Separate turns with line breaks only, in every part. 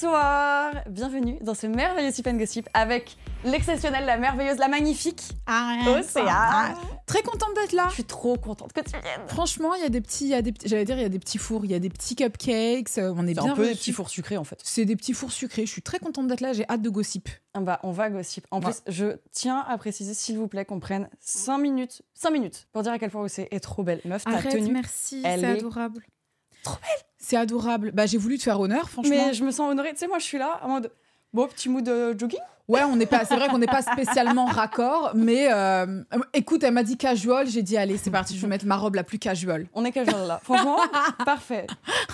Bonsoir, bienvenue dans ce merveilleux Sip Gossip avec l'exceptionnelle, la merveilleuse, la magnifique Oh,
Arrête.
Océa.
Très contente d'être là.
Je suis trop contente que tu viennes.
Franchement, il y a des petits, il y a des petits- j'allais dire, il y a des petits fours, il y a des petits cupcakes. euh, On est,
C'est
bien
un peu des
reçus.
petits fours sucrés en fait.
C'est des petits fours sucrés. Je suis très contente d'être là. J'ai hâte de gossip.
Ah Bah, on va gossip. En
Ouais.
plus, je tiens à préciser, s'il vous plaît, qu'on prenne 5 minutes, 5 minutes pour dire à quel point Océa est trop belle. Meuf, ta
Arrête,
tenue.
merci,
elle
c'est
est
adorable.
C'est adorable. Bah, j'ai voulu te faire honneur, franchement.
Mais je me sens honorée. Tu sais, moi, je suis là en mode. Bon, petit mood de jogging.
Ouais, on n'est pas. C'est vrai qu'on n'est pas spécialement raccord, mais euh, écoute, elle m'a dit casual. J'ai dit allez, c'est parti. Je vais mettre ma robe la plus casual.
On est casual là. Franchement, parfait.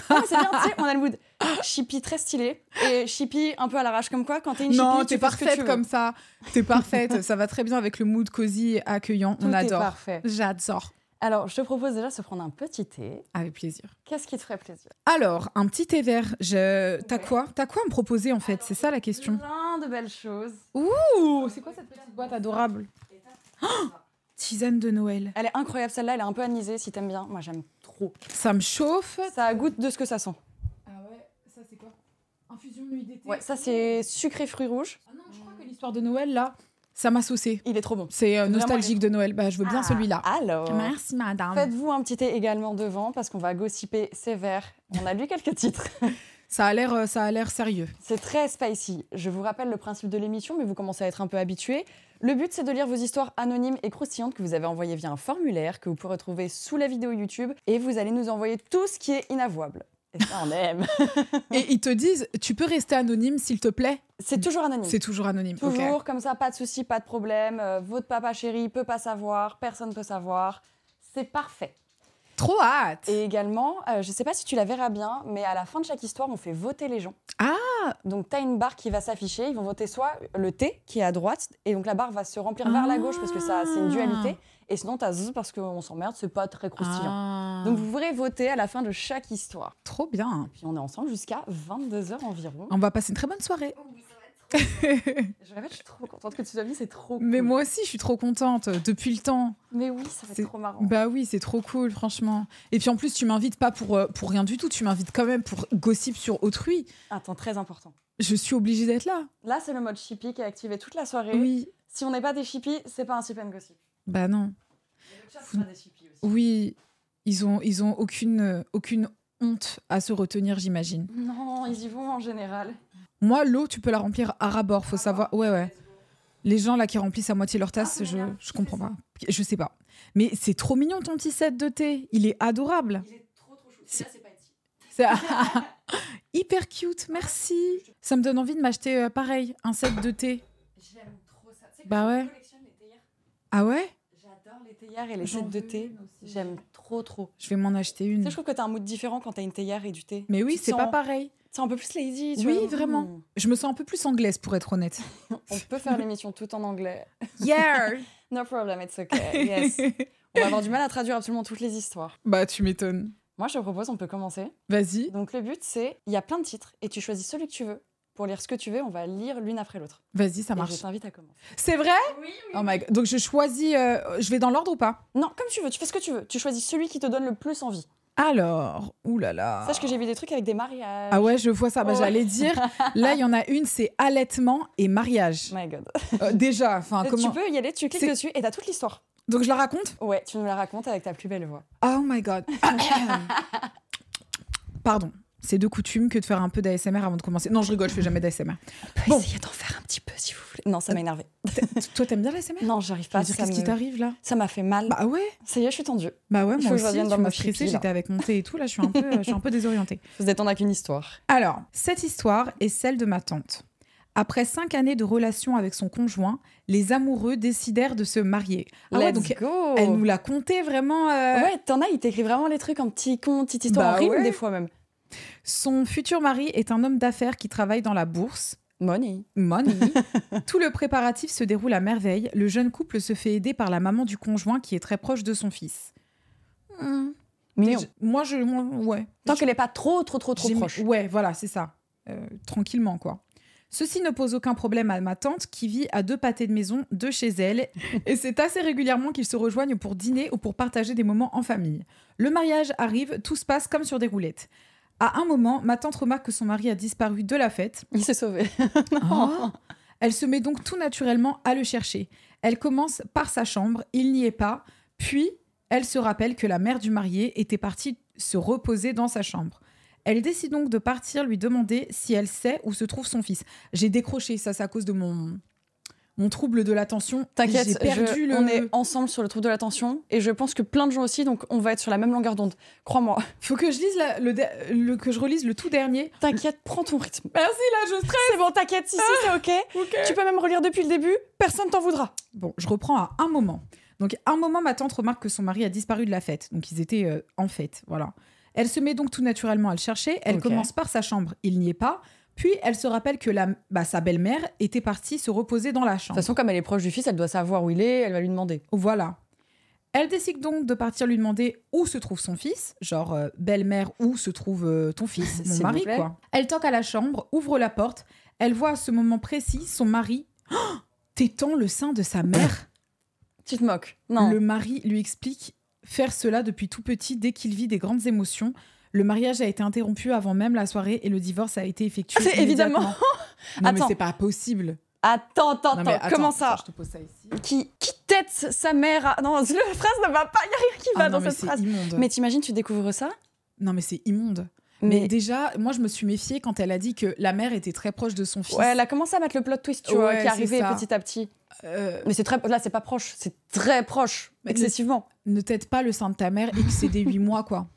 Non, mais c'est bien, tu sais, on a le mood chippy très stylé et chippy un peu à l'arrache. Comme quoi, quand t'es une
non,
chippy, tu
t'es
fais ce que tu
parfaite
veux.
comme ça. T'es parfaite. ça va très bien avec le mood cosy et accueillant.
Tout
on
est
adore.
parfait.
J'adore.
Alors, je te propose déjà de se prendre un petit thé.
Avec plaisir.
Qu'est-ce qui te ferait plaisir
Alors, un petit thé vert. Je... T'as
Ouais.
quoi T'as quoi à me proposer en fait C'est ça la question.
Plein de belles choses.
Ouh, c'est quoi cette petite boîte adorable Oh Tisane de Noël.
Elle est incroyable celle-là, elle est un peu anisée si t'aimes bien. Moi, j'aime trop.
Ça me chauffe.
Ça a goût de ce que ça sent.
Ah ouais, ça c'est quoi Infusion nuit d'été.
Ouais, ça c'est sucré fruits rouges.
Ah non, je crois que l'histoire de Noël là, ça m'a saucé.
Il est trop bon.
C'est euh,
Vraiment,
nostalgique de Noël. Bah, je veux bien
Ah,
celui-là.
Alors,
Merci madame.
faites-vous un petit thé également devant parce qu'on va gossiper sévère. On a lu quelques titres.
Ça a l'air, euh, ça a l'air sérieux.
C'est très spicy. Je vous rappelle le principe de l'émission, mais vous commencez à être un peu habitués. Le but, c'est de lire vos histoires anonymes et croustillantes que vous avez envoyées via un formulaire que vous pouvez retrouver sous la vidéo YouTube. Et vous allez nous envoyer tout ce qui est inavouable. Et ça, on aime.
Et ils te disent, tu peux rester anonyme s'il te plaît.
C'est toujours anonyme.
C'est toujours anonyme. ok.
Toujours comme ça, pas de souci, pas de problème. Euh, votre papa chéri peut pas savoir, personne peut savoir. C'est parfait.
Trop hâte.
Et également, euh, je sais pas si tu la verras bien, mais à la fin de chaque histoire, on fait voter les gens.
Ah
Donc t'as une barre qui va s'afficher, ils vont voter soit le T qui est à droite, et donc la barre va se remplir vers la gauche parce que ça
Ah
c'est une dualité, et sinon t'as Z parce qu'on s'emmerde, c'est pas très croustillant.
Ah.
Donc vous pourrez voter à la fin de chaque histoire.
Trop bien.
Puis on est ensemble jusqu'à 22h environ.
On va passer une très bonne soirée.
Je répète, je suis trop contente que tu sois venue, c'est trop cool.
Mais moi aussi, je suis trop contente euh, depuis le temps.
Mais oui, ça va
C'est-
être trop marrant.
Bah oui, c'est trop cool, franchement. Et puis en plus, tu m'invites pas pour, euh, pour rien du tout, tu m'invites quand même pour gossip sur autrui.
Attends, très important.
Je suis obligée d'être là.
Là, c'est le mode shippy qui est activé toute la soirée.
Oui.
Si on n'est pas des shippies, c'est pas un sip and gossip.
Bah non.
Mais le chat sera des shippies aussi.
Oui, ils ont, ils ont aucune, euh, aucune honte à se retenir, j'imagine.
Non, ils y vont en général.
Moi, l'eau, tu peux la remplir à ras-bord, faut savoir. Ouais, ouais. Les gens là qui remplissent à moitié leur tasse,
Ah, Ah,
je,
regarde,
je comprends pas. Je sais pas. Mais c'est trop mignon ton petit set de thé. Il est adorable.
Il est trop trop chou.
C'est-
c'est pas ici.
C'est hyper cute, merci. Ça me donne envie de m'acheter euh, pareil, un set de thé.
J'aime trop ça. Tu sais que
Bah
je
ouais.
collectionne les théières.
Ah ouais
J'adore les théières et les sets de thé.
Mm.
J'aime trop trop.
Je vais m'en acheter
Tu
une.
sais, je trouve que t'as un mood différent quand t'as une théière et du thé.
Mais oui,
Tu te
c'est pas
sens-
pareil.
C'est un peu plus lazy. tu
Oui,
vois.
vraiment.
Hmm.
Je me sens un peu plus anglaise pour être honnête.
On peut faire l'émission tout en anglais.
Yeah
No problem, it's okay. Yes. on va avoir du mal à traduire absolument toutes les histoires.
Bah tu m'étonnes.
Moi, je te propose, on peut commencer.
Vas-y.
Donc le but, c'est il y a plein de titres et tu choisis celui que tu veux. Pour lire ce que tu veux, on va lire l'une après l'autre.
Vas-y, ça
Et
marche.
Je t'invite à commencer.
C'est vrai
Oui,
Oh my god. Donc je choisis. euh, je vais dans l'ordre ou pas
Oh. Non, comme tu veux, tu fais ce que tu veux. Tu choisis celui qui te donne le plus envie.
Alors, oulala.
Sache que Oh. j'ai vu des trucs avec des mariages.
Ah ouais, je vois ça. Bah,
Ouais.
J'allais dire, là, il y en a une, c'est allaitement et mariage.
My god.
Euh, déjà, enfin, comment...
Tu peux y aller, tu cliques
C'est-
dessus et t'as toute l'histoire.
Donc, je la raconte
Ouais, tu nous la racontes avec ta plus belle voix.
Oh my god. Pardon. C'est de coutume que de faire un peu d'ASMR avant de commencer. Non, je rigole, je fais jamais d'ASMR.
On peut
Bon.
essayer d'en faire un petit peu si vous voulez. Non, ça m'a énervé.
Toi, t'aimes bien l'ASMR
Non, j'arrive
Je veux
pas.
dire,
Ça
Euh, Qu'est-ce qui
me-
t'arrive là
ça m'a fait mal.
Bah ouais,
Ça y est, je suis tendue.
bah ouais,
Il faut
moi
que
aussi,
je revienne dans
tu m'as
mon
stressée,
pipi, là.
j'étais avec mon thé et tout, là je suis un peu, euh, je suis un peu désorientée.
Faut se détendre avec une histoire.
Alors, cette histoire est celle de ma tante. Après cinq années de relation avec son conjoint, les amoureux décidèrent de se marier. Ah ouais,
Let's
donc
go.
elle nous l'a conté vraiment. euh,
Ouais, t'en as, il t'écrit vraiment les trucs en petits contes, petites histoires
Bah
en rime
ouais.
des fois même.
Son futur mari est un homme d'affaires qui travaille dans la bourse.
Money.
Money. Tout le préparatif se déroule à merveille. Le jeune couple se fait aider par la maman du conjoint qui est très proche de son fils.
Mignon.
Je- moi, je. moi, ouais.
Tant qu'elle est pas trop, trop, trop, trop
J'ai-
proche.
Ouais, voilà, c'est ça. Euh, tranquillement, quoi. Ceci ne pose aucun problème à ma tante qui vit à deux pâtés de maison de chez elle et c'est assez régulièrement qu'ils se rejoignent pour dîner ou pour partager des moments en famille. Le mariage arrive, tout se passe comme sur des roulettes. À un moment, ma tante remarque que son mari a disparu de la fête.
Il s'est sauvé.
Oh. Elle se met donc tout naturellement à le chercher. Elle commence par sa chambre, il n'y est pas, puis elle se rappelle que la mère du marié était partie se reposer dans sa chambre. Elle décide donc de partir lui demander si elle sait où se trouve son fils. J'ai décroché, ça c'est à cause de mon, mon trouble de l'attention. J'ai
T'inquiète,
perdu
je-
le...
on est ensemble sur le trouble de l'attention et je pense que plein de gens aussi, donc on va être sur la même longueur d'onde. Crois-moi.
Faut que je lise la- le, de- le- que je relise le tout dernier.
T'inquiète, prends ton rythme.
Merci là, je stresse.
C'est bon, t'inquiète, si, si, c'est ok. Tu peux même relire depuis le début, personne t'en voudra.
Bon, je reprends à un moment. Donc, à un moment, ma tante remarque que son mari a disparu de la fête. Donc, ils étaient euh, en fête. Voilà. Elle se met donc tout naturellement à le chercher. Elle
Ok.
commence par sa chambre. Il n'y est pas. Puis, elle se rappelle que la, bah, sa belle-mère était partie se reposer dans la
De
chambre.
toute façon, comme elle est proche du fils, elle doit savoir où il est, elle va lui demander.
Voilà. Elle décide donc de partir lui demander où se trouve son fils, genre euh, belle-mère, où se trouve euh, ton fils, mon
S'il vous
mari,
plaît.
quoi. Elle toque à la chambre, ouvre la porte. Elle voit à ce moment précis son mari Oh tétant le sein de sa mère.
Tu te moques. Non.
Le mari lui explique faire cela depuis tout petit dès qu'il vit des grandes émotions. Le mariage a été interrompu avant même la soirée et le divorce a été effectué.
Ah, C'est évidemment-
immédiatement. Non, mais
Attends.
c'est pas possible.
Attends, attends,
Non,
attends,
mais attends,
comment ça
attends, Je te pose ça ici.
qui, qui tête sa mère à... Non, la phrase ne va pas, il a rien qui va
Ah non,
dans
mais
cette
c'est
phrase.
immonde.
Mais t'imagines, tu découvres ça
Non, mais c'est immonde. Mais...
mais...
déjà, moi, je me suis méfiée quand elle a dit que la mère était très proche de son fils.
Ouais, elle a commencé à mettre le plot twist, tu
Ouais,
vois, qui
c'est
arrivait
ça.
petit à petit.
Euh,
Mais c'est très... Là, c'est pas proche, c'est très proche,
Mais-
excessivement.
ne t'aide pas le sein de ta mère et que c'est des 8 mois, quoi.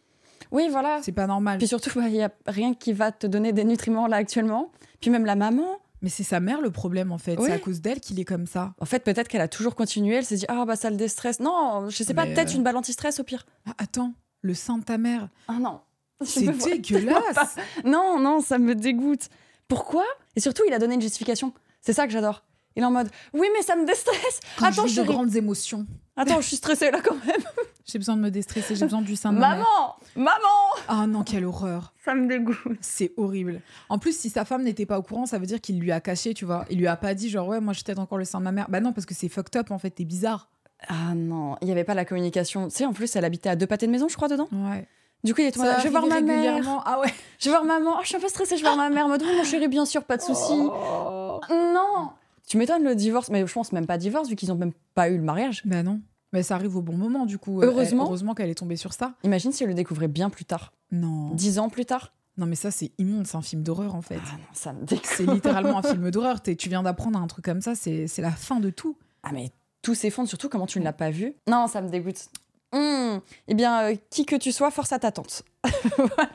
Oui, voilà.
C'est pas normal.
Puis surtout, il n'y a rien qui va te donner des nutriments là actuellement. Puis même la maman,
Mais c'est sa mère le problème, en fait.
Ouais.
C'est à cause d'elle qu'il est comme ça.
en fait, peut-être qu'elle a toujours continué. Elle s'est dit, ah bah ça le déstresse. Non, je sais pas,
Mais,
peut-être
euh,
une balle anti-stress au pire.
Ah, attends, le sein de ta mère.
Ah non. Je
C'est
me vois-
dégueulasse.
Non, non, ça me dégoûte. Pourquoi Et surtout, il a donné une justification. C'est ça que j'adore. Il est en mode, oui, mais ça me déstresse.
Quand
Attends,
je vis de
chérie.
grandes émotions.
Attends, je suis stressée là quand même.
J'ai besoin de me déstresser, j'ai besoin du sein de ma mère.
Maman Maman
Ah non, quelle horreur.
Ça me dégoûte.
C'est horrible. En plus, si sa femme n'était pas au courant, ça veut dire qu'il lui a caché, tu vois. Il lui a pas dit genre ouais, moi je tête encore le sein de ma mère. Bah non, parce que c'est fucked up en fait, t'es bizarre.
Ah non, il n'y avait pas la communication. Tu sais, en plus, elle habitait à deux pâtés de maison, je crois, dedans.
Ouais.
Du coup, il est tombé là, Je vais voir ma mère.
Ah ouais.
Je vais voir maman. Ah, je suis un peu stressée, je vais voir ma mère. En mode, oui, mon chéri, bien sûr, pas de souci.
Oh.
Non Tu m'étonnes le divorce. Mais je pense même pas divorce, vu qu'ils ont même pas eu le mariage.
Bah non. Mais ça arrive au bon moment du coup.
Heureusement.
Elle- heureusement qu'elle est tombée sur ça.
Imagine si elle le découvrait bien plus tard.
Non.
Dix ans plus tard.
Non mais ça c'est immonde, c'est un film d'horreur en fait.
Ah non, ça me dégoûte.
C'est littéralement un film d'horreur. T'es- Tu viens d'apprendre un truc comme ça, c'est c'est la fin de tout.
Ah mais tout s'effondre, surtout comment tu ne l'as pas vu. Non, ça me dégoûte. Hum, Eh bien, euh, qui que tu sois, force à ta tante. Voilà.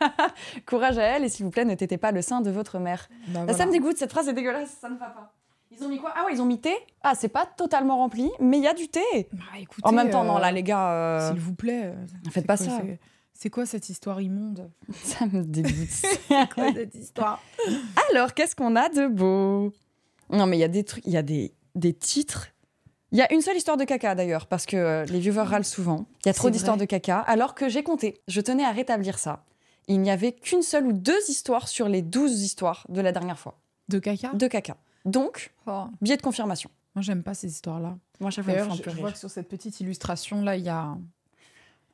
Courage à elle et s'il vous plaît, ne tétez pas le sein de votre mère.
Bah,
Ah,
voilà.
Ça me dégoûte, cette phrase est dégueulasse, ça ne va pas. Ils ont mis quoi Ah ouais, ils ont mis thé Ah, c'est pas totalement rempli, mais il y a du thé.
Bah, écoutez,
en même temps,
euh,
non, là, les gars, euh,
S'il vous plaît. euh,
faites
c'est
pas
quoi
ça.
c'est- C'est quoi cette histoire immonde
Ça me dégoûte.
Quoi cette histoire
Alors, qu'est-ce qu'on a de beau Non, mais il y a des trucs, il y a des, des titres. Il y a une seule histoire de caca d'ailleurs, parce que euh, les viewers râlent souvent. Il y a trop
C'est
d'histoires de
vrai.
caca, alors que j'ai compté. Je tenais à rétablir ça. Il n'y avait qu'une seule ou deux histoires sur les douze histoires de la dernière fois,
De caca
de caca. Donc,
Oh.
biais de confirmation.
Moi, j'aime pas ces histoires-là.
Moi, chaque fois, ils me font
D'ailleurs, je,
un peu
je vois
rire.
que sur cette petite illustration-là, il y a, il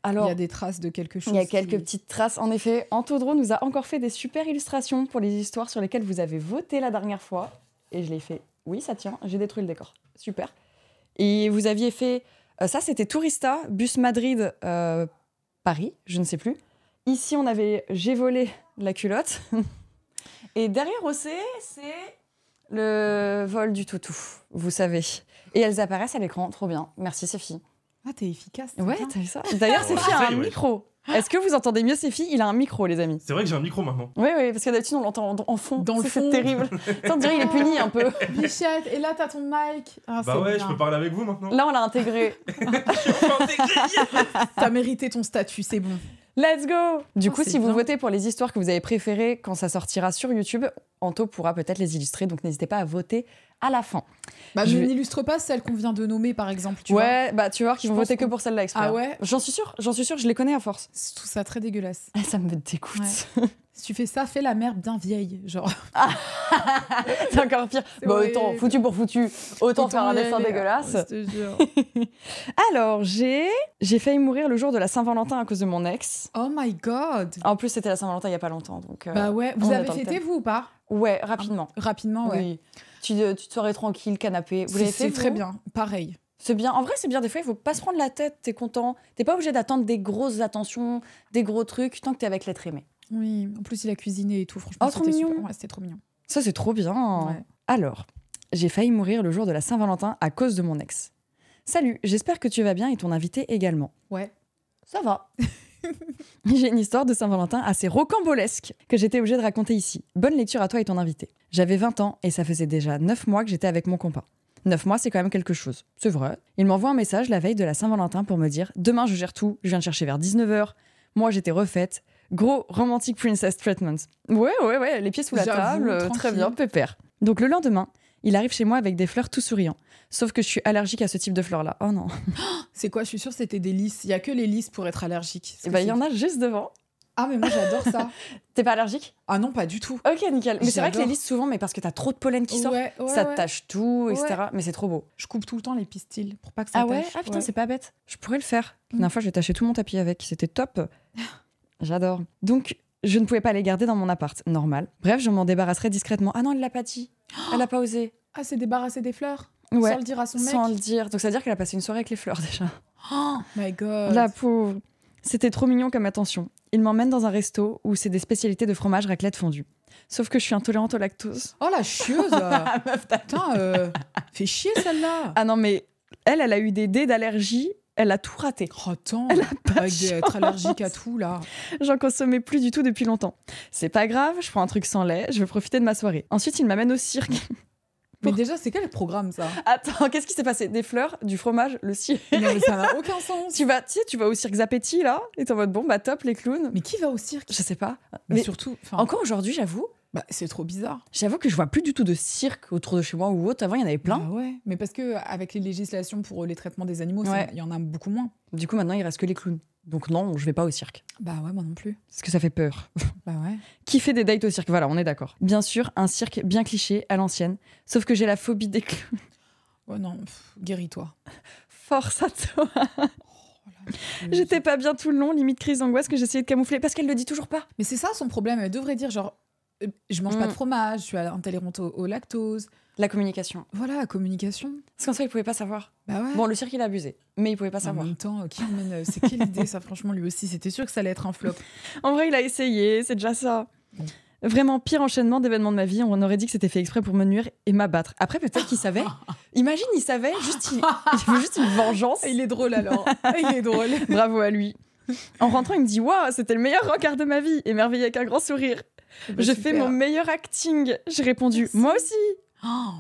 Alors,
y a des traces de quelque chose.
il y a quelques
qui-
petites traces. En effet, Antodro nous a encore fait des super illustrations pour les histoires sur lesquelles vous avez voté la dernière fois. Et je l'ai fait. Oui, ça tient. J'ai détruit le décor. Super. Et vous aviez fait. euh, ça, c'était Tourista, bus Madrid, euh, Paris, je ne sais plus. Ici, on avait J'ai volé la culotte. Et derrière OC, c'est le vol du toutou, vous savez. Et elles apparaissent à l'écran. Trop bien. Merci, Séphie.
Ah, t'es efficace.
Ouais,
putain.
t'as vu ça D'ailleurs,
Ah, Ouais,
Séphie a un
j'essaye, ouais.
micro. Est-ce que vous entendez mieux Séphie Il a un micro, les amis.
C'est vrai que j'ai un micro maintenant.
Oui, oui, parce que d'habitude, on l'entend en- en fond.
Dans le
Ça,
fond.
C'est terrible. Ça, On dirait qu'il est puni un peu.
Bichette, et là, t'as ton mic. Ah,
bah
c'est
ouais,
bien.
je peux parler avec vous maintenant.
Là, on l'a intégré.
T'as mérité ton statut, c'est bon.
Let's go Du
Oh,
coup,
c'est
si vous
bien.
votez pour les histoires que vous avez préférées quand ça sortira sur YouTube, Anto pourra peut-être les illustrer, donc n'hésitez pas à voter à la fin.
Bah,
Je
je
vais-
n'illustre pas celle qu'on vient de nommer, par exemple. Tu vois
ouais, bah tu vas voir qu'ils
Je
vont
pense
voter que
qu'on-
pour celle-là, exprès. hein.
ah ouais,
J'en suis sûre, j'en suis sûre, je les connais à force.
je trouve ça très dégueulasse.
Ah, ça me dégoûte.
Si tu fais ça, fais la mère bien vieille. Genre,
C'est encore pire.
C'est
Bah,
horrible.
autant, foutu pour foutu, autant, faire un
y
dessin
aller.
dégueulasse.
Ouais, je te jure.
Alors, j'ai j'ai failli mourir le jour de la Saint-Valentin à cause de mon ex.
oh my god.
En plus, c'était la Saint-Valentin il y a pas longtemps, donc euh,
Bah ouais,
on
vous avez
attend le
fêté
thème.
vous ou pas
ouais, rapidement.
Rapidement, ouais.
Oui. Tu, euh, tu te soirée tranquille, canapé. Vous
C'est-
l'avez fait
C'est très
vous
bien, pareil.
C'est bien. En vrai, c'est bien. Des fois, il faut pas se prendre la tête. T'es content. T'es pas obligé d'attendre des grosses attentions, des gros trucs, tant que t'es avec l'être aimé.
Oui, en plus il a cuisiné et tout, franchement.
Oh, trop
c'était
mignon. Oh.
super. Ouais, c'était trop mignon.
Ça, c'est trop bien.
Ouais.
Alors, j'ai failli mourir le jour de la Saint-Valentin à cause de mon ex. Salut, j'espère que tu vas bien et ton invité également.
Ouais.
Ça va. J'ai une histoire de Saint-Valentin assez rocambolesque que j'étais obligée de raconter ici. Bonne lecture à toi et ton invité. J'avais 20 ans et ça faisait déjà 9 mois que j'étais avec mon copain. 9 mois, c'est quand même quelque chose. C'est vrai. Il m'envoie un message la veille de la Saint-Valentin pour me dire Demain, je gère tout, je viens te chercher vers 19h. Moi, j'étais refaite. Gros romantic princess treatment. Ouais, ouais, ouais, les pieds sous la
J'avoue,
table, euh, très
tranquille.
bien, pépère. Donc le lendemain, il arrive chez moi avec des fleurs tout souriants. Sauf que je suis allergique à ce type de fleurs-là. Oh non.
C'est quoi Je suis sûre que c'était des lys. Il y a que les lys pour être allergique.
Eh ben, il y en a juste devant.
Ah, mais moi j'adore ça.
T'es pas allergique
ah non, pas du tout.
Ok, nickel. Mais c'est vrai que les
J'adore.
listes, souvent, mais parce que t'as trop de pollen qui sort,
Ouais, ouais,
ça
ouais.
tâche tout, etc.
Ouais. Ah
Mais c'est trop beau.
Je coupe tout le temps les pistils pour pas que
Ah
ça tâche.
c'est pas bête. Je pourrais le faire. La
Mm.
dernière fois, j'ai taché tout mon tapis avec. C'était top. J'adore. Donc, je ne pouvais pas les garder dans mon appart. Normal. Bref, je m'en débarrasserai discrètement. Ah non, elle l'a pas dit. Elle a pas osé.
Ah, c'est débarrasser des fleurs
Ouais.
Sans le dire à son mec
Sans le dire. Donc, ça veut dire qu'elle a passé une soirée avec les fleurs déjà.
Oh my god.
La pauvre. C'était trop mignon comme attention. Il m'emmène dans un resto où c'est des spécialités de fromage raclette fondue. Sauf que je suis intolérante au lactose.
Oh la chieuse Putain, euh, fais chier celle-là
Ah non, mais elle, elle a eu des dés d'allergie. Elle a tout raté.
Oh, attends,
Elle a pas de
avec des- être allergique à tout là.
J'en consommais plus du tout depuis longtemps. C'est pas grave, je prends un truc sans lait, je veux profiter de ma soirée. Ensuite, il m'amène au cirque.
Mais déjà, c'est quel programme ça
Attends, qu'est-ce qui s'est passé Des fleurs, du fromage, le cirque.
Non, mais ça n'a aucun sens.
Tu vas, tu sais, tu vas au cirque Zapetti là, et t'es en mode bon, bah top, les clowns.
Mais qui va au cirque
Je sais pas.
Mais,
Mais-
Bah, surtout, enfin,
Encore aujourd'hui, j'avoue,
bah, c'est trop bizarre.
j'avoue que je vois plus du tout de cirque autour de chez moi ou autre. Avant, il y en avait plein.
Bah ouais. Mais parce que avec les législations pour euh, les traitements des animaux, c'est- il
Ouais.
y en a beaucoup moins.
Du coup, maintenant, il reste que les clowns. Donc non, je vais pas au cirque.
Bah ouais, moi non plus.
Parce que ça fait peur.
Bah ouais.
Qui fait des dates au cirque Voilà, on est d'accord. Bien sûr, un cirque bien cliché, à l'ancienne. Sauf que j'ai la phobie des clowns.
Ouais, non, pff, guéris-toi.
Force à toi.
Oh là, je-
J'étais pas bien tout le long, limite crise d'angoisse que j'essayais de camoufler parce qu'elle le dit toujours pas.
Mais c'est ça son problème. Elle devrait dire genre, euh, je mange pas de
Mm.
fromage, je suis intolérante au, au lactose.
La communication.
Voilà, communication.
Parce qu'en soi, il pouvait pas savoir.
Bah ouais.
Bon, le cirque, il a abusé, mais il pouvait pas
en
savoir.
même temps, euh, qui emmène, euh, c'est quelle idée ça franchement lui aussi, c'était sûr que ça allait être un flop.
En vrai, il a essayé, c'est déjà ça.
Bon.
Vraiment, pire enchaînement d'événements de ma vie, on aurait dit que c'était fait exprès pour me nuire et m'abattre. Après, peut-être qu'il savait. Imagine, il savait, juste, il, il veut juste une vengeance.
Il est drôle alors. Il est drôle.
Bravo à lui. En rentrant, il me dit Waouh, c'était le meilleur rencard de ma vie, émerveillé avec un grand sourire. je fais mon meilleur acting. J'ai répondu
Bah, Merci.
Moi aussi.
Oh,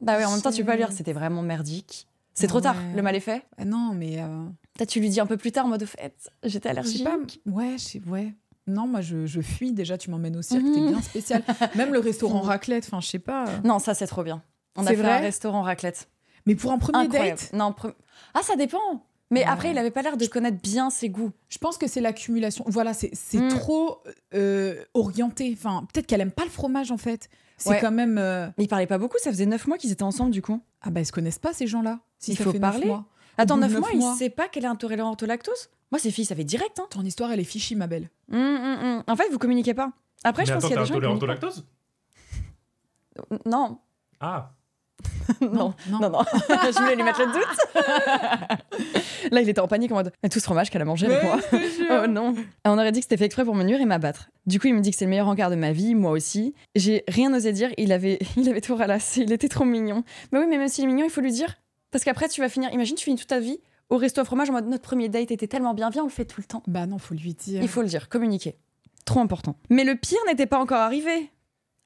Bah ouais, en même temps, tu peux pas lui dire
Chut.
C'était vraiment merdique. C'est trop tard,
Ouais.
le mal est fait.
ah non, mais. euh,
Peut-être tu lui dis un peu plus tard en mode Au fait, j'étais
Je sais
allergique.
pas. Ouais, je sais- ouais. Non, moi je, je fuis déjà, tu m'emmènes au cirque, t'es
Mhm.
bien spécial. Même le restaurant
Fini.
raclette, enfin je sais pas. euh.
Non, ça c'est trop bien. On a
C'est
fait
vrai
un restaurant raclette.
Mais pour un premier
Incroyable.
date,
Non, pre- Ah, ça dépend. Mais
Ouais.
après, il avait pas l'air de connaître bien ses goûts.
je pense que c'est l'accumulation. Voilà, c'est c'est
Mm.
trop euh, orienté. Enfin, peut-être qu'elle aime pas le fromage en fait. C'est
Ouais.
quand même. euh,
Mais ils parlaient pas beaucoup, ça faisait 9 mois qu'ils étaient ensemble du coup.
Ah bah ils se connaissent pas ces gens-là. Si
Il
ça
faut
fait neuf
parler.
mois.
Attends,
bout de
9,
neuf
mois,
mois.
il sait pas qu'elle est intolérante au lactose Moi, ses filles, ça fait direct. Hein.
Ton histoire elle est fichie ma belle.
Hum, hum, hum. En fait, vous communiquez pas. Après,
Mais
je pense
attends,
qu'il y
t'es
a des gens. qui
intolérante au
communiquent
lactose
pas. Non,
Ah,
non,
non.
non, non. je voulais lui mettre le doute. Là, il était en panique en mode Mais tout ce fromage qu'elle a mangé avec moi. Oh non. Ah, On aurait dit que c'était fait exprès pour me nuire et m'abattre. Du coup, il me dit que c'est le meilleur encart de ma vie, moi aussi. J'ai rien osé dire, il avait, il avait tout ralassé, il était trop mignon. Mais oui, mais même s'il est mignon, il faut lui dire. Parce qu'après, tu vas finir, imagine, tu finis toute ta vie au resto à fromage en mode notre premier date était tellement bien, viens, on le fait tout le temps.
Bah non, faut lui dire.
Il faut le dire, communiquer. Trop important. Mais le pire n'était pas encore arrivé.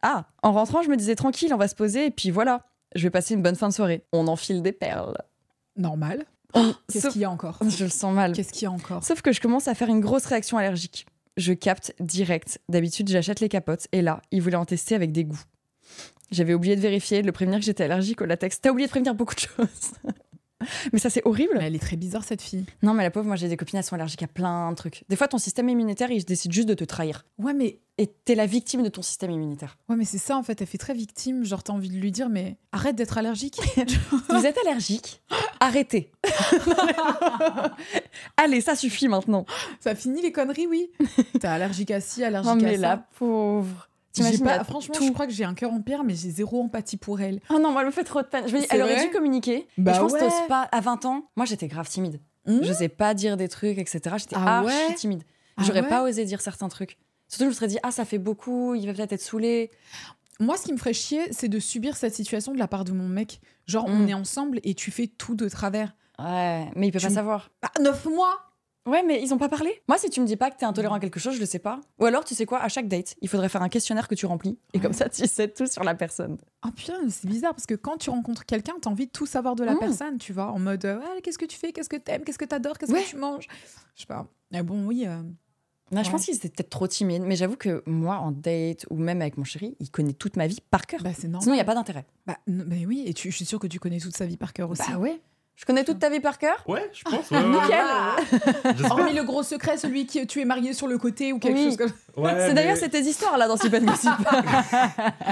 Ah, en rentrant, je me disais tranquille, on va se poser et puis voilà, je vais passer une bonne fin de soirée. On enfile des perles.
Normal.
On-
Qu'est-ce
Sauf-
qu'il y a encore
Je le sens mal.
Qu'est-ce qu'il y a encore
Sauf que je commence à faire une grosse réaction allergique. Je capte direct. D'habitude, j'achète les capotes et là, il voulait en tester avec des goûts. J'avais oublié de vérifier, de le prévenir que j'étais allergique au latex. T'as oublié de prévenir beaucoup de choses. mais ça, c'est horrible.
Mais Bah, elle est très bizarre, cette fille.
Non, mais la pauvre, moi, j'ai des copines, elles sont allergiques à plein de trucs. Des fois, ton système immunitaire, il décide juste de te trahir.
Ouais, mais
Et t'es la victime de ton système immunitaire.
Ouais, mais c'est ça en fait, elle fait très victime. Genre, t'as envie de lui dire, mais arrête d'être allergique.
Vous êtes allergique Arrêtez. Allez, ça suffit maintenant.
ça finit les conneries, oui. T'es allergique à ci, allergique
Non, mais
à
la
ça.
pauvre.
J'ai
T'imagines
pas-
la-
franchement,
tout.
je crois que j'ai un cœur en pierre, mais j'ai zéro empathie pour elle.
Ah non, moi, elle me fait trop de peine. Je me dis,
C'est
elle aurait
vrai
dû communiquer. Et
Bah
je pense que
ouais.
t'oses pas. À 20 ans, moi, j'étais grave timide.
Hmm
Je sais pas dire des trucs, etc. J'étais
Ah
archi
ouais
timide.
Ah
J'aurais
ouais
pas osé dire certains trucs. Surtout, je me serais dit, ah, ça fait beaucoup, il va peut-être être saoulé.
Moi, ce qui me ferait chier, c'est de subir cette situation de la part de mon mec. Genre, on
Mm.
est ensemble et tu fais tout de travers.
Ouais, mais il peut
Tu
pas
me-
savoir.
Bah, neuf mois
Ouais, mais ils ont pas parlé. Moi, si tu me dis pas que t'es intolérant à
Hmm.
quelque chose, je le sais pas. Ou alors, tu sais quoi, à chaque date, il faudrait faire un questionnaire que tu remplis. Et comme
Ouais.
ça, tu sais tout sur la personne.
Ah putain, c'est bizarre parce que quand tu rencontres quelqu'un, t'as envie de tout savoir de la
Mm.
personne, tu vois, en mode euh, Ah, qu'est-ce que tu fais, qu'est-ce que t'aimes, qu'est-ce que t'adores, qu'est-ce
Ouais.
que tu manges. Je sais pas. Mais bon, oui. euh,
Non, je
Ouais.
pense qu'ils étaient peut-être trop timides, mais j'avoue que moi, en date ou même avec mon chéri, il connaît toute ma vie par cœur.
Bah, c'est
Sinon,
normal.
il n'y a pas d'intérêt.
Bah, non, bah oui, et tu- je suis sûre que tu connais toute sa vie par cœur aussi.
Bah ouais. Je connais toute ta vie par cœur
Ouais, je pense.
Ah,
ouais, ouais,
nickel.
ouais. J'espère.
Hormis le gros secret, celui qui tu es marié sur le côté ou quelque
Oui.
chose comme ça.
Ouais,
C'est
mais-
d'ailleurs c'est tes histoires là dans Si Bad Gossip.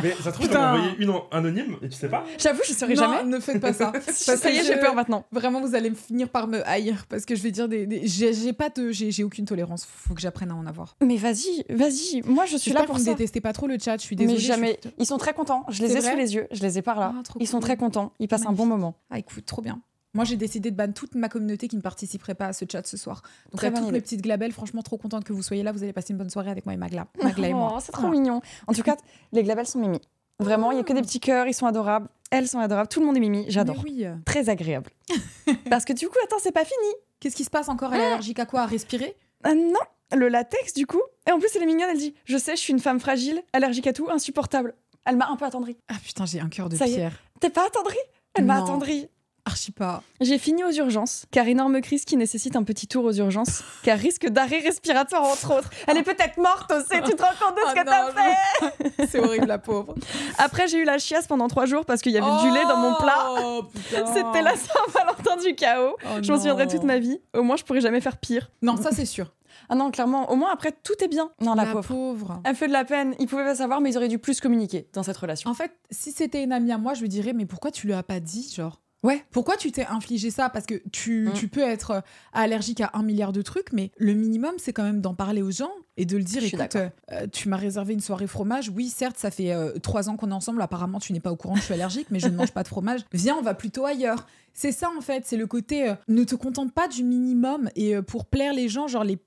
Mais ça se trouve,
Putain.
t'as envoyé une en- anonyme et tu sais pas.
J'avoue, je ne saurais
non,
jamais.
ne faites pas ça. Parce
ça y
que
est, j'ai
je-
peur maintenant.
Vraiment, vous allez finir par me haïr parce que je vais dire des. des- J'ai j'ai pas de. J'ai j'ai aucune tolérance. Faut que j'apprenne à en avoir.
Mais vas-y, vas-y. Moi, je suis là
J'espère
pour
que vous
ça.
ne détestez pas trop le chat. Je suis
Mais
désolée. je suis-
jamais. Ils sont très contents. Je les
C'est
ai
vrai
sous les yeux. Je les ai par là.
Ah, trop
Ils sont
cool.
très contents. Ils passent un bon moment.
Ah, écoute, trop bien. Moi, j'ai décidé de ban toute ma communauté qui ne participerait pas à ce chat ce soir. Donc,
Très
à
bonne
toutes
idée.
mes petites glabelles, franchement, trop contente que vous soyez là. Vous allez passer une bonne soirée avec moi et Magla. Magla et moi.
Oh, c'est trop
Voilà.
mignon. En tout cas, les glabelles sont mimi. Vraiment, il n'y a que des petits cœurs. Ils sont adorables. Elles sont adorables. Tout le monde est mimi. J'adore.
Mais oui. euh,
Très agréable. Parce que du coup, attends, c'est pas fini.
Qu'est-ce qui se passe encore Elle est allergique à quoi À respirer
Ah non, le latex du coup. Et en plus, elle est mignonne, elle dit Je sais, je suis une femme fragile, allergique à tout, insupportable. Elle m'a un peu attendrie.
Ah putain, j'ai un cœur de
Ça y est.
pierre.
T'es pas attendrie Elle m'a
Non.
attendrie.
Archi pas.
J'ai fini aux urgences, car énorme crise qui nécessite un petit tour aux urgences, car risque d'arrêt respiratoire entre autres. Elle est peut-être morte aussi, tu te rends compte de ce que
Ah
t'as
non,
fait
je- C'est horrible, la pauvre.
Après, j'ai eu la chiasse pendant trois jours parce qu'il y avait du lait dans mon plat.
Oh, putain.
C'était la Saint-Valentin du chaos.
Oh,
Je m'en souviendrai
non.
toute ma vie. Au moins, je pourrais jamais faire pire.
Non, ça, c'est sûr.
Ah non, clairement, au moins après, tout est bien. Non, la, pauvre. Elle fait de la peine. Ils pouvaient pas savoir, mais ils auraient dû plus communiquer dans cette relation.
En fait, si c'était une amie à moi, je lui dirais, mais pourquoi tu lui as pas dit, genre
Ouais.
Pourquoi tu t'es infligé ça Parce que tu,
Mm.
tu peux être euh, allergique à un milliard de trucs, mais le minimum, c'est quand même d'en parler aux gens et de le dire.
Je suis
Écoute, euh, tu m'as réservé une soirée fromage. Oui, certes, ça fait euh, trois ans qu'on est ensemble. Apparemment, tu n'es pas au courant, que je suis allergique, mais je ne mange pas de fromage. Viens, on va plutôt ailleurs. C'est ça, en fait. C'est le côté euh, ne te contente pas du minimum. Et euh, pour plaire les gens, genre les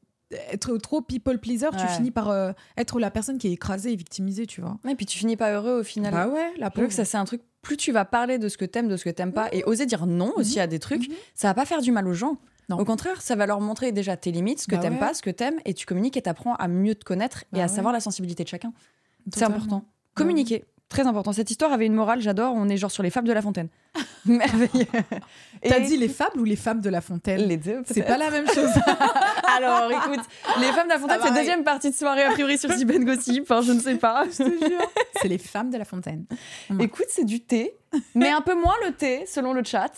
être trop people pleaser, tu
Ouais.
finis par euh, être la personne qui est écrasée et victimisée, tu vois.
Ah. Et puis tu finis pas heureux au final.
Bah ouais, la
J'avoue
pauvre.
que ça c'est un truc. Plus tu vas parler de ce que t'aimes, de ce que t'aimes pas, et oser dire non aussi à des trucs,
Mhm.
ça va pas faire du mal aux gens.
Non.
Au contraire, ça va leur montrer déjà tes limites, ce que
Bah
t'aimes
ouais.
pas, ce que t'aimes, et tu communiques et t'apprends à mieux te connaître et
Bah
à
ouais.
savoir la sensibilité de chacun. C'est
Totalement.
important. Communiquer, très important. Cette histoire avait une morale, j'adore. On est genre sur les fables de La Fontaine. Merveilleux.
T'as
Et
dit les fables ou les femmes de La Fontaine
les deux.
C'est
peut-être.
pas la même chose.
Alors, écoute, les femmes de La Fontaine,
Ah,
c'est
pareil.
deuxième partie de soirée a priori sur Ziben Gossip. hein, je ne sais pas.
je te jure. C'est les femmes de La Fontaine.
Écoute, c'est du thé, mais un peu moins le thé, selon le chat,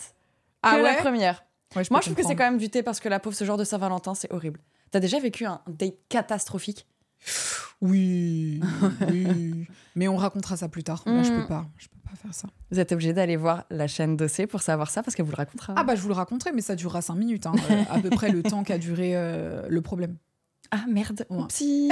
que la première.
Ah Ouais, je
Moi, je trouve que c'est quand même du thé parce que la pauvre, ce genre de Saint-Valentin, c'est horrible. T'as déjà vécu un date catastrophique
Oui. oui. Mais on racontera ça plus tard. Là, je
Mm.
peux pas. Je peux pas faire ça.
Vous êtes obligé d'aller voir la chaîne d'OC pour savoir ça parce qu'elle vous le racontera.
Ah bah je vous le raconterai, mais ça durera 5 minutes. hein, euh, à peu près le temps qu'a duré euh, le problème.
Ah, merde,
Ouais.
oupsie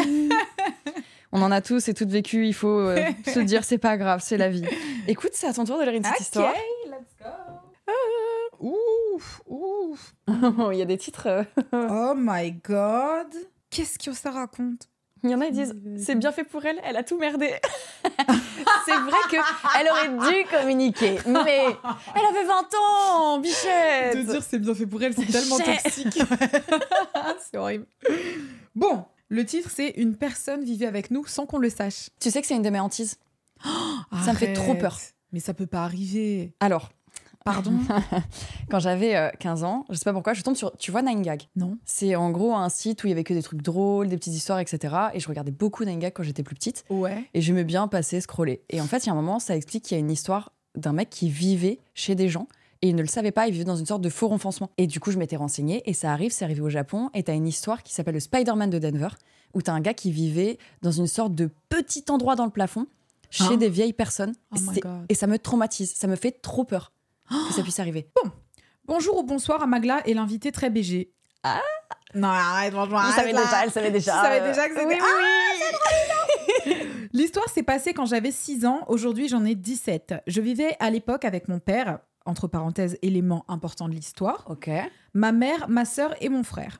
On en a tous et toutes vécu, il faut euh, se dire c'est pas grave, c'est la vie. Écoute, c'est à ton tour de lire une petite histoire.
Euh, Ouf, ouf.
Il y a des titres, euh,
Oh my god. Qu'est-ce que ça raconte Euh,
il y en a qui disent c'est bien fait pour elle, elle a tout merdé. c'est vrai que elle aurait dû communiquer, mais elle avait 20 ans, bichette.
De dire c'est bien fait pour elle, c'est tellement
J'ai-
toxique. c'est horrible. Bon, le titre c'est Une personne vivait avec nous sans qu'on le sache.
Tu sais que c'est une de mes hantises. Ça me fait trop peur.
Mais ça peut pas arriver.
Alors,
Pardon
Quand j'avais euh, 15 ans, je sais pas pourquoi, je tombe sur. Tu vois Nine Gag
Non.
C'est en gros un site où il y avait que des trucs drôles, des petites histoires, etc. Et je regardais beaucoup Nine Gag quand j'étais plus petite.
Ouais.
Et j'aimais bien passer, scroller. Et en fait, il y a un moment, ça explique qu'il y a une histoire d'un mec qui vivait chez des gens. Et il ne le savait pas, il vivait dans une sorte de faux renfoncement. Et du coup, je m'étais renseignée, et ça arrive, c'est arrivé au Japon, et t'as une histoire qui s'appelle le Spider-Man de Denver, où t'as un gars qui vivait dans une sorte de petit endroit dans le plafond, chez
Hein
des vieilles personnes.
Oh my
C'est-
God.
et ça me traumatise, ça me fait trop peur que ça puisse arriver.
Bonjour ou bonsoir à Magla et l'invité très BG.
Ah.
Non, arrête, franchement,
Elle
arrête
savait
là.
déjà, elle savait déjà.
Je savais
euh,
déjà que c'était-
oui, oui,
Ah,
oui.
L'histoire s'est passée quand j'avais 6 ans, aujourd'hui j'en ai 17. Je vivais à l'époque avec mon père, entre parenthèses, élément important de l'histoire,
Ok.
ma mère, ma sœur et mon frère.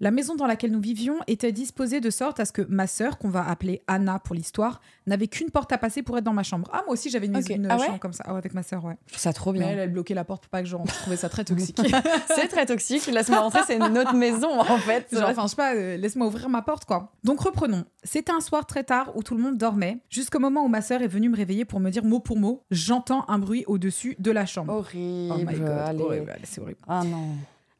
La maison dans laquelle nous vivions était disposée de sorte à ce que ma sœur, qu'on va appeler Anna pour l'histoire, n'avait qu'une porte à passer pour être dans ma chambre. Ah, moi aussi j'avais une,
Ok.
une
Ah ouais
chambre comme ça, Ah ouais, avec ma sœur, ouais.
Je trouve ça trop
Mais
bien.
elle, elle bloquait la porte pour pas que je rentre, je trouvais ça très toxique.
C'est très toxique. Laisse-moi rentrer, c'est notre maison en fait.
Genre, enfin, je sais pas, euh, laisse-moi ouvrir ma porte, quoi. Donc reprenons. C'était un soir très tard où tout le monde dormait, jusqu'au moment où ma sœur est venue me réveiller pour me dire mot pour mot J'entends un bruit au-dessus de la chambre.
horrible.
Oh my God,
allez.
horrible, allez, c'est horrible.
Ah non.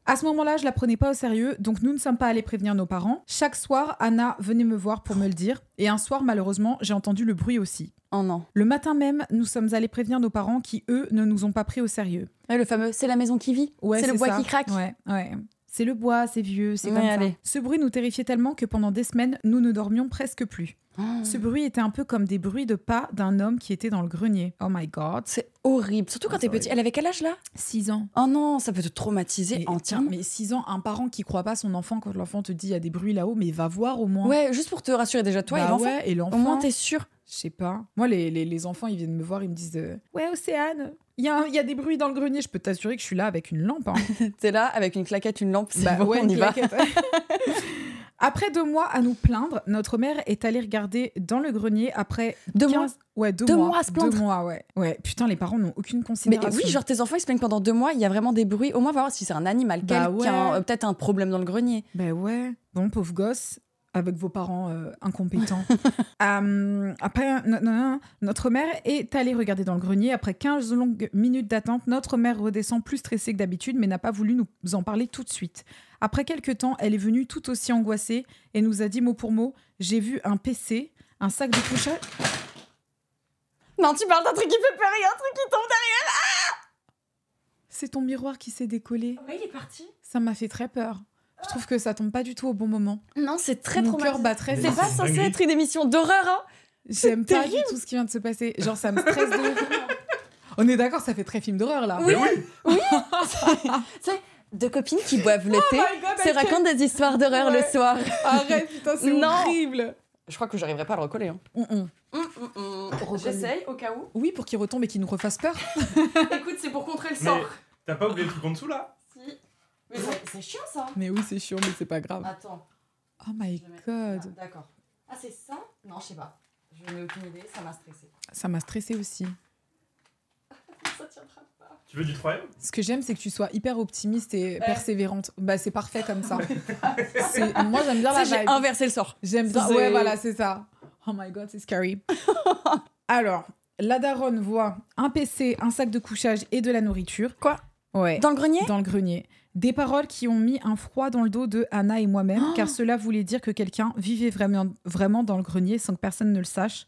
À ce moment-là, je la prenais pas au sérieux, donc nous ne sommes pas allés prévenir nos parents. Chaque soir, Anna venait me voir pour me le dire, et un soir, malheureusement, j'ai entendu le bruit aussi.
Oh non.
Le matin même, nous sommes allés prévenir nos parents qui, eux, ne nous ont pas pris au sérieux.
Ouais, le fameux, c'est la maison qui vit.
Ouais,
c'est le bois
ça.
qui craque.
Ouais, ouais. C'est le bois, c'est vieux, c'est
Ouais,
comme ça.
allez.
Ce bruit nous terrifiait tellement que pendant des semaines, nous ne dormions presque plus.
Oh,
Ce bruit était un peu comme des bruits de pas d'un homme qui était dans le grenier. Oh my god.
C'est horrible. Surtout quand
Ouais,
t'es
c'est
petit.
horrible.
Elle avait quel âge là
6 ans.
Oh non, ça peut te traumatiser
Mais,
entièrement.
mais 6 ans, un parent qui croit pas son enfant quand l'enfant te dit il y a des bruits là-haut, mais va voir au moins.
Ouais, juste pour te rassurer déjà toi
Bah
et l'enfant.
ouais, et l'enfant.
Au moins t'es sûr.
Je sais pas. Moi, les, les, les enfants, ils viennent me voir, ils me disent euh, Ouais, Océane, il y a, un- il y a des bruits dans le grenier. Je peux t'assurer que je suis là avec une lampe. hein.
T'es là avec une claquette, une lampe. C'est
Bah
bon,
ouais,
on y va.
claquette. Après deux mois à nous plaindre, notre mère est allée regarder dans le grenier après
Deux
15...
mois.
Ouais, deux,
Deux
mois.
mois à se plaindre.
Deux mois, ouais. Ouais, putain, les parents n'ont aucune
Mais
considération.
oui, genre tes enfants ils se plaignent pendant deux mois, il y a vraiment des bruits. Au moins, on va voir si c'est un animal,
Bah
quelqu'un,
ouais.
euh, peut-être un problème dans le grenier.
Ben ouais. Bon, pauvre gosse, avec vos parents euh, incompétents. Euh, après, non, non, non, notre mère est allée regarder dans le grenier. Après 15 longues minutes d'attente, notre mère redescend plus stressée que d'habitude, mais n'a pas voulu nous en parler tout de suite. Après quelques temps, elle est venue tout aussi angoissée et nous a dit mot pour mot J'ai vu un PC, un sac de couchage.
Non, tu parles d'un truc qui fait peur et un truc qui tombe
C'est ton miroir qui s'est décollé.
derrière. il est parti.
Ça m'a fait très peur. Je trouve que ça tombe pas du tout au bon moment.
Non, c'est très
Mon cœur
traumatisant.
bat très
C'est
vite.
pas
C'est
censé
dinguerie.
être une émission d'horreur, hein
J'aime
C'est
pas du tout ce qui vient de se passer. Genre, ça me stresse de ouf. On est d'accord, ça fait très film d'horreur là.
Oui.
Mais oui
Deux copines qui boivent le thé,
my God,
se
Michael.
racontent des histoires d'horreur
Ouais.
le soir.
Arrête, putain, c'est
Non.
horrible.
Je crois que j'arriverai pas à le recoller. hein.
Hum, hum.
J'essaye au cas où.
Oui, pour qu'il retombe et qu'il nous refasse peur.
Écoute, c'est pour contrer le
Mais t'as pas oublié le truc en dessous là
Mais c'est chiant ça.
Mais oui, c'est chiant, mais c'est pas grave.
Attends,
Oh my god.
d'accord. Ah, c'est ça Non, je sais pas. Je n'ai aucune idée, ça m'a stressé.
Ça m'a stressé aussi.
Ça tiendra pas.
Tu veux du troisième
Ce que j'aime, c'est que tu sois hyper optimiste et
Ouais.
persévérante. Bah, c'est parfait comme ça. C'est- Moi, j'aime bien la
j'ai
vibe.
inversé le sort.
J'aime bien.
C'est-
Ouais, voilà, c'est ça. Oh my god, c'est scary. Alors, la daronne voit un PC, un sac de couchage et de la nourriture.
Quoi
Ouais.
Dans le grenier
Dans le grenier. Des paroles qui ont mis un froid dans le dos de Anna et moi-même, car cela voulait dire que quelqu'un vivait vraiment, vraiment dans le grenier sans que personne ne le sache,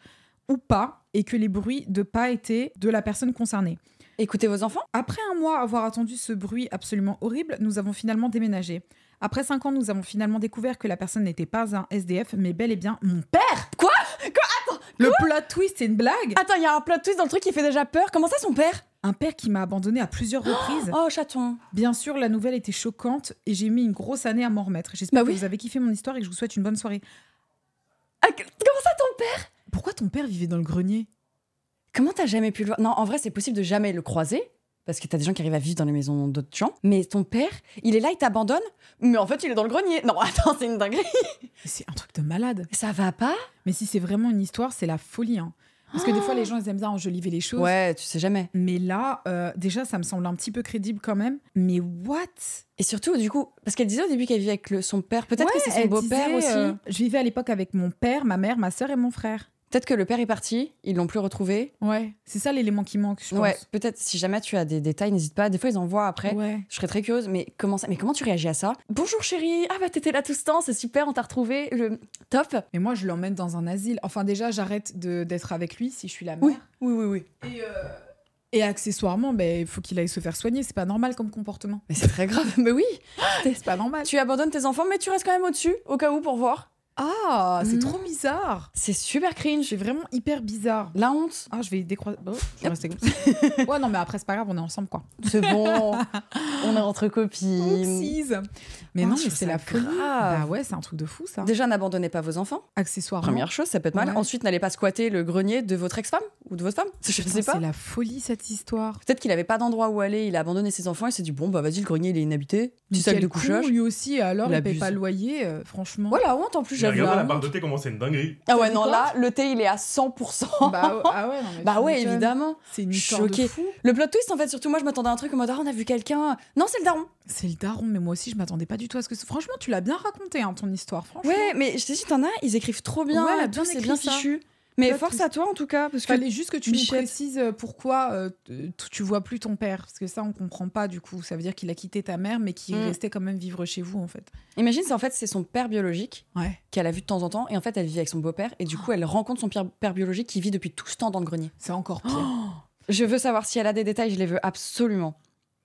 ou pas, et que les bruits de pas étaient de la personne concernée.
Écoutez vos enfants
Après un mois avoir attendu ce bruit absolument horrible, nous avons finalement déménagé. Après cinq ans, nous avons finalement découvert que la personne n'était pas un SDF, mais bel et bien mon père
Quoi
Attends Le plot twist, c'est une blague
Attends, il y a un plot twist dans le truc qui fait déjà peur. Comment ça, son père
Un père qui m'a abandonné à plusieurs reprises.
Oh, chaton.
Bien sûr, la nouvelle était choquante et j'ai mis une grosse année à m'en remettre. J'espère
Bah
que
oui.
vous avez kiffé mon histoire et que je vous souhaite une bonne soirée.
Ah, que- comment ça, ton père
Pourquoi ton père vivait dans le grenier
Comment t'as jamais pu le voir Non, en vrai, c'est possible de jamais le croiser. Parce que t'as des gens qui arrivent à vivre dans les maisons d'autres gens. Mais ton père, il est là, il t'abandonne. Mais en fait, il est dans le grenier. Non, attends, c'est une dinguerie.
Mais C'est un truc de malade.
Ça va pas
Mais si c'est vraiment une histoire, c'est la folie. hein. Parce que des fois, les gens, ils aiment bien enjoliver les choses.
Ouais, tu sais jamais.
Mais là, euh, déjà, ça me semble un petit peu crédible quand même. Mais what
Et surtout, du coup, parce qu'elle disait au début qu'elle vivait avec le- son père. Peut-être
Ouais,
que c'est son
elle
beau-père
disait,
aussi.
euh, je vivais à l'époque avec mon père, ma mère, ma sœur et mon frère.
Peut-être que le père est parti, ils l'ont plus retrouvé.
Ouais, c'est ça l'élément qui manque, je pense.
Ouais, peut-être si jamais tu as des détails, n'hésite pas. Des fois, ils envoient après.
Ouais.
Je serais très curieuse, mais comment ça Mais comment tu réagis à ça Bonjour chérie, ah bah t'étais là tout ce temps, c'est super, on t'a retrouvé, le top.
Mais moi, je l'emmène dans un asile. Enfin, déjà, j'arrête de- d'être avec lui si je suis la mère.
Oui, oui, oui, oui.
Et, euh, et accessoirement, ben, il faut qu'il aille se faire soigner. C'est pas normal comme comportement.
Mais c'est très grave. mais oui,
C'est pas normal.
tu abandonnes tes enfants, mais tu restes quand même au-dessus, au cas où pour voir.
Ah, c'est
Mhm.
trop bizarre.
C'est super cringe.
C'est vraiment hyper bizarre.
La honte.
Ah, je vais décroiser. Oh, je vais rester comme ça. ouais, non, mais après, c'est pas grave, on est ensemble, quoi.
C'est bon, on est entre copines.
Oopsies. Mais
Ah,
non,
je
mais
trouve ça
c'est la folie.
grave.
Bah ouais, c'est un truc de fou, ça.
Déjà, n'abandonnez pas vos enfants.
Accessoirement.
Première chose, ça peut être mal.
Ouais.
Ensuite, n'allez pas squatter le grenier de votre ex-femme ou de votre femme. Je ne
Putain,
sais pas.
C'est la folie, cette histoire.
Peut-être qu'il avait pas d'endroit où aller, il a abandonné ses enfants, il s'est dit bon bah vas-y le grenier il est inhabité,
Mais
petit sac
quel
de
con,
couchage.
Lui aussi, alors,
Il
il paye
abuse.
pas le loyer, euh, franchement.
Voilà, honte en plus
J'ai
j'avoue.
regardé la
la
barre
honte.
de thé, comment c'est une dinguerie.
Ah ouais
T'as
non
dit quoi
là le thé il est à 100%.
Bah, ouais, ah ouais, non, mais
Bah
tu
ouais
m'étonnes.
évidemment.
C'est une
Je suis
histoire de
choquée.
fou.
Le plot twist en fait surtout moi je m'attendais à un truc en mode ah on a vu quelqu'un. Non c'est le daron.
C'est le daron, mais moi aussi, je m'attendais pas du tout à ce que. Franchement, tu l'as bien raconté, hein, ton histoire, franchement.
Ouais mais je t'ai dit t'en as ils écrivent trop bien,
Ouais, elle a
tout,
bien
c'est
écrit
bien
ça.
fichu. Mais
Plot
force
twist.
à toi en tout cas parce que
Fallait juste que tu
Michette.
nous précises euh, pourquoi euh, t- tu vois plus ton père, parce que ça on comprend pas du coup. Ça veut dire qu'il a quitté ta mère, mais qu'il
Mm.
restait quand même vivre chez vous en fait.
imagine c'est en fait c'est son père biologique
Ouais.
qu'elle a vu de temps en temps et en fait elle vit avec son beau-père et
Ah.
du coup elle rencontre son père, père biologique qui vit depuis tout ce temps dans le grenier.
C'est encore pire.
Je veux savoir si elle a des détails, je les veux absolument.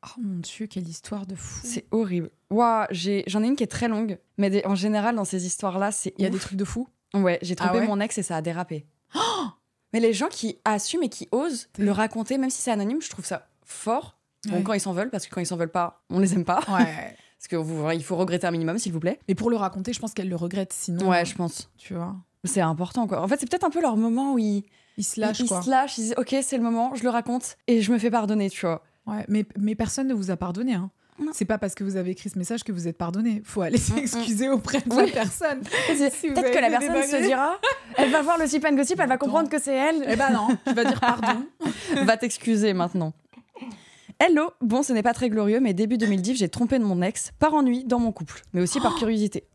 Oh, mon dieu, quelle histoire de fou.
C'est horrible. Ouah, j'ai- j'en ai, une qui est très longue, mais des- en général, dans ces histoires-là, c'est.
Il y a des
ouf.
trucs de fou.
Ouais, j'ai trompé
Ah ouais
mon ex et ça a dérapé. mais les gens qui assument et qui osent
T'es-
le raconter, même si c'est anonyme, je trouve ça fort. Bon,
Mmh. Ouais.
quand ils s'en veulent, parce que quand ils s'en veulent pas, on les aime pas.
Ouais.
Parce que vous- il faut regretter un minimum, s'il vous plaît.
Et pour le raconter, je pense qu'elle le regrette sinon.
Ouais, je pense.
Tu vois.
C'est important, quoi. En fait, c'est peut-être un peu leur moment où ils,
Il se lâche
ils
quoi.
se lâchent, ils disent Ok, c'est le moment, je le raconte et je me fais pardonner, tu vois.
Ouais. Mais, mais personne ne vous a pardonné. Hein.
Non.
C'est pas parce que vous avez écrit ce message que vous êtes pardonné. Faut aller
Mm, mm.
s'excuser auprès de
Oui.
la personne. Si vous
peut-être
avez
que la
fait des
personne se
dingueries.
dira Elle va voir le sip and gossip, elle va
Attends.
comprendre que c'est elle.
Eh ben non, tu vas dire pardon.
Va t'excuser maintenant. Hello, bon ce n'est pas très glorieux, mais début 2010 j'ai trompé de mon ex par ennui dans mon couple, mais aussi par curiosité.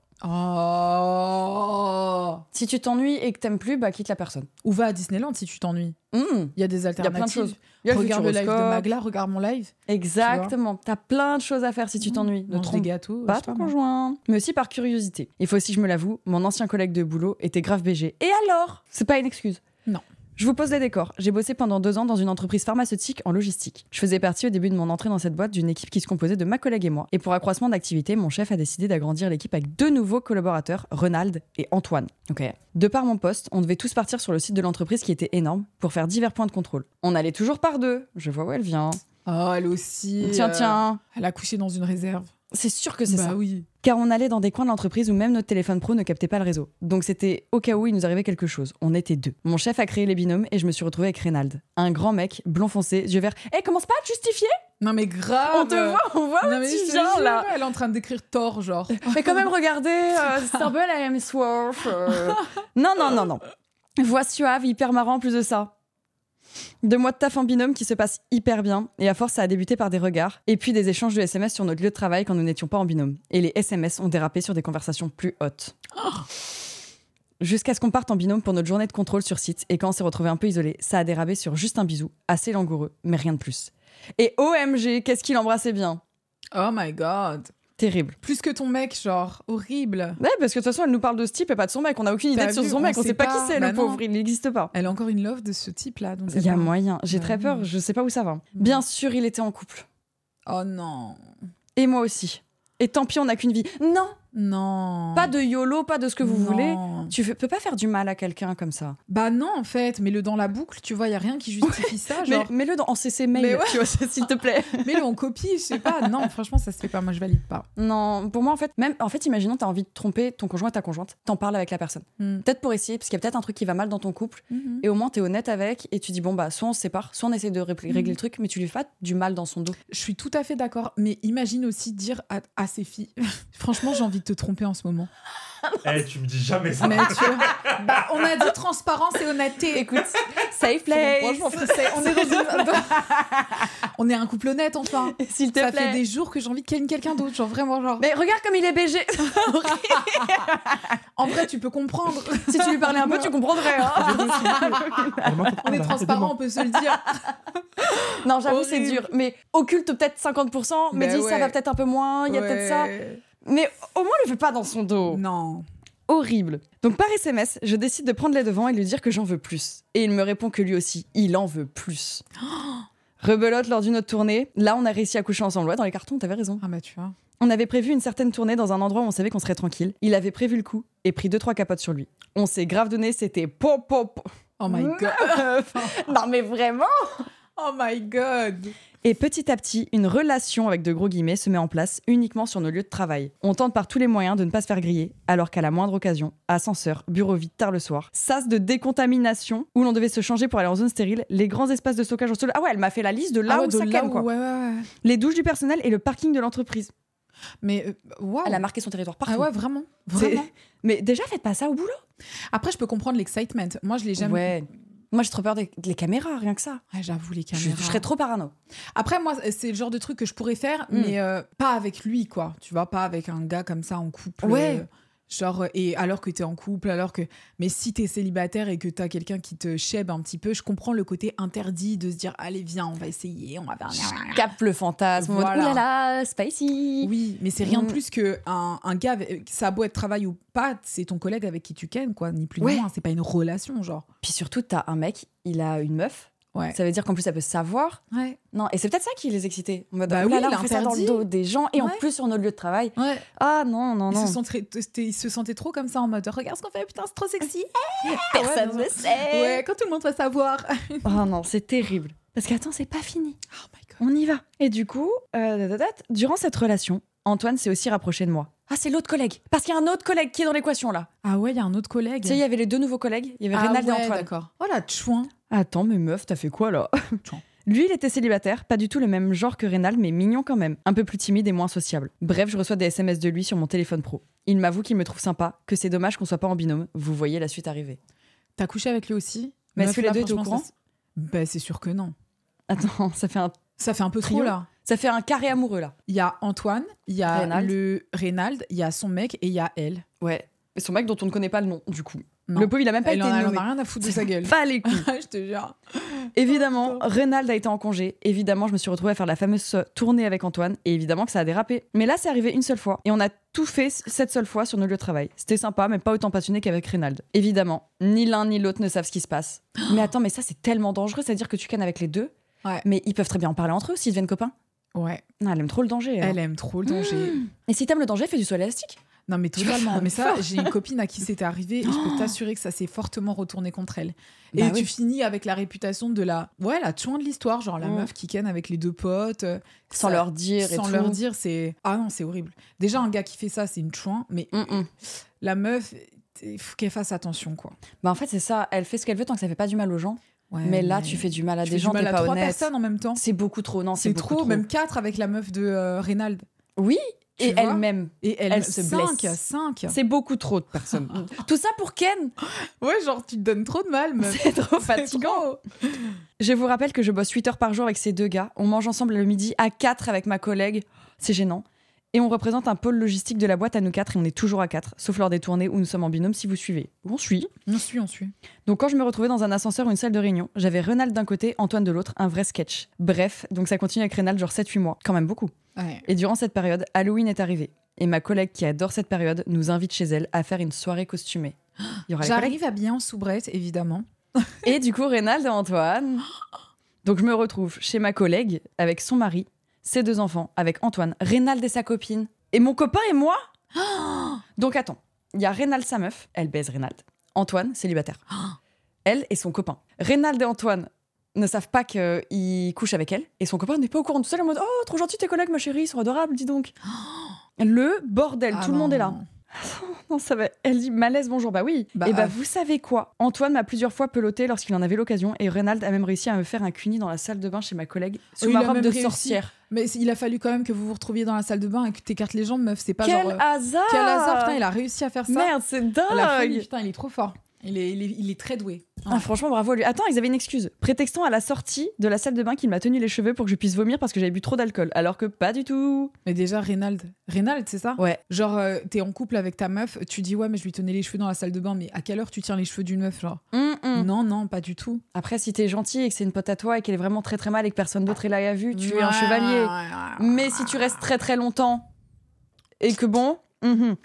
Oh.
Si tu t'ennuies et que t'aimes plus, bah quitte la personne.
Ou va à Disneyland si tu t'ennuis.
Mmh.
Il y a des
Il y a
alternatives.
plein de choses. Il y a le
Regarde le live de
futuroscope.
Magla, regarde mon live.
Exactement, t'as plein de choses à faire si
Mmh.
tu t'ennuies. Ne
Mange des
trompe
gâteaux. je
pas
sais
ton
moi.
conjoint. Mais aussi par curiosité. Il faut aussi que je me l'avoue, mon ancien collègue de boulot était grave BG. Et alors C'est pas une excuse.
Non.
Je vous pose les décors. J'ai bossé pendant deux ans dans une entreprise pharmaceutique en logistique. Je faisais partie au début de mon entrée dans cette boîte d'une équipe qui se composait de ma collègue et moi. Et pour accroissement d'activité, mon chef a décidé d'agrandir l'équipe avec deux nouveaux collaborateurs, Ronald et Antoine. Ok. De par mon poste, on devait tous partir sur le site de l'entreprise qui était énorme pour faire divers points de contrôle. On allait toujours par deux. Je vois où elle vient.
Oh, elle aussi.
Tiens,
euh,
tiens.
Elle a couché dans une réserve.
C'est sûr que c'est
bah
ça.
oui.
Car on allait dans des coins de l'entreprise où même notre téléphone pro ne captait pas le réseau. Donc c'était au cas où il nous arrivait quelque chose. On était deux. Mon chef a créé les binômes et je me suis retrouvée avec Reynald. Un grand mec, blond foncé, yeux verts. Eh, commence pas à te justifier
Non mais grave.
On te voit, on voit
Ah bah. Non
où
mais je
Ah tu
te
viens
jure,
là
Elle est en train d'écrire tort genre.
Mais quand même, regardez, euh, c'est un peu la même soif. euh. Non, non, non, non. Voix suave, hyper marrant en plus de ça. Deux mois de taf en binôme qui se passe hyper bien, et à force, ça a débuté par des regards, et puis des échanges de SMS sur notre lieu de travail quand nous n'étions pas en binôme. Et les SMS ont dérapé sur des conversations plus hautes. Jusqu'à ce qu'on parte en binôme pour notre journée de contrôle sur site, et quand on s'est retrouvé un peu isolé, ça a dérapé sur juste un bisou, assez langoureux, mais rien de plus. Et OMG, qu'est-ce qu'il embrassait bien
Oh my god.
Terrible.
Plus que ton mec genre horrible.
Ouais, parce que de toute façon, elle nous parle de ce type et pas de son mec. On a aucune idée
T'as
de sur
vu,
son
on
mec. On
sait
sait pas,
pas.
qui c'est,
Bah
le
non.
pauvre. Il n'existe pas.
Elle a encore une love de ce type là. Donc
Il y a
pas-
moyen. J'ai
Bah
très
oui.
peur. Je sais pas où ça va. Bien sûr, il était en couple.
Oh non.
Et moi aussi. Et tant pis, on n'a qu'une vie. Non,
Non.
pas de YOLO, pas de ce que vous
Non.
voulez. Tu fais- peux pas faire du mal à quelqu'un comme ça.
Bah non en fait, mais le dans la boucle, tu vois, il y a rien qui justifie ça
Mais-
genre.
Mets-le dans en CC mail,
Mais ouais.
tu vois, s'il te plaît.
Mais le on copie, je sais pas. Non, franchement, ça se fait pas. Moi, je valide pas.
non, pour moi, en fait, même en fait, imaginons, t'as envie de tromper ton conjoint, ta conjointe. T'en parles avec la personne.
Mm.
Peut-être pour essayer, parce qu'il y a peut-être un truc qui va mal dans ton couple. Et au moins, t'es honnête avec et tu dis, bon, bah, soit on se sépare, soit on essaie de ré- régler
Mhm.
le truc, mais tu lui fais pas du mal dans son dos.
Je suis tout à fait d'accord, mais imagine aussi dire à, à ses filles Franchement, j'ai envie de te tromper en ce moment.
Eh, tu me dis jamais ça.
Mais tu vois, bah, on a dit transparence et honnêteté.
Écoute, safe
Franchement,
place.
c'est- on est dans une- on est un couple honnête enfin.
S'il te
Ça
plaît.
fait des jours que j'ai envie de ken quelqu'un d'autre, genre vraiment genre.
Mais regarde comme il est BG.
En vrai, tu peux comprendre.
si tu lui parlais un peu, tu comprendrais.
Ah,
hein.
On
Ah bah,
est transparent, on peut se le dire.
non, j'avoue, c'est
Horrible.
dur. Mais occulte peut-être 50%, mais
Ben
dis ça
ouais.
va peut-être un peu moins, il y a peut-être ça.
Ouais.
Mais au moins, le fais pas dans son dos.
Non.
Horrible. Donc par SMS, je décide de prendre les devants et lui dire que j'en veux plus. Et il me répond que lui aussi, il en veut plus. Rebelote lors d'une autre tournée. Là, on a réussi à coucher ensemble. Ouais, dans les cartons, t'avais raison.
Ah bah tu vois.
On avait prévu une certaine tournée dans un endroit où on savait qu'on serait tranquille. Il avait prévu le coup et pris deux trois capotes sur lui. On s'est grave donné, c'était po po po.
Oh my
Mm.
god.
Meuf. non mais vraiment
Oh my god.
Et petit à petit, une relation avec de gros guillemets se met en place uniquement sur nos lieux de travail. On tente par tous les moyens de ne pas se faire griller, alors qu'à la moindre occasion, ascenseur, bureau vide tard le soir, sas de décontamination où l'on devait se changer pour aller en zone stérile, les grands espaces de stockage au sol. Ah ouais, elle m'a fait la liste de là
Ah ouais,
où
de
ça
là
calme,
où-
quoi.
ouais, ouais, ouais.
Les douches du personnel et le parking de l'entreprise.
Mais euh, waouh.
Elle a marqué son territoire partout.
Ah ouais, vraiment.
C'est-
Vraiment.
Mais déjà, faites pas ça au boulot.
Après, je peux comprendre l'excitement. Moi, je l'ai jamais.
Ouais. Moi, j'ai trop peur des, des caméras, rien que ça.
Ouais, j'avoue, les
Je,
caméras.
je serais trop parano.
Après, moi, c'est le genre de truc que je pourrais faire,
Mm.
mais euh, pas avec lui, quoi. Tu vois, pas avec un gars comme ça en couple.
Ouais.
euh, genre, euh, et alors que t'es en couple, alors que. Mais si t'es célibataire et que t'as quelqu'un qui te chèbe un petit peu, je comprends le côté interdit de se dire, allez, viens, on va essayer, on va faire.
Capte le fantasme.
Voilà.
Oulala, spicy.
Oui, mais c'est rien de
Mm.
plus que un, un gars, avec- euh, ça a beau être travail ou pas, c'est ton collègue avec qui tu kennes, quoi, ni plus
Ouais.
ni moins. C'est pas une relation, genre.
Puis surtout, t'as un mec, il a une meuf.
Ouais.
Ça veut dire qu'en plus, elle peut savoir.
Ouais.
Non, et c'est peut-être ça qui les excitait. En mode,
Bah
oh là
oui,
là, on fait ça dans le
l'interdit.
dos des gens et en
Ouais.
plus sur nos lieux de travail.
Ouais.
Ah non, non,
Ils
non.
se, sentaient, ils se sentaient trop comme ça en mode regarde ce qu'on fait, putain, c'est trop sexy.
Ah Personne
Ouais,
ne
non.
sait.
Ouais, quand tout le monde va savoir.
Oh non, c'est terrible. Parce qu'attends, c'est pas fini.
Oh my god.
On y va. Et du coup, euh, dadadad, durant cette relation, Antoine s'est aussi rapproché de moi. Ah, c'est l'autre collègue. Parce qu'il y a un autre collègue qui est dans l'équation là.
Ah ouais, il y a un autre collègue.
Tu sais, il y avait les deux nouveaux collègues. Il y avait
ah
Reynald et
ouais,
Antoine.
d'accord. Oh la chouin.
Attends, mais meuf, t'as fait quoi là
Tchouan.
Lui, il était célibataire, pas du tout le même genre que Rénal, mais mignon quand même, un peu plus timide et moins sociable. Bref, je reçois des SMS de lui sur mon téléphone pro. Il m'avoue qu'il me trouve sympa, que c'est dommage qu'on soit pas en binôme. Vous voyez la suite arriver.
T'as couché avec lui aussi
Mais
Meuf,
est-ce que les
là,
deux étaient au
franchement,
courant
ça- Bah c'est sûr que non.
Attends, ça fait un,
Ça fait un peu
Trio.
trop là.
ça fait un carré amoureux là.
Il y a Antoine, il y a
Reynald.
le Reynald, il y a son mec et il y a elle.
Ouais. Et son mec dont on ne connaît pas le nom, du coup.
Non.
Le pauvre, il a même pas
elle
été
en a, elle en
nommé.
a rien à foutre de sa gueule.
Pas les couilles.
Je te jure.
Évidemment, Reynald a été en congé. Évidemment, je me suis retrouvée à faire la fameuse euh, tournée avec Antoine. Et évidemment que ça a dérapé. Mais là, c'est arrivé une seule fois. Et on a tout fait c- cette seule fois sur nos lieux de travail. C'était sympa, mais pas autant passionné qu'avec Reynald. Évidemment, ni l'un ni l'autre ne savent ce qui se passe. Mais attends, mais ça, c'est tellement dangereux. C'est-à-dire que tu cannes avec les deux.
Ouais.
Mais ils peuvent très bien en parler entre eux s'ils deviennent copains.
Ouais,
Non, elle aime trop le danger. elle.
elle aime trop le danger.
Et si t'aimes le danger, fais du saut élastique.
Non mais
Tu vas
totalement.
faire
Mais ça, j'ai une copine à qui c'était arrivé et je peux t'assurer que ça s'est fortement retourné contre elle. Et
Bah
tu
oui.
finis avec la réputation de la, ouais, la chouin de l'histoire, genre la
Mm.
meuf qui ken avec les deux potes, euh,
Sans
ça-
leur dire et
sans
tout.
leur dire, c'est ah non, c'est horrible. Déjà un gars qui fait ça, c'est une chouin, mais
Mm, mm.
la meuf, il faut qu'elle fasse attention quoi.
Bah en fait, c'est ça. Elle fait ce qu'elle veut tant que ça fait pas du mal aux gens.
Ouais,
mais là, tu fais du mal à des
tu fais du
gens, t'es
mal à
pas
trois
honnête.
personnes en même temps.
C'est beaucoup trop. Non, c'est
C'est
beaucoup
trop, même quatre avec la meuf de euh, Reynald.
Oui,
Tu
et
vois
elle-même.
Et elle,
Elle se
cinq,
blesse.
Cinq.
C'est beaucoup trop de personnes. Tout ça pour Ken
Ouais, genre tu te donnes trop de mal. meuf.
C'est trop
C'est
fatigant.
trop.
Je vous rappelle que je bosse 8 heures par jour avec ces deux gars. On mange ensemble le midi à 4 avec ma collègue. C'est gênant. Et on représente un pôle logistique de la boîte à nous quatre et on est toujours à 4, sauf lors des tournées où nous sommes en binôme si vous suivez. On suit.
On suit, on suit.
Donc quand je me retrouvais dans un ascenseur ou une salle de réunion, j'avais Renal d'un côté, Antoine de l'autre, un vrai sketch. Bref, donc ça continue avec Renal genre 7-8 mois. Quand même beaucoup.
Ouais.
Et durant cette période, Halloween est arrivé. Et ma collègue qui adore cette période nous invite chez elle à faire une soirée costumée. Il y aura les collègues.
J'arrive à bien en soubrette, évidemment.
Et du coup, Reynald et Antoine. Donc, je me retrouve chez ma collègue avec son mari, ses deux enfants, avec Antoine, Reynald et sa copine, et mon copain et moi. Donc, attends, il y a Reynald, sa meuf, elle baise Reynald. Antoine, célibataire. Elle et son copain. Reynald et Antoine ne savent pas qu'ils couchent avec elle, et son copain n'est pas au courant tout seul en mode Oh, trop gentil tes collègues, ma chérie, ils sont adorables, dis donc. Le bordel,
Ah
tout le monde est là.
non.
Non, ça va. Elle dit malaise, bonjour. Bah oui.
Bah,
et bah,
euh.
vous savez quoi Antoine m'a plusieurs fois peloté lorsqu'il en avait l'occasion et Reynald a même réussi à me faire un cuni dans la salle de bain chez ma collègue sous
Il
ma
a
robe
même
de
réussi.
sorcière.
Mais c'est- il a fallu quand même que vous vous retrouviez dans la salle de bain et que t'écartes les jambes, meuf. C'est pas
Quel
genre. euh,
hasard
Quel hasard, putain, il a réussi à faire ça.
Merde, c'est
Elle a fallu,
dingue
Ah, putain, il est trop fort. Il est, il est- il est très doué.
Ah, franchement, bravo à lui. Attends, ils avaient une excuse. Prétextant à la sortie de la salle de bain qu'il m'a tenu les cheveux pour que je puisse vomir parce que j'avais bu trop d'alcool. Alors que pas du tout.
Mais déjà, Reynald. Reynald, c'est ça
Ouais.
Genre, euh, t'es en couple avec ta meuf, tu dis ouais, mais je lui tenais les cheveux dans la salle de bain, mais à quelle heure tu tiens les cheveux d'une meuf Genre,
Hum, hum.
non, non, pas du tout.
Après, si t'es gentil et que c'est une pote à toi et qu'elle est vraiment très très mal et que personne d'autre est là à vue, tu es un
Ouais.
chevalier. Mais si tu restes très très longtemps et que bon, mhm.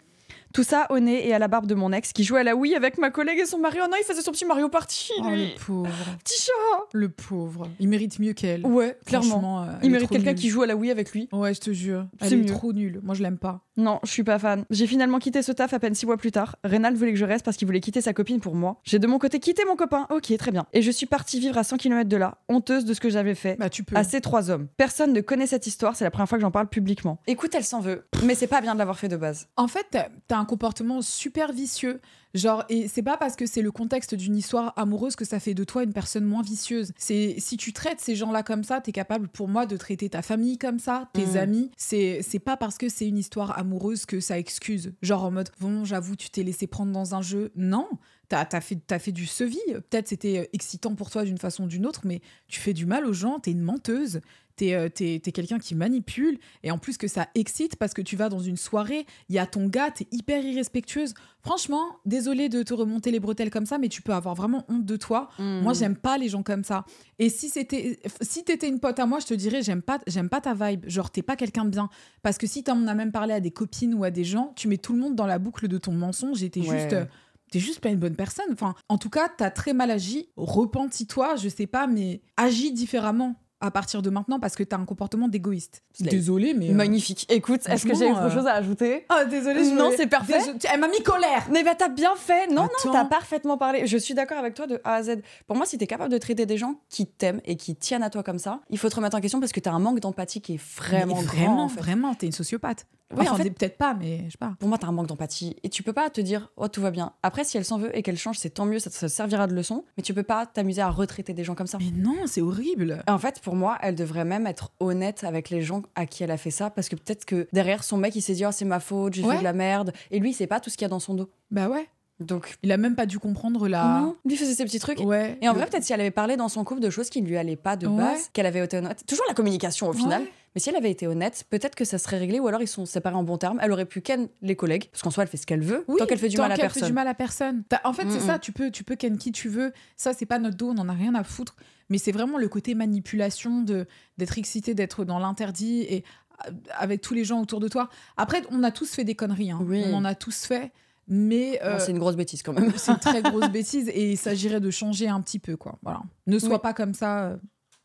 tout ça au nez et à la barbe de mon ex qui jouait à la Wii avec ma collègue et son mari. Oh non, il faisait son petit Mario Party,
Oh,
lui.
le pauvre.
Petit chat.
Le pauvre. Il mérite mieux qu'elle.
Ouais, clairement.
Franchement, euh, elle est
Il mérite
trop
quelqu'un
nulle.
qui joue à la Wii avec lui.
Ouais, je te jure. Elle
C'est
est,
mieux.
trop nulle. Moi, je l'aime pas.
Non, je suis pas fan. J'ai finalement quitté ce taf à peine six mois plus tard. Rénal voulait que je reste parce qu'il voulait quitter sa copine pour moi. J'ai de mon côté quitté mon copain. Ok, très bien. Et je suis partie vivre à 100 km de là, honteuse de ce que j'avais fait.
Bah, tu peux.
à ces trois hommes. Personne ne connaît cette histoire, c'est la première fois que j'en parle publiquement. Écoute, elle s'en veut, mais c'est pas bien de l'avoir fait de base.
En fait, t'as- t'as un comportement super vicieux. Genre, et c'est pas parce que c'est le contexte d'une histoire amoureuse que ça fait de toi une personne moins vicieuse. C'est si tu traites ces gens-là comme ça, t'es capable pour moi de traiter ta famille comme ça, tes
Mm.
amis. C'est c'est pas parce que c'est une histoire amoureuse que ça excuse. Genre en mode, bon, j'avoue, tu t'es laissé prendre dans un jeu. Non, t'as as fait, t'as fait du sevi. Peut-être c'était euh, excitant pour toi d'une façon ou d'une autre, mais tu fais du mal aux gens, t'es une menteuse. T'es euh, t'es- t'es quelqu'un qui manipule et en plus que ça excite parce que tu vas dans une soirée, il y a ton gars, t'es hyper irrespectueuse. Franchement, désolée de te remonter les bretelles comme ça, mais tu peux avoir vraiment honte de toi.
Mm.
Moi, j'aime pas les gens comme ça. Et si c'était, si t'étais une pote à moi, je te dirais, j'aime pas, j'aime pas ta vibe. Genre, t'es pas quelqu'un de bien. Parce que si t'en as même parlé à des copines ou à des gens, tu mets tout le monde dans la boucle de ton mensonge et t'es
Ouais.
juste. euh, T'es juste pas une bonne personne. Enfin, en tout cas, t'as très mal agi. Repentis-toi, je sais pas, mais agis différemment à partir de maintenant parce que t'as un comportement d'égoïste.
Slay.
Désolée, mais. euh,
Magnifique. Écoute, est-ce que j'ai
Franchement,
autre
euh,
chose à ajouter
Ah, désolée, je
Non,
voulais-
c'est parfait.
Désolée, Elle m'a mis colère.
Mais bah t'as bien fait. Non, non,
Attends.
t'as parfaitement parlé. Je suis d'accord avec toi de A à Z. Pour moi, si t'es capable de traiter des gens qui t'aiment et qui tiennent à toi comme ça, il faut te remettre en question parce que t'as un manque d'empathie qui est vraiment
Mais
grand.
vraiment,
en fait.
vraiment, t'es une sociopathe.
Oui,
Enfin,
en fait-
des- peut-être pas, mais je sais pas.
Pour moi, t'as un manque d'empathie et tu peux pas te dire oh tout va bien. Après, si elle s'en veut et qu'elle change, c'est tant mieux, ça te ça te servira de leçon. Mais tu peux pas t'amuser à retraiter des gens comme ça.
Mais non, c'est horrible.
En fait, pour moi, elle devrait même être honnête avec les gens à qui elle a fait ça, parce que peut-être que derrière son mec, il s'est dit oh, c'est ma faute, j'ai
Ouais.
fait de la merde, et lui, il sait pas tout ce qu'il y a dans son dos.
Bah ouais.
Donc,
Il a même pas dû comprendre la.
non, lui faisait ses petits trucs.
Ah. Ouais.
Et en
Le-
vrai, peut-être si elle avait parlé dans son couple de choses qui lui allaient pas de
Ouais.
base, qu'elle avait été honnête, toujours la communication au final,
Ouais.
mais si elle avait été honnête, peut-être que ça serait réglé, ou alors ils sont séparés en bons termes, elle aurait pu ken les collègues, parce qu'en soi, elle fait ce qu'elle veut,
Oui,
tant qu'elle fait du mal à
qu'elle fait du
personne.
mal à personne. T'as- En fait, c'est
Mm,
ça, tu peux, tu peux ken qui tu veux. Ça, c'est pas notre dos, on en a rien à foutre. Mais c'est vraiment le côté manipulation de d'être excité, d'être dans l'interdit et euh, avec tous les gens autour de toi. Après, on a tous fait des conneries. hein.
Oui.
On en a tous fait. Mais
Bon,
euh,
c'est une grosse bêtise quand même.
c'est une très grosse bêtise et il s'agirait de changer un petit peu. quoi. Voilà. Ne sois
Oui.
pas comme ça euh,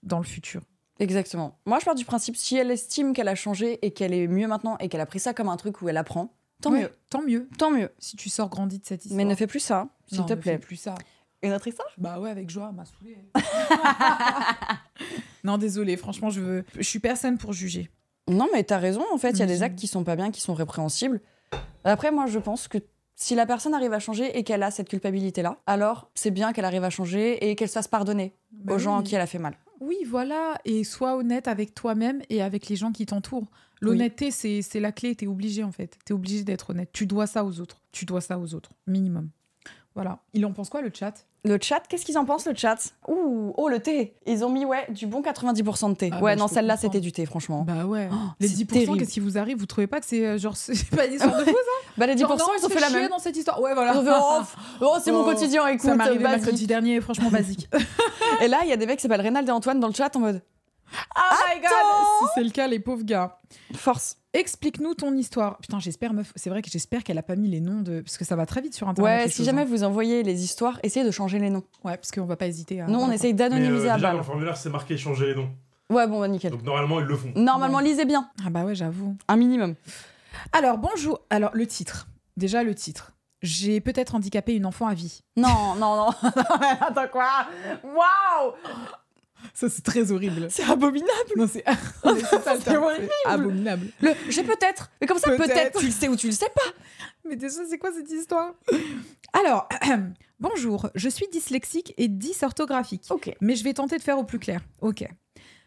dans le futur.
Exactement. Moi, je pars du principe, si elle estime qu'elle a changé et qu'elle est mieux maintenant et qu'elle a pris ça comme un truc où elle apprend, tant
Ouais,
mieux.
Tant mieux.
Tant mieux.
Si tu sors grandi de cette histoire.
Mais ne fais plus ça, s'il
Non,
te
ne fais
plaît.
plus ça.
Une autre histoire
Bah ouais, avec joie, elle m'a saoulée. non, désolé, franchement, je veux. Je suis personne pour juger.
Non, mais t'as raison, en fait, il y a
Mhm.
des actes qui sont pas bien, qui sont répréhensibles. Après, moi, je pense que si la personne arrive à changer et qu'elle a cette culpabilité-là, alors c'est bien qu'elle arrive à changer et qu'elle se fasse pardonner
Bah
aux gens à
oui.
qui elle a fait mal.
Oui, voilà, et sois honnête avec toi-même et avec les gens qui t'entourent. L'honnêteté, c'est- c'est la clé, t'es obligé en fait. T'es obligé d'être honnête. Tu dois ça aux autres. Tu dois ça aux autres, minimum. Voilà. Il en pense quoi, le chat
Le chat, qu'est-ce qu'ils en pensent, le chat Ouh, oh, le thé Ils ont mis, ouais, du bon 90% de thé.
Ah
ouais,
bah, je
non,
peux
celle-là,
comprendre.
c'était du thé, franchement. Bah,
Bah ouais.
Oh,
les
c'est
10%,
terrible.
qu'est-ce qui vous arrive Vous trouvez pas que c'est euh, genre. C'est pas une histoire de fou
Bah, les 10%,
Genre, non,
ils ont
se
fait la
chier
même.
dans cette histoire. Ouais,
Ils
voilà.
ont fait, oh, pff, oh, c'est mon
Oh,
quotidien, écoute,
Ça m'est arrivé
vas-y.
mercredi dernier, franchement basique.
Et là, il y a des mecs qui s'appellent Reynald et Antoine dans le chat en mode
Oh my god Si c'est le cas, les pauvres gars.
force.
Explique-nous ton histoire. Putain, j'espère, meuf. C'est vrai que j'espère qu'elle a pas mis les noms de. Parce que ça va très vite sur internet.
Ouais,
les
si
choses,
jamais
hein.
vous envoyez les histoires, essayez de changer les noms.
Ouais, parce qu'on va pas hésiter à.
Nous, on
voilà,
essaye
Mais euh,
d'anonymiser à
déjà, dans le
balle.
formulaire, c'est marqué changer les noms.
Ouais, bon, bah, nickel.
Donc normalement, ils le font.
Normalement, lisez bien,
quoi. Ah bah ouais, j'avoue.
un minimum.
Alors, bonjour. Alors, le titre. Déjà, le titre. J'ai peut-être handicapé une enfant à vie.
Non, non, non. Attends quoi Waouh
Ça, c'est très horrible.
C'est abominable.
non, c'est.
C'est horrible.
abominable.
Le j'ai peut-être. Mais comme ça, peut-être,
Peut-être.
tu le sais ou tu le sais pas.
Mais déjà, c'est quoi cette histoire Alors, bonjour. Je suis dyslexique et dysorthographique.
Ok.
Mais je vais tenter de faire au plus clair. Ok.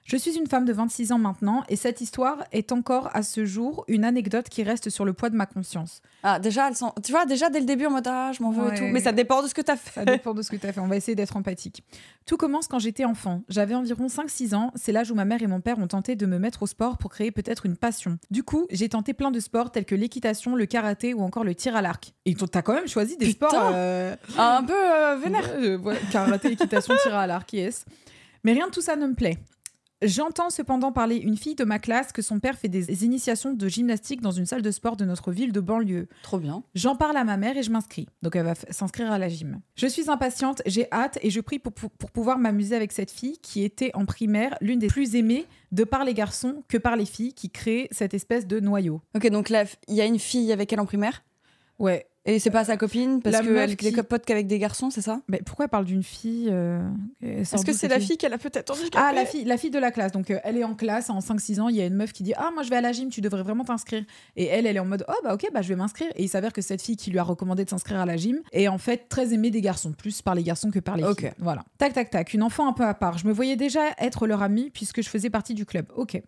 Je suis une femme de 26 ans maintenant et cette histoire est encore à ce jour une anecdote qui reste sur le poids de ma conscience.
Ah, déjà, elles sont. Tu vois, déjà dès le début, en mode ah, je m'en veux et
Ouais.
tout. Mais ça dépend de ce que t'as fait.
Ça dépend de ce que tu as fait, on va essayer d'être empathique. Tout commence quand j'étais enfant. J'avais environ 5-6 ans, c'est l'âge où ma mère et mon père ont tenté de me mettre au sport pour créer peut-être une passion. Du coup, j'ai tenté plein de sports tels que l'équitation, le karaté ou encore le tir à l'arc. Et t'as t'as quand même choisi des
Putain.
sports... euh,
Un peu euh, vénère.
Euh, ouais, karaté, équitation, tir à l'arc, yes. Mais rien de tout ça ne me plaît. J'entends cependant parler une fille de ma classe que son père fait des initiations de gymnastique dans une salle de sport de notre ville de banlieue.
Trop bien.
J'en parle à ma mère et je m'inscris. Donc elle va f- s'inscrire à la gym. Je suis impatiente, j'ai hâte et je prie pour, pou- pour pouvoir m'amuser avec cette fille qui était en primaire l'une des plus aimées de par les garçons que par les filles qui créaient cette espèce de noyau.
Ok, donc là, il y a une fille avec elle en primaire.
Ouais.
Et c'est pas sa copine parce
La meuf
qu'elle
qui-
est pote qu'avec des garçons, c'est ça
Mais pourquoi elle parle d'une fille euh, elle sort
Est-ce que
d'où,
c'est
cette
la fille qu'elle a peut-être envie
Ah, la fille, la fille de la classe. Donc, euh, elle est en classe, en 5-6 ans. Il y a une meuf qui dit Ah, moi, je vais à la gym, tu devrais vraiment t'inscrire. Et elle, elle est en mode Oh, bah, ok, bah, je vais m'inscrire. Et il s'avère que cette fille qui lui a recommandé de s'inscrire à la gym est en fait très aimée des garçons, plus par les garçons que par les
Ok.
filles. Voilà. Tac, tac, tac. Une enfant un peu à part. Je me voyais déjà être leur amie puisque je faisais partie du club. Ok.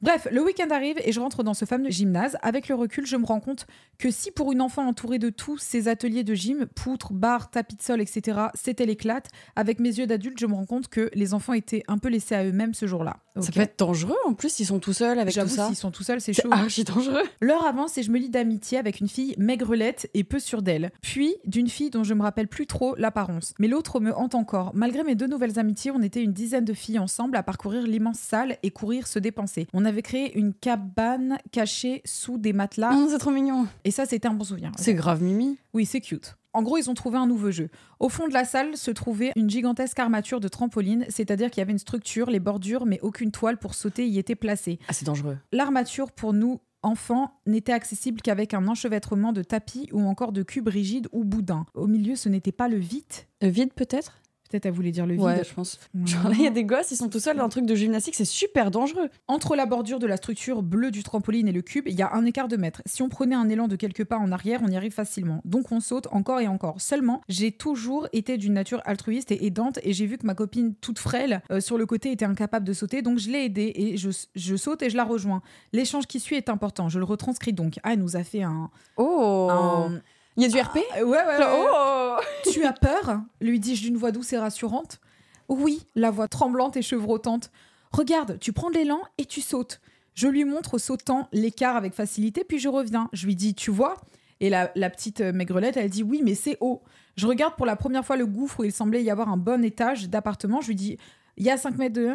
Bref, le week-end arrive et je rentre dans ce fameux gymnase. Avec le recul, je me rends compte que si pour une enfant entourée de tous ces ateliers de gym, poutres, barres, tapis de sol, etc., c'était l'éclate, avec mes yeux d'adulte, je me rends compte que les enfants étaient un peu laissés à eux-mêmes ce jour-là.
Ça
Ok.
peut être dangereux en plus, ils sont tout seuls avec tout
J'avoue,
ça. Ah.
s'ils sont tout seuls, c'est
C'est
chaud. hein,
archi dangereux.
L'heure avance et je me lie d'amitié avec une fille maigrelette et peu sûre d'elle, puis d'une fille dont je me rappelle plus trop l'apparence. Mais l'autre me hante encore. Malgré mes deux nouvelles amitiés, on était une dizaine de filles ensemble à parcourir l'immense salle et courir se dépenser. On avait créé une cabane cachée sous des matelas
Ah, Non, c'est trop mignon.
et ça c'était un bon souvenir.
Mm. C'est grave mimi.
Oui, c'est cute. En gros, ils ont trouvé un nouveau jeu. Au fond de la salle se trouvait une gigantesque armature de trampoline, c'est-à-dire qu'il y avait une structure, les bordures, mais aucune toile pour sauter y était placée.
Ah, c'est dangereux.
L'armature pour nous enfants n'était accessible qu'avec un enchevêtrement de tapis ou encore de cubes rigides ou boudins. Au milieu, ce n'était pas le vite.
Euh, Vide peut-être
Peut-être elle voulait dire le
Ouais,
vide. Mmh.
je pense. Ah. Genre là, il y a des gosses, ils sont tout seuls dans un truc de gymnastique, c'est super dangereux.
Entre la bordure de la structure bleue du trampoline et le cube, il y a un écart de mètre. Si on prenait un élan de quelques pas en arrière, on y arrive facilement. Donc on saute encore et encore. Seulement, j'ai toujours été d'une nature altruiste et aidante et j'ai vu que ma copine toute frêle euh, sur le côté était incapable de sauter, donc je l'ai aidée et je, je saute et je la rejoins. L'échange qui suit est important, je le retranscris donc. Ah, elle nous a fait un...
Oh
un-
Il y a du RP
Euh, Ouais, ouais, ouais.
Oh
Tu as peur lui dis-je d'une voix douce et rassurante. Oui, la voix tremblante et chevrotante. Regarde, tu prends de l'élan et tu sautes. Je lui montre sautant l'écart avec facilité, puis je reviens. Je lui dis, tu vois Et la, la petite euh, maigrelette, elle dit, oui, mais c'est haut. Je regarde pour la première fois le gouffre où il semblait y avoir un bon étage d'appartement. Je lui dis, il y a 5 mètres de...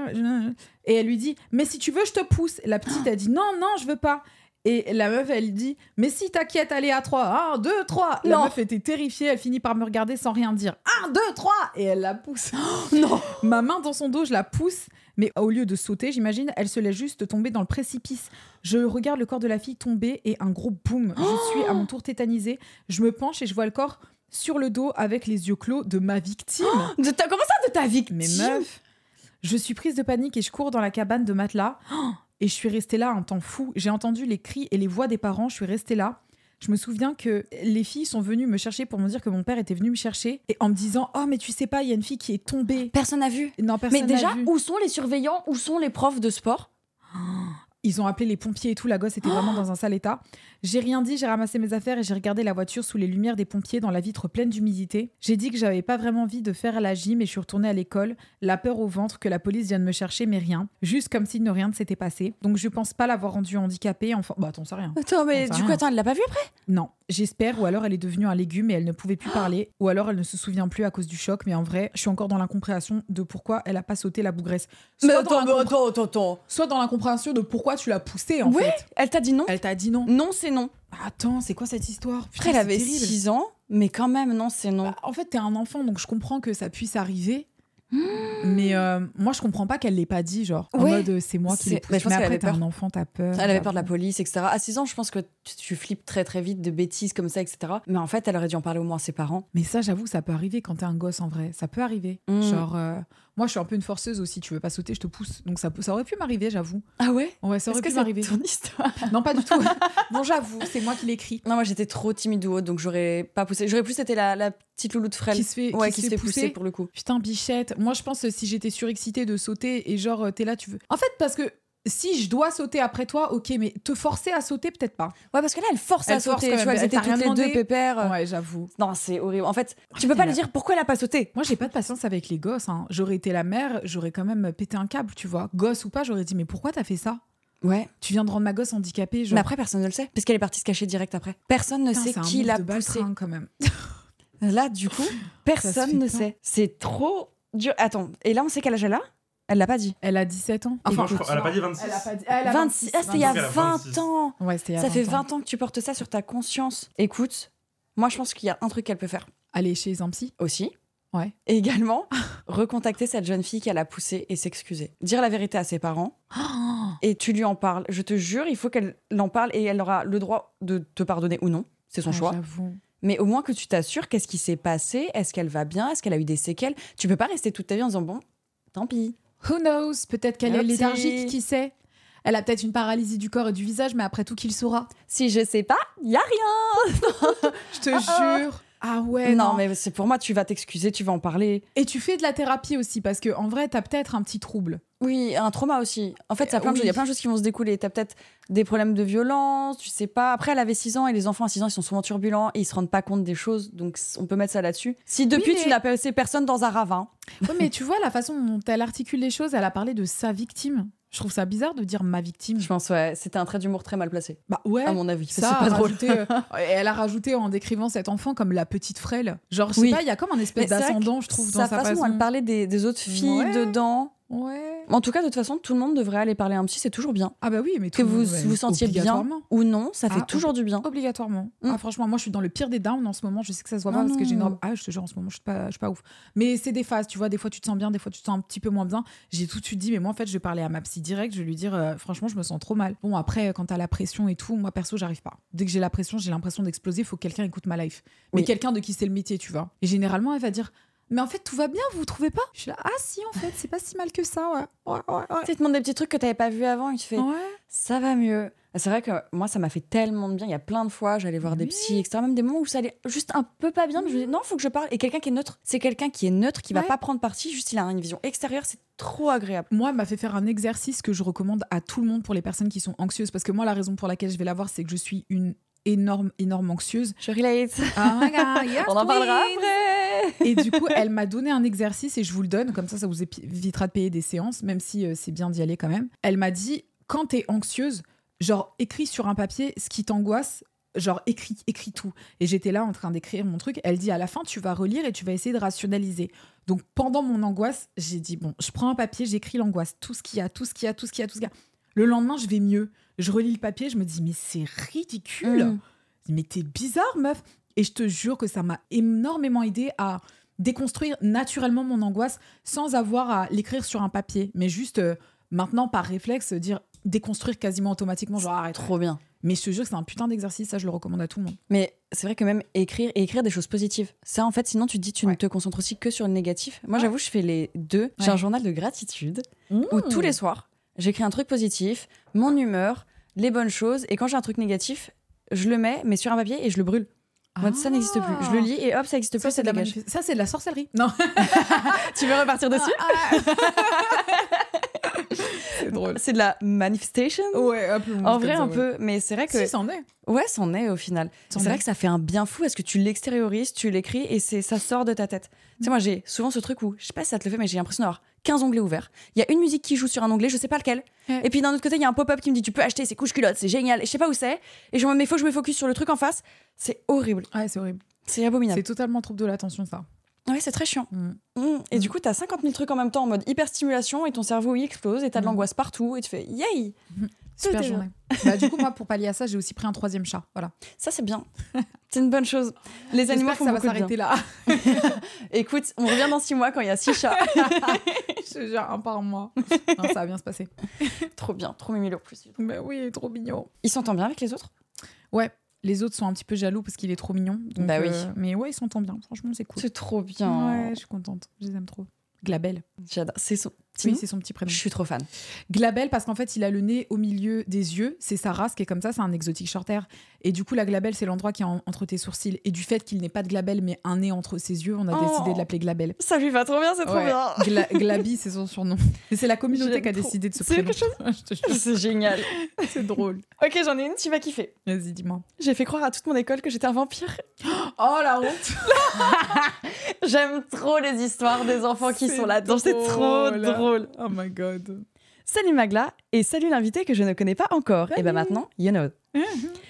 Et elle lui dit, mais si tu veux, je te pousse. La petite, elle dit, non, non, je veux pas. Et la meuf, elle dit, mais si, t'inquiète, allez à 3. 1, 2, 3. La
Non.
meuf était terrifiée, elle finit par me regarder sans rien dire. 1, 2, 3. Et elle la pousse.
Oh, Non
Ma main dans son dos, je la pousse, mais au lieu de sauter, j'imagine, elle se laisse juste tomber dans le précipice. Je regarde le corps de la fille tomber et un gros boum.
Oh
Je suis à mon tour tétanisée. Je me penche et je vois le corps sur le dos avec les yeux clos de ma victime.
de ta... Comment ça de ta victime
Mais meuf, je suis prise de panique et je cours dans la cabane de matelas. Oh, Et je suis restée là un temps fou. J'ai entendu les cris et les voix des parents. Je suis restée là. Je me souviens que les filles sont venues me chercher pour me dire que mon père était venu me chercher et en me disant Oh, mais tu sais pas, il y a une fille qui est tombée.
Personne n'a vu.
Non, personne
Mais
n'a
déjà,
vu.
où sont les surveillants Où sont les profs de sport
Ils ont appelé les pompiers et tout, la gosse était vraiment dans un sale état. J'ai rien dit, j'ai ramassé mes affaires et j'ai regardé la voiture sous les lumières des pompiers dans la vitre pleine d'humidité. J'ai dit que j'avais pas vraiment envie de faire la gym et je suis retournée à l'école, la peur au ventre que la police vienne me chercher, mais rien. Juste comme si de rien ne s'était passé. Donc je pense pas l'avoir rendue handicapée, enfin. Bah, t'en sais rien.
Attends, mais
Enfin,
du coup,
rien.
attends, elle l'a pas vu après
Non, j'espère, ou alors elle est devenue un légume et elle ne pouvait plus parler, ou alors elle ne se souvient plus à cause du choc, mais en vrai, je suis encore dans l'incompréhension de pourquoi elle a pas sauté la bougresse. Soit, dans, l'incompré-
attends, attends, attends.
soit dans l'incompréhension de pourquoi tu l'as poussée, en
Ouais.
fait.
Elle t'a dit non
Elle t'a dit non.
Non, c'est non.
Attends, c'est quoi cette histoire
Après,
Putain,
elle
c'est
avait
terrible.
6 ans, mais quand même, non, c'est non.
Bah, en fait, t'es un enfant, donc je comprends que ça puisse arriver. Mais euh, moi, je comprends pas qu'elle l'ait pas dit, genre en
Mmh. Ouais.
mode euh, c'est moi qui l'ai
C'est- bah, je
poussé.
pense
Mais
qu'elle
après,
avait
t'es un
peur.
enfant, t'as peur.
Elle avait
t'as-
peur de la police, etc. À 6 ans, je pense que tu, tu flippes très très vite de bêtises comme ça, etc. Mais en fait, elle aurait dû en parler au moins à ses parents.
Mais ça, j'avoue, ça peut arriver quand t'es un gosse en vrai. Ça peut arriver.
Mm.
Genre, euh, Moi, je suis un peu une forceuse aussi. Tu veux pas sauter, je te pousse. Donc ça, peut- ça aurait pu m'arriver, j'avoue.
Ah ouais
Ouais,
Est-ce
ça aurait
que
pu
c'est
m'arriver.
ton histoire
Non, pas du tout. non, j'avoue, c'est moi qui l'écris.
Non, moi j'étais trop timide ou haute, donc j'aurais pas poussé. J'aurais plus été la, la petite louloute frêle.
Qui se fait,
ouais,
qui se fait pousser.
pour le coup.
Putain, bichette. Moi, je pense euh, si j'étais surexcitée de sauter et genre, euh, t'es là, tu veux. En fait, parce que si je dois sauter après toi, ok, mais te forcer à sauter, peut-être pas.
Ouais, parce que là, elle force
Elle
à
force
sauter.
quand
Tu
même,
vois,
elle
elles étaient
t'a rien
toutes les deux
demandé.
pépères.
Ouais, Oh, j'avoue.
Non, c'est horrible. En fait, tu peux pas
elle
lui
a-
dire pourquoi elle a pas sauté.
Moi, j'ai pas de patience avec les gosses. hein. J'aurais été la mère, j'aurais quand même pété un câble, tu vois. Gosse ou pas, j'aurais dit, mais pourquoi t'as fait ça
Ouais.
Tu viens de rendre ma gosse handicapée, genre.
Mais après, personne ne le sait. Parce qu'elle est partie se cacher direct après. Personne ne
Putain,
sait
c'est un
qui
move
l'a
de
poussée.
baltringue, quand même.
Là, du coup,
Ça se fait
personne ne
pas.
sait. C'est trop dur. Attends, et là, on sait quel âge elle a Elle l'a pas dit.
Elle a 17 ans.
Enfin, je crois- elle a pas dit 26.
Elle a pas dit. elle a
26. Ah, c'était il y a
Elle a
20
26.
ans.
Ouais, c'était il y a
Ça fait
20 ans.
20 ans que tu portes ça sur ta conscience. Écoute, moi, je pense qu'il y a un truc qu'elle peut faire
Aller chez un psy.
aussi.
Ouais.
Et également, recontacter cette jeune fille qu'elle a poussée et s'excuser. Dire la vérité à ses parents et tu lui en parles. Je te jure, il faut qu'elle en parle et elle aura le droit de te pardonner ou non. C'est son
Ah,
choix.
J'avoue.
Mais au moins que tu t'assures qu'est-ce qui s'est passé, est-ce qu'elle va bien, est-ce qu'elle a eu des séquelles. Tu peux pas rester toute ta vie en disant bon, tant pis.
Who knows Peut-être qu'elle est
Merci.
léthargique, qui sait Elle a peut-être une paralysie du corps et du visage, mais après tout, qu'il saura.
Si je sais pas, y a rien.
Je te
Ah,
jure. Ah ouais.
non, mais c'est pour moi, tu vas t'excuser, tu vas en parler.
Et tu fais de la thérapie aussi, parce que en vrai, t'as peut-être un petit trouble.
Oui, un trauma aussi. En fait, ça a
Euh,
plein de
oui.
choses. Il y a plein de choses qui vont se découler. T'as peut-être des problèmes de violence, tu sais pas. Après, elle avait 6 ans et les enfants à 6 ans, ils sont souvent turbulents et ils se rendent pas compte des choses. Donc, c- on peut mettre ça là-dessus. Si depuis,
mais-
tu n'as passé personne dans un ravin.
Ouais, mais tu vois, la façon dont elle articule les choses, elle a parlé de sa victime. Je trouve ça bizarre de dire ma victime.
Je pense, ouais, c'était un trait d'humour très mal placé,
Bah ouais.
à mon avis. Ça,
Ça,
c'est pas
a
drôle.
rajouté, euh, et elle a rajouté en décrivant cet enfant comme la petite frêle. Genre, je sais
Oui.
pas, il y a comme un espèce
Mais c'est vrai
d'ascendant,
que
je trouve,
sa
dans sa
façon
façon.
dont elle parlait des, des autres filles
Ouais.
dedans.
Ouais.
En tout cas, de toute façon, tout le monde devrait aller parler à un psy, c'est toujours bien.
Ah bah oui, mais
Que
tout le
vous
monde, ouais,
vous sentiez bien.
obligatoirement.
Ou non, ça fait
Ah,
toujours du bien.
Obligatoirement.
Mm.
Ah, franchement, moi, je suis dans le pire des downs en ce moment. Je sais que ça se voit
Non,
pas parce que j'ai une
non.
robe. Ah, je te jure, en ce moment, je suis pas, je suis pas ouf. Mais c'est des phases, tu vois. Des fois, tu te sens bien, des fois, tu te sens un petit peu moins bien. J'ai tout de suite dit, mais moi, en fait, je vais parler à ma psy direct. Je vais lui dire, euh, franchement, je me sens trop mal. Bon, après, euh, quand t'as la pression et tout, moi, perso, j'arrive pas. Dès que j'ai la pression, j'ai l'impression d'exploser. Faut que quelqu'un écoute ma life. Mais
Oui.
quelqu'un de qui c'est le métier, tu vois. Et généralement, elle va dire. Mais en fait, tout va bien, vous vous trouvez pas Je suis là, ah si, en fait, c'est pas si mal que ça, ouais. Ouais, ouais, ouais.
Tu te demandes des petits trucs que t'avais pas vu avant et tu fais
Ouais.
ça va mieux. Ah, C'est vrai que moi, ça m'a fait tellement de bien. Il y a plein de fois, j'allais voir des
Oui.
psys, etc. Même des moments où ça allait juste un peu pas bien, mais je me dis non, faut que je parle. Et quelqu'un qui est neutre, c'est quelqu'un qui est neutre, qui va
Ouais.
pas prendre parti, juste il a une vision extérieure, c'est trop agréable.
Moi, elle m'a fait faire un exercice que je recommande à tout le monde pour les personnes qui sont anxieuses. Parce que moi, la raison pour laquelle je vais la voir, c'est que je suis une énorme, énorme anxieuse. Ah,
Je relate. On
On
en parlera après.
Et du coup, elle m'a donné un exercice et je vous le donne, comme ça, ça vous épi- évitera de payer des séances, même si euh, c'est bien d'y aller quand même. Elle m'a dit, quand t'es anxieuse, genre, écris sur un papier ce qui t'angoisse, genre, écris, écris tout. Et j'étais là en train d'écrire mon truc. Elle dit, à la fin, tu vas relire et tu vas essayer de rationaliser. Donc, pendant mon angoisse, j'ai dit, bon, je prends un papier, j'écris l'angoisse, tout ce qu'il y a, tout ce qu'il y a, tout ce qu'il y a, tout ce qu'il y a. Le lendemain, je vais mieux. Je relis le papier, je me dis, mais c'est ridicule.
Mm.
Je dis, Mais t'es bizarre, meuf. Et je te jure que ça m'a énormément aidé à déconstruire naturellement mon angoisse sans avoir à l'écrire sur un papier, mais juste euh, maintenant par réflexe dire déconstruire quasiment automatiquement. Genre arrête.
Ah, Trop bien.
Mais je te jure que c'est un putain d'exercice, ça je le recommande à tout le monde.
Mais c'est vrai que même écrire et écrire des choses positives. Ça, en fait, sinon tu te dis, tu ne
Ouais.
te concentres aussi que sur le négatif. Moi,
Ouais.
j'avoue, je fais les deux. J'ai un
Ouais.
journal de gratitude où tous les soirs, j'écris un truc positif, mon humeur, les bonnes choses. Et quand j'ai un truc négatif, je le mets, mais sur un papier et je le brûle. En mode, ça n'existe plus. Je le lis et hop, ça n'existe
Ah.
plus, Ah. ça
Ça c'est de la
dégage.
manif- ça, c'est de la sorcellerie. Non.
Tu veux repartir dessus
c'est drôle.
C'est de la manifestation
Ouais, un peu.
En vrai, un peu. Mais c'est vrai que.
Si, c'en est.
Ouais, c'en est au final.
C'en
C'est
est.
vrai que ça fait un bien fou. Est-ce que tu l'extériorises, tu l'écris et c'est ça sort de ta tête
Mm.
Tu sais, moi, j'ai souvent ce truc où, je sais pas si ça te le fait, mais j'ai l'impression d'avoir 15 onglets ouverts. Il y a une musique qui joue sur un onglet, je sais pas lequel.
Ouais.
Et puis d'un autre côté, il y a un pop-up qui me dit Tu peux acheter ces couches culottes, c'est génial. Et je sais pas où c'est. Et je me mets, faut que je me focus sur le truc en face. C'est horrible.
Ouais, c'est horrible.
C'est abominable.
C'est totalement trouble de l'attention ça.
Ouais, c'est très chiant.
Mm.
Mm. Et
Mm.
du coup, t'as 50 000 trucs en même temps en mode hyperstimulation et ton cerveau il explose et t'as de
Mm.
l'angoisse partout et tu fais Yay
Super
est bien.
journée. bah, du coup, moi, pour pallier à ça, j'ai aussi pris un troisième chat. Voilà.
Ça, c'est bien. c'est une bonne chose. Les
J'espère
animaux
que
font
ça va
beaucoup de bien.
s'arrêter là.
Écoute, on revient dans 6 mois quand il y a 6 chats.
Je te jure, un par mois. Non, ça va bien se passer.
trop bien, trop mignon en plus.
Mais oui, trop mignon.
Il s'entend bien avec les autres
Les autres sont un petit peu jaloux parce qu'il est trop mignon. donc,
Bah oui.
euh, mais ouais, ils s'entendent bien. Franchement, c'est cool.
C'est trop bien.
Ouais, je suis contente. Je les aime trop. Glabelle.
J'adore. C'est son petit
Oui,
nom
c'est son petit prénom.
Je suis trop fan.
Glabelle parce qu'en fait, il a le nez au milieu des yeux. C'est sa race qui est comme ça, c'est un exotique shorter. Et du coup, la glabelle, c'est l'endroit qui est en- entre tes sourcils. Et du fait qu'il n'ait pas de glabelle, mais un nez entre ses yeux, on a
Oh.
décidé de l'appeler glabelle.
Ça lui va trop bien, c'est trop
Ouais.
bien.
Gla- Glabi, c'est son surnom. Et c'est la communauté
J'aime
qui a
trop.
décidé de ce
C'est
prénom.
quelque
Je te jure,
C'est génial.
c'est drôle.
Ok, j'en ai une, tu vas kiffer.
Vas-y, dis-moi.
J'ai fait croire à toute mon école que j'étais un vampire.
Oh la honte
J'aime trop les histoires des enfants qui sont là-dedans, c'est trop drôle.
Oh my god.
Salut Magla et salut l'invité que je ne connais pas encore. Et ben
Salut.
maintenant, you know.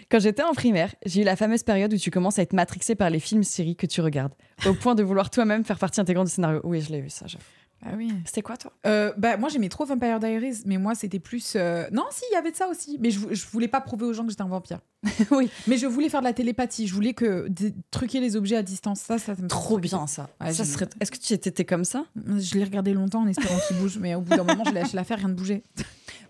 Quand j'étais en primaire, j'ai eu la fameuse période où tu commences à être matrixé par les films séries que tu regardes, au point de vouloir toi-même faire partie intégrante du scénario. Oui, je l'ai vu ça. j'avoue.
Ah oui.
C'était quoi toi
Euh, bah, moi j'aimais trop Vampire Diaries, mais moi c'était plus. euh, Non, si, il y avait de ça aussi. Mais je, vou- je voulais pas prouver aux gens que j'étais un vampire.
Oui.
Mais je voulais faire de la télépathie. Je voulais que dé- truquer les objets à distance. Ça, ça me
Trop bien ça.
Ouais,
ça
j'aime
serait... Est-ce que tu étais t'étais comme ça
Je l'ai regardé longtemps en espérant qu'il bouge, mais au bout d'un moment, j'ai lâché l'affaire, rien ne bougeait.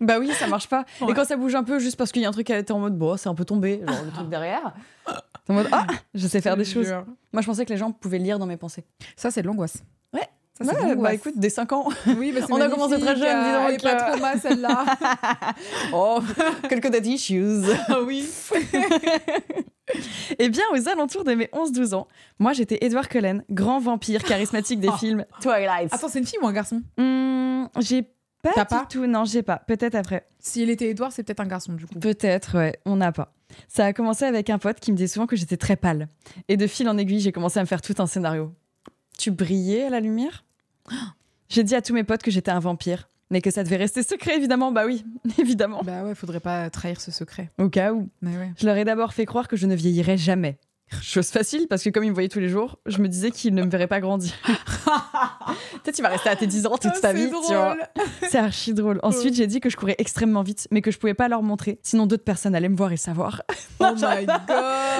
Bah oui, ça marche pas.
Ouais.
Et quand ça bouge un peu, juste parce qu'il y a un truc qui était en mode, bon, c'est un peu tombé, genre le truc derrière. T'es en mode, ah, je sais faire des
Je
choses.
jure.
Moi, je pensais que les gens pouvaient lire dans mes pensées.
Ça, c'est de l'angoisse.
Ouais.
Ça, c'est de
Ouais, bah
l'angoisse.
écoute, dès 5 ans,
Oui, bah, c'est
On a
magnifique,
commencé très jeune, dis
euh,
donc,
Elle est pas
euh.
trop mal, celle-là.
oh, Ah quelques dead issues.
oui.
Eh bien, aux alentours de mes 11-12 ans, moi, j'étais Edward Cullen, grand vampire charismatique des
Oh.
films Twilight.
Attends, c'est une fille ou un garçon
Hmm, j'ai pas
T'as
du
pas
tout, non, j'ai pas. Peut-être après.
Si elle était Edouard, c'est peut-être un garçon, du coup.
Peut-être, ouais, on n'a pas. Ça a commencé avec un pote qui me disait souvent que j'étais très pâle. Et de fil en aiguille, j'ai commencé à me faire tout un scénario. Tu brillais à la lumière J'ai dit à tous mes potes que j'étais un vampire, mais que ça devait rester secret, évidemment. Bah oui, évidemment.
Bah ouais, faudrait pas trahir ce secret.
Au cas où.
Mais ouais.
Je leur ai d'abord fait croire que je ne vieillirais jamais. Chose facile, parce que comme ils me voyaient tous les jours, je me disais qu'ils ne me verraient pas grandir. Peut-être il va rester à tes
Oh,
10 ans toute sa vie, tu vois. C'est archi drôle. Ensuite, j'ai dit que je courais extrêmement vite, mais que je pouvais pas leur montrer, sinon d'autres personnes allaient me voir et savoir.
Oh my god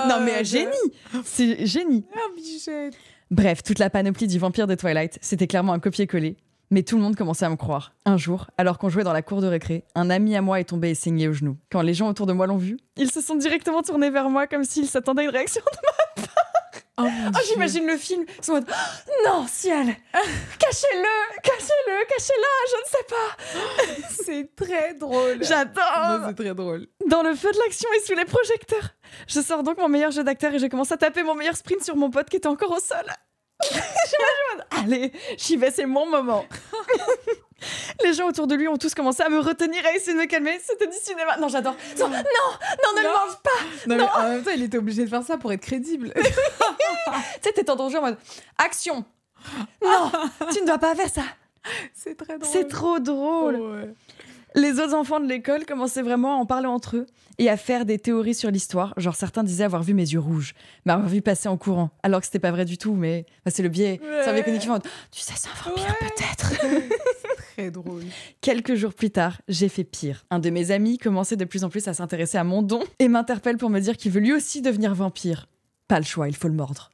Non mais génie C'est génie
Ah, bichette
Bref, toute la panoplie du vampire de Twilight, c'était clairement un copier-coller. Mais tout le monde commençait à me croire. Un jour, alors qu'on jouait dans la cour de récré, un ami à moi est tombé et saigné aux genoux. Quand les gens autour de moi l'ont vu, ils se sont directement tournés vers moi comme s'ils s'attendaient à une réaction.
Oh,
Oh,
mon Dieu.
j'imagine le film. Ils sont en mode, Oh, non, ciel Cachez-le Cachez-le Cachez-la Je ne sais pas
C'est très drôle Non,
J'adore
C'est très drôle.
Dans le feu de l'action et sous les projecteurs Je sors donc mon meilleur jeu d'acteur et je commence à taper mon meilleur sprint sur mon pote qui était encore au sol. J'imagine, en mode, allez, j'y vais, c'est mon moment Les gens autour de lui ont tous commencé à me retenir, à essayer de me calmer. C'était du cinéma. Non, j'adore. Non, non, non, ne le
Non.
mange pas
Non, mais en même temps, il était obligé de faire ça pour être crédible.
Tu sais, t'es en danger en mode, action Non, tu ne dois pas faire ça
c'est très drôle.
C'est trop drôle
Ouais.
Les autres enfants de l'école commençaient vraiment à en parler entre eux et à faire des théories sur l'histoire. Genre, certains disaient avoir vu mes yeux rouges, mais avoir vu passer en courant. Alors que c'était pas vrai du tout, mais bah, c'est le biais. Ça vient
Ouais.
qu'on est qui font, Oh, Tu sais, c'est un vampire peut-être.
Très drôle.
Quelques jours plus tard, j'ai fait pire. Un de mes amis commençait de plus en plus à s'intéresser à mon don et m'interpelle pour me dire qu'il veut lui aussi devenir vampire. Pas le choix, il faut le mordre.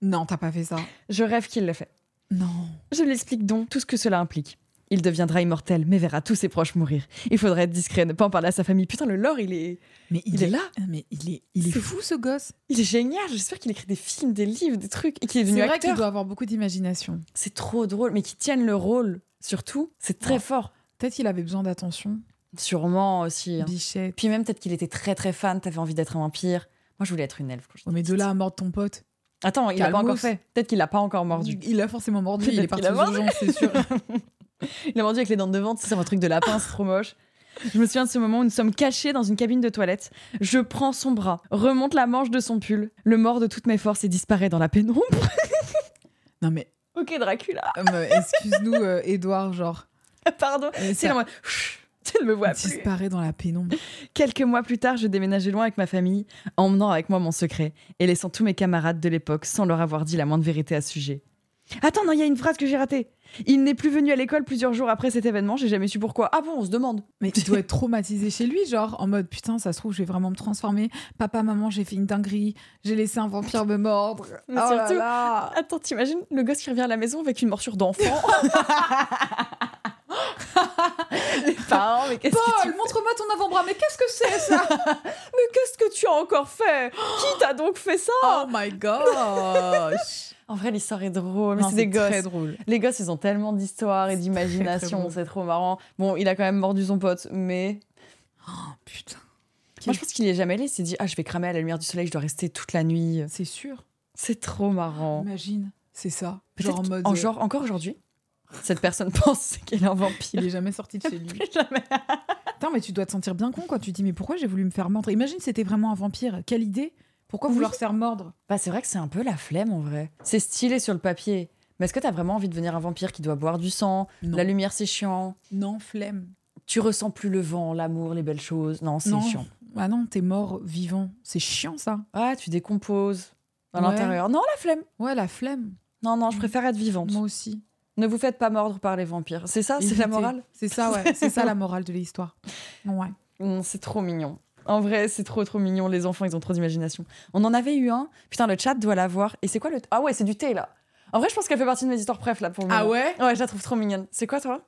Non, t'as pas fait ça.
Je rêve qu'il le fait.
Non.
Je lui explique donc tout ce que cela implique. Il deviendra immortel, mais verra tous ses proches mourir. Il faudrait être discret, ne pas en parler à sa famille. Putain, le lore, il est.
Mais
Il est là.
Mais il est, il est
C'est-
fou ce gosse.
Il est génial, j'espère qu'il écrit des films, des livres, des trucs, et qu'il est
C'est
devenu
vrai qu'il
acteur.
doit avoir beaucoup d'imagination.
C'est trop drôle, mais qu'il tienne le rôle, surtout, c'est très
Ouais.
fort.
Peut-être qu'il avait besoin d'attention.
Sûrement aussi. hein.
Bichette.
Puis même, peut-être qu'il était très très fan, t'avais envie d'être un vampire. Moi, je voulais être une elfe. quand j'étais
Oh, mais de
petite.
là à mordre ton pote.
Attends, il l'a pas
Calmos.
encore fait. Peut-être qu'il l'a pas encore mordu.
Il a forcément mordu. Il est
Peut-être
parti
qu'il a
aux urgences, c'est sûr.
Il l'a mordu avec les dents de devant, c'est un truc de lapin, c'est trop moche. Je me souviens de ce moment où nous sommes cachés dans une cabine de toilette. Je prends son bras, remonte la manche de son pull, le mord de toutes mes forces et disparaît dans la pénombre.
non mais,
ok, Dracula,
euh, mais excuse-nous, euh, Edouard, genre.
pardon.
euh,
C'est
ça
là, moi, chut, tu ne me vois plus.
disparaît dans la pénombre.
Quelques mois plus tard, je déménageais loin avec ma famille, emmenant avec moi mon secret et laissant tous mes camarades de l'époque sans leur avoir dit la moindre vérité à ce sujet. Attends, non, il y a une phrase que j'ai ratée. Il n'est plus venu à l'école plusieurs jours après cet événement, j'ai jamais su pourquoi. Ah bon, on se demande.
Mais il doit être traumatisé chez lui, genre en mode putain, ça se trouve, je vais vraiment me transformer. Papa, maman, j'ai fait une dinguerie, j'ai laissé un vampire me mordre.
Mais
Oh là
surtout-
là.
Attends, t'imagines le gosse qui revient à la maison avec une morsure d'enfant Les parents, mais qu'est-ce que tu...
Paul, montre-moi ton avant-bras, mais qu'est-ce que c'est ça
Mais qu'est-ce que tu tu as encore fait Qui t'a donc fait ça
Oh my gosh
En vrai, l'histoire est drôle, mais
Non,
c'est des gosses.
très drôle.
Les gosses, ils ont tellement d'histoires et
C'est très, très
d'imagination,
bon.
c'est trop marrant. Bon, il a quand même mordu son pote, mais
Oh, putain,
moi je pense qu'il y est jamais allé. Il s'est dit ah je vais cramer à la lumière du soleil, je dois rester toute la nuit.
c'est sûr.
C'est trop marrant.
Imagine, c'est ça.
Peut-être
Genre en mode.
en
euh,
genre encore aujourd'hui, cette personne pense qu'elle est un vampire.
Il est jamais sorti de chez lui.
Jamais.
Putain, mais tu dois te sentir bien con quand tu te dis mais pourquoi j'ai voulu me faire mordre Imagine c'était vraiment un vampire. Quelle idée Pourquoi
Oui.
vouloir se faire mordre
Bah c'est vrai que c'est un peu la flemme en vrai. C'est stylé sur le papier, mais est-ce que t'as vraiment envie de devenir un vampire qui doit boire du sang
non.
La lumière c'est chiant.
non, flemme.
Tu ressens plus le vent, l'amour, les belles choses. Non, c'est
Non.
chiant.
Ah non, t'es mort vivant. C'est chiant ça.
Ah, tu décomposes à
Ouais.
l'intérieur. Non, la flemme.
Ouais, la flemme.
Non, non, je préfère être vivante.
Moi aussi.
Ne vous faites pas mordre par les vampires. C'est ça, Ah, c'est
Évitez.
la morale
C'est ça, ouais. c'est ça la morale de l'histoire. Ouais.
Mm, C'est trop mignon. En vrai, c'est trop trop mignon. Les enfants, ils ont trop d'imagination. On en avait eu un. Putain, le chat doit l'avoir. Et c'est quoi le. Ah ouais, c'est du thé là. En vrai, je pense qu'elle fait partie de mes histoires préf là pour le moment.
Ah ouais
Ah
Hum,
Ouais, je la trouve trop mignonne. C'est quoi toi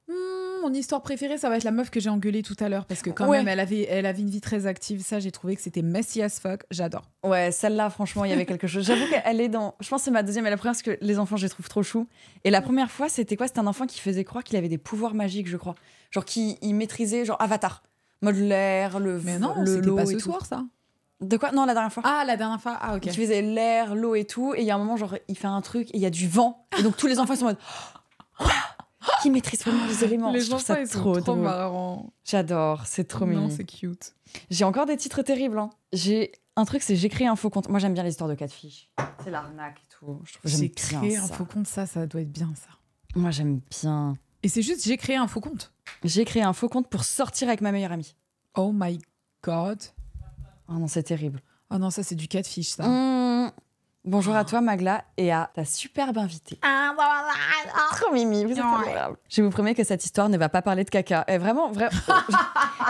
Mon histoire préférée, ça va être la meuf que j'ai engueulée tout à l'heure parce que quand
Ouais.
même, elle avait, elle avait une vie très active. Ça, j'ai trouvé que c'était messy as fuck. J'adore.
Ouais, celle-là, franchement, il y avait quelque chose. J'avoue qu'elle est dans. Je pense que c'est ma deuxième et la première, parce que les enfants, je les trouve trop choux. Et la première fois, c'était quoi C'était un enfant qui faisait croire qu'il avait des pouvoirs magiques, je crois. Genre, qui il maîtrisait, genre, Avatar. Mode l'air, le.
Mais
v-
non,
le
c'était
l'eau
pas
et
ce
tout.
soir, ça.
De quoi Non, la dernière fois.
Ah, la dernière fois. Ah, ok.
Qui faisait l'air, l'eau et tout. Et il y a un moment, genre, il fait un truc et il y a du vent. Et donc, tous les enfants, ils sont en mode. Quoi Qui maîtrise vraiment les éléments Je trouve ça trop drôle.
marrants.
J'adore, c'est trop mignon.
Non, c'est cute.
J'ai encore des titres terribles. hein. J'ai un truc, c'est j'ai créé un faux compte. Moi, j'aime bien les histoires de cas de fiches. C'est l'arnaque et tout. Je trouve
J'ai
j'aime bien
créé un
ça.
faux compte, ça, ça doit être bien, ça.
Moi, j'aime bien.
Et c'est juste, j'ai créé un faux compte.
J'ai créé un faux compte pour sortir avec ma meilleure amie.
Oh my god.
Oh non, c'est terrible.
Oh non, ça, c'est du catfish, ça.
Mmh. Bonjour à toi, Magla, et à ta superbe invitée. bah, Trop mimi, vous êtes
Ouais.
adorable. Je vous promets que cette histoire ne va pas parler de caca. Et vraiment, vraiment. je...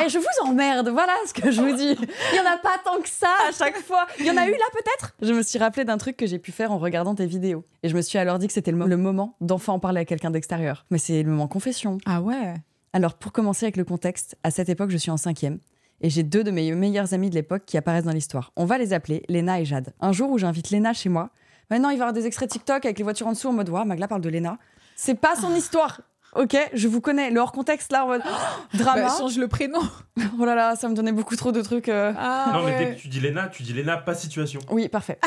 Eh, je vous emmerde, voilà ce que je vous dis. Il y en a pas tant que ça à chaque fois. Il y en a eu là peut-être Je me suis rappelé d'un truc que j'ai pu faire en regardant tes vidéos. Et je me suis alors dit que c'était le, mo- le moment d'enfin en parler à quelqu'un d'extérieur. Mais c'est le moment confession.
Ah ouais
Alors pour commencer avec le contexte, à cette époque je suis en cinquième. Et j'ai deux de mes meilleurs amis de l'époque qui apparaissent dans l'histoire. On va les appeler Léna et Jade. Un jour où j'invite Léna chez moi, maintenant il va y avoir des extraits TikTok avec les voitures en dessous en mode Waouh, Magla parle de Léna. C'est pas son histoire. Ok, je vous connais. Le hors contexte là en mode Oh, drama.
Bah, Change le prénom.
Oh là là, ça me donnait beaucoup trop de trucs. euh.
Ah
non, mais dès
ouais.
que tu dis Lena, tu dis Lena, pas situation.
Oui, parfait.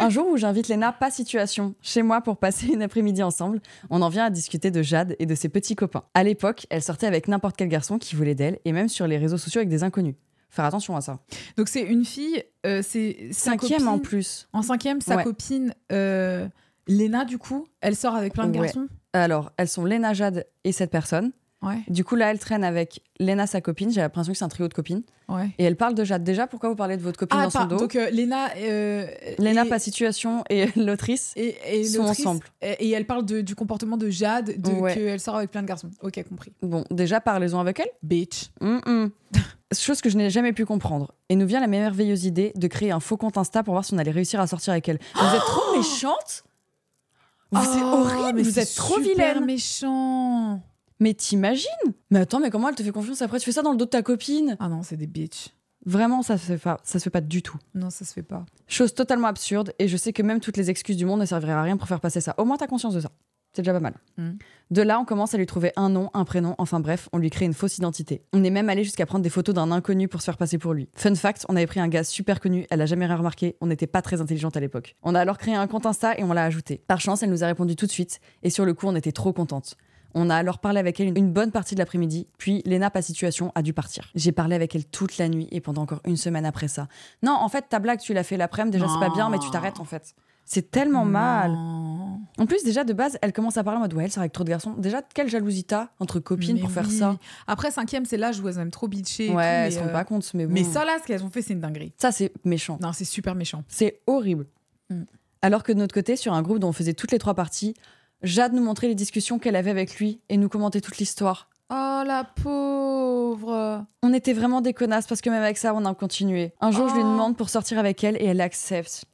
Un jour où j'invite Léna, pas situation, chez moi pour passer une après-midi ensemble, on en vient à discuter de Jade et de ses petits copains. À l'époque, elle sortait avec n'importe quel garçon qui voulait d'elle et même sur les réseaux sociaux avec des inconnus. Faire attention à ça.
Donc c'est une fille, euh, c'est sa
Cinquième
copine-
en plus.
En cinquième, sa
Ouais.
copine euh, Léna, du coup, elle sort avec plein de
Ouais.
garçons.
Alors, elles sont Léna, Jade et cette personne.
Ouais,
Du coup, là, elle traîne avec Léna, sa copine. J'ai l'impression que c'est un trio de copines.
ouais.
Et elle parle de Jade. Déjà, pourquoi vous parlez de votre copine
Ah,
dans son
par-
dos
donc euh, Léna, euh,
Léna,
et-
pas situation, et l'autrice.
et, et
sont
l'autrice,
ensemble.
Et, et elle parle de- du comportement de Jade, de
Ouais.
qu'elle sort avec plein de garçons. Ok, compris.
Bon, déjà, parlez-en avec elle.
Bitch.
Mm-mm. Chose que je n'ai jamais pu comprendre. Et nous vient la merveilleuse idée de créer un faux compte Insta pour voir si on allait réussir à sortir avec elle. Mais Vous êtes trop méchante Vous- C'est
Oh,
horrible,
mais
vous
c'est
êtes trop
super
vilaine.
méchant.
Mais t'imagines Mais attends, mais comment elle te fait confiance après Tu fais ça dans le dos de ta copine
Ah non, c'est des bitches.
Vraiment, ça se fait pas, ça se fait pas du tout.
Non, ça se fait pas.
Chose totalement absurde, et je sais que même toutes les excuses du monde ne serviraient à rien pour faire passer ça. Au moins, t'as conscience de ça. C'est déjà pas mal.
Mm.
De là, on commence à lui trouver un nom, un prénom, enfin bref, on lui crée une fausse identité. On est même allé jusqu'à prendre des photos d'un inconnu pour se faire passer pour lui. Fun fact, on avait pris un gars super connu, elle a jamais rien remarqué, on n'était pas très intelligente à l'époque. On a alors créé un compte Insta et on l'a ajouté. Par chance, elle nous a répondu tout de suite, et sur le coup, on était trop contente. On a alors parlé avec elle une- une bonne partie de l'après-midi, puis Léna, pas situation, a dû partir. J'ai parlé avec elle toute la nuit et pendant encore une semaine après ça. Non, en fait, ta blague, tu l'as fait l'après-midi, déjà c'est pas bien, mais tu t'arrêtes en fait. C'est tellement mal.
Non.
En plus, déjà de base, elle commence à parler en mode ouais, elle sort avec trop de garçons. Déjà, quelle jalousie t'as entre copines
Mais
pour faire
oui.
ça
Après, cinquième, c'est l'âge où elles sont même trop bitchées. et
Ouais,
tout,
elles se
mais,
rendent
euh,
pas compte, mais bon.
Mais ça, là, ce qu'elles ont fait, c'est une dinguerie.
ça c'est méchant.
Non, c'est super méchant.
C'est horrible.
Mm.
Alors que de notre côté, sur un groupe dont on faisait toutes les trois parties, Jade nous montrait les discussions qu'elle avait avec lui et nous commentait toute l'histoire.
Oh, la pauvre.
On était vraiment des connasses parce que même avec ça, on a continué. Un jour, je lui
Oh.
demande pour sortir avec elle et elle accepte.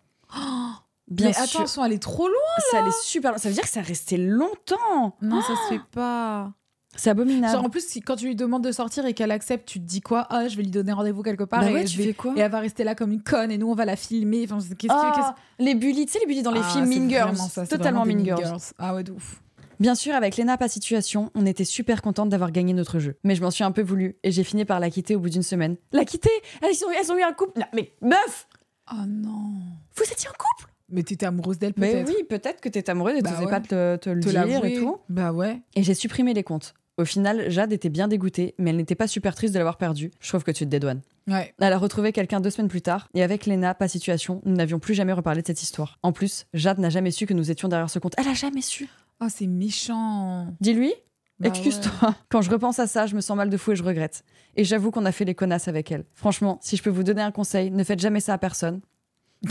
Bien
mais
sûr,
attention, elle est trop loin.
ça allait super loin. Ça veut dire que ça restait longtemps.
Non, ça se fait pas.
C'est abominable.
Genre, en plus, si- quand tu lui demandes de sortir et qu'elle accepte, tu te dis quoi Ah, je vais lui donner rendez-vous quelque part
Bah
et,
ouais,
je
tu
vais-
fais quoi
et elle va rester là comme une conne et nous on va la filmer. Enfin, c'est- qu'est-ce que-
Ah,
qu'est-ce-
les bullies, tu sais, les bullies dans les
Ah,
films
c'est
Mean Girls.
vraiment ça, c'est
totalement
vraiment des
Mean Girls.
Ah ouais, de ouf.
Bien sûr, avec Lena pas situation, on était super contente d'avoir gagné notre jeu. Mais je m'en suis un peu voulu et j'ai fini par la quitter au bout d'une semaine. La quitter elles ont, elles ont eu un couple Non, Mais meuf
Oh non.
Vous étiez en couple
Mais t'étais amoureuse d'elle
Mais
peut-être
oui, peut-être que t'es amoureuse et
Bah
t'osais
ouais.
pas te, te le
Te
dire
l'avouer.
et tout.
Bah ouais.
Et j'ai supprimé les comptes. Au final, Jade était bien dégoûtée, mais elle n'était pas super triste de l'avoir perdue. Je trouve que tu te dédouanes.
Ouais.
Elle a retrouvé quelqu'un deux semaines plus tard, et avec Lena, pas situation, nous n'avions plus jamais reparlé de cette histoire. En plus, Jade n'a jamais su que nous étions derrière ce compte. Elle a jamais su.
Oh, c'est méchant.
Dis-lui,
Bah
excuse-toi.
ouais.
Quand je repense à ça, je me sens mal de fou et je regrette. Et j'avoue qu'on a fait les connasses avec elle. Franchement, si je peux vous donner un conseil, ne faites jamais ça à personne.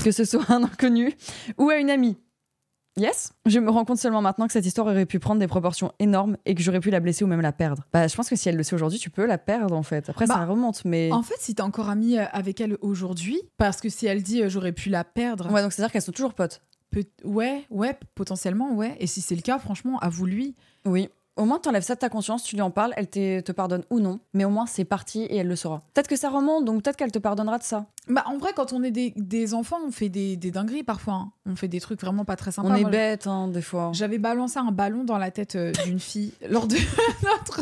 Que ce soit à un inconnu ou à une amie. Yes Je me rends compte seulement maintenant que cette histoire aurait pu prendre des proportions énormes et que j'aurais pu la blesser ou même la perdre. Bah, je pense que si elle le sait aujourd'hui, tu peux la perdre en fait. Après,
Bah,
ça remonte, mais.
En fait, si t'es encore amie euh, avec elle aujourd'hui, parce que si elle dit euh, j'aurais pu la perdre,
Ouais, donc c'est-à-dire qu'elles sont toujours potes.
peut- ouais, ouais, potentiellement, ouais. Et si c'est le cas, franchement, avoue-lui.
Oui. Au moins, t'enlèves ça de ta conscience, tu lui en parles, elle te te pardonne ou non, mais au moins c'est parti et elle le saura. Peut-être que ça remonte, donc peut-être qu'elle te pardonnera de ça.
Bah, en vrai, quand on est des, des enfants, on fait des, des dingueries parfois. hein. On fait des trucs vraiment pas très sympas.
On est
Moi,
bête, hein, des fois.
J'avais balancé un ballon dans la tête euh, d'une fille lors de notre.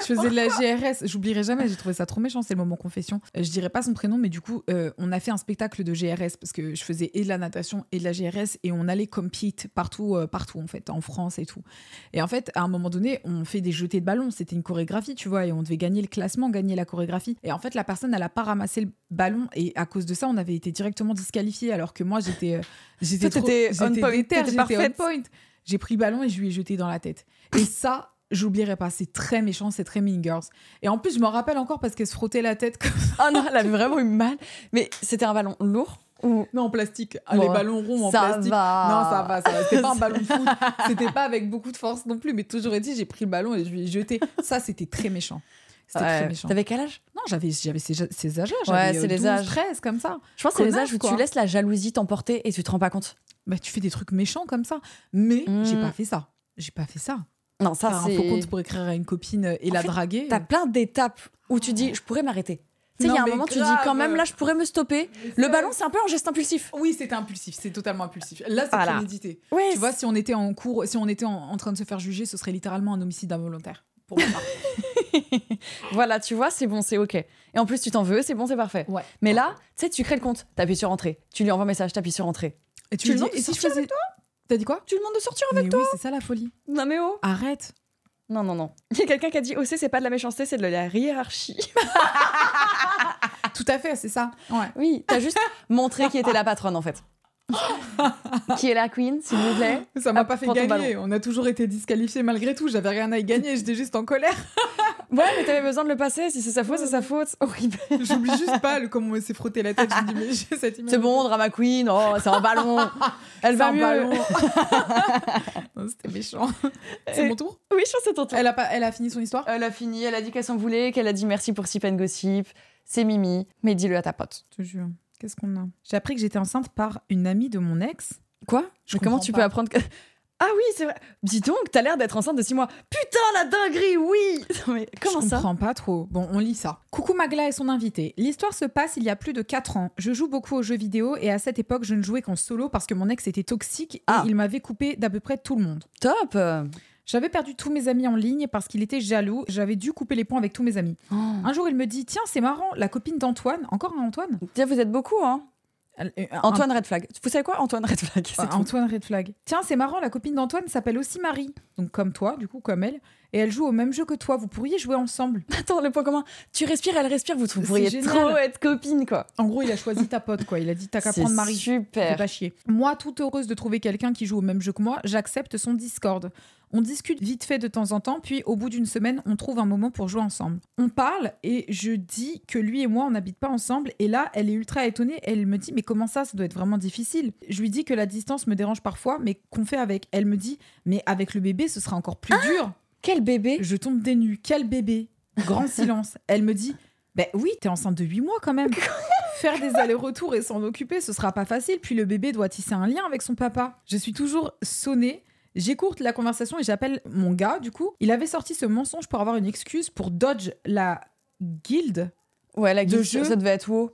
Je faisais de la GRS. J'oublierai jamais, j'ai trouvé ça trop méchant, c'est le moment confession. Euh, Je dirais pas son prénom, mais du coup, euh, on a fait un spectacle de GRS parce que je faisais et de la natation et de la GRS et on allait compete partout, euh, partout en fait, en France et tout. Et en fait, à un moment donné, on fait des jetés de ballon. C'était une chorégraphie, tu vois, et on devait gagner le classement, gagner la chorégraphie. Et en fait, la personne, elle a pas ramassé le ballon et à cause de ça, on avait été directement disqualifié alors que moi, j'étais. euh, J'étais
Toi,
trop-
t'étais on
j'étais
point,
déter,
t'étais
j'étais on
parfaite.
point. J'ai pris le ballon et je lui ai jeté dans la tête. Et ça, j'oublierai pas. C'est très méchant, c'est très mean girls. Et en plus, je m'en rappelle encore parce qu'elle se frottait la tête comme
Ah non, elle avait vraiment eu mal. Mais c'était un ballon lourd ou
non, en plastique. Ah,
Bon,
les ballons ronds en
ça
plastique.
va.
Non, ça va, ça va. C'était pas un ballon de foot. C'était pas avec beaucoup de force non plus. Mais toujours est-il, j'ai pris le ballon et je lui ai jeté. Ça, c'était très méchant. C'était
Ouais.
très méchant.
T'avais quel âge
Non, j'avais j'avais ces, ces âges-là.
Ouais,
J'avais
c'est
euh,
les
12,
âges.
13, comme ça.
Je pense que c'est les
Connasse,
âges où
quoi.
tu laisses la jalousie t'emporter et tu te rends pas compte.
Bah, tu fais des trucs méchants comme ça. Mais j'ai
Mm.
pas fait ça. J'ai pas fait Hmm. ça.
Non, ça
Faire un faux
c'est.
compte pour écrire à une copine et
En
la
fait,
draguer.
T'as plein d'étapes où tu dis je pourrais m'arrêter. Tu sais, il y
Non,
a un
mais
moment tu
grave.
dis quand même là je pourrais me stopper. Le ballon c'est un peu un geste impulsif.
Oui, c'était impulsif, c'est totalement impulsif. Là, c'est
Voilà.
prémédité.
Oui.
Tu vois, si on était en cours, si on était en, en train de se faire juger, ce serait littéralement un homicide involontaire. Pour ma part.
Voilà, tu vois, c'est bon, c'est ok. Et en plus tu t'en veux, c'est bon, c'est parfait.
Ouais.
Mais là, tu sais, tu crées le compte, t'appuies sur entrée, tu lui envoies un message, t'appuies sur entrée.
Et
Tu
lui
le
dis,
demandes de
et si je
sortir
faisais toi T'as dit quoi
Tu demandes de sortir
Mais oui, c'est ça la folie.
Non mais oh.
Arrête.
Non, non, non. Il y a quelqu'un qui a dit OC, c'est pas de la méchanceté, c'est de la hiérarchie.
Ah, Tout à fait, c'est ça. Ouais.
Ah Oui, t'as juste montré qui était la patronne en fait. qui est la queen, s'il vous plaît.
Ça m'a
Ah,
pas fait
prends ton
gagner. On a toujours été disqualifiés malgré tout. J'avais rien à y gagner. J'étais juste en colère.
Ouais, mais t'avais besoin de le passer. Si c'est sa faute, c'est sa faute. Horrible.
J'oublie juste pas le, comment on s'est frotté la tête. Je me dis, mais j'ai cette image.
C'est bon, drama queen. Oh, c'est un ballon. Elle
C'est
va
un
mieux.
ballon. Non, C'était méchant. C'est mon tour.
Oui, je pense que c'est ton tour.
Elle a, pas, elle a fini son histoire
Elle a fini, elle a dit qu'elle s'en voulait, qu'elle a dit merci pour Sip and Gossip. C'est Mimi, mais dis-le à ta pote.
Je te jure. Qu'est-ce qu'on a J'ai appris que j'étais enceinte par une amie de mon ex.
Quoi
Je
Comment
comprends
tu
pas.
peux apprendre que. Ah oui, c'est vrai. Dis donc, t'as l'air d'être enceinte de 6 mois. Putain, la dinguerie, oui Non, mais comment
je
ça
comprends pas trop. Bon, on lit ça. Coucou Magla et son invité. L'histoire se passe il y a plus de 4 ans. Je joue beaucoup aux jeux vidéo et à cette époque, je ne jouais qu'en solo parce que mon ex était toxique et
Ah.
il m'avait coupé d'à peu près tout le monde.
Top
J'avais perdu tous mes amis en ligne parce qu'il était jaloux. J'avais dû couper les ponts avec tous mes amis.
Mm. Oh.
Un jour, il me dit Tiens, c'est marrant, la copine d'Antoine, encore un Antoine
Tiens, vous êtes beaucoup, hein
Elle- euh, un-
Antoine Red Flag. Vous savez quoi Antoine Red Flag, c'est
Ah,
tout.
Antoine Red Flag. Tiens, c'est marrant, la copine d'Antoine s'appelle aussi Marie. Donc comme toi, du coup, comme elle. Et elle joue au même jeu que toi. Vous pourriez jouer ensemble.
Attends, le point commun. Tu respires, elle respire, vous
C'est
pourriez
génial.
trop être copine, quoi.
En gros, il a choisi ta pote, quoi. Il a dit t'as qu'à prendre Marie. Fais
super.
pas chier. Moi, toute heureuse de trouver quelqu'un qui joue au même jeu que moi, j'accepte son Discord. On discute vite fait de temps en temps, puis au bout d'une semaine, on trouve un moment pour jouer ensemble. On parle et je dis que lui et moi, on n'habite pas ensemble. Et là, elle est ultra étonnée. Elle me dit Mais comment ça Ça doit être vraiment difficile. Je lui dis que la distance me dérange parfois, mais qu'on fait avec Elle me dit Mais avec le bébé, ce sera encore plus dur.
Quel bébé
Je tombe des nues. Quel bébé Grand silence. Elle me dit Ben oui, t'es enceinte de 8 mois quand même. Faire des allers-retours et s'en occuper, ce sera pas facile. Puis le bébé doit tisser un lien avec son papa. Je suis toujours sonnée J'écoute la conversation et j'appelle mon gars, du coup. Il avait sorti ce mensonge pour avoir une excuse pour dodge la guilde
Ouais, la
De
guilde,
jeu.
ça devait être WoW.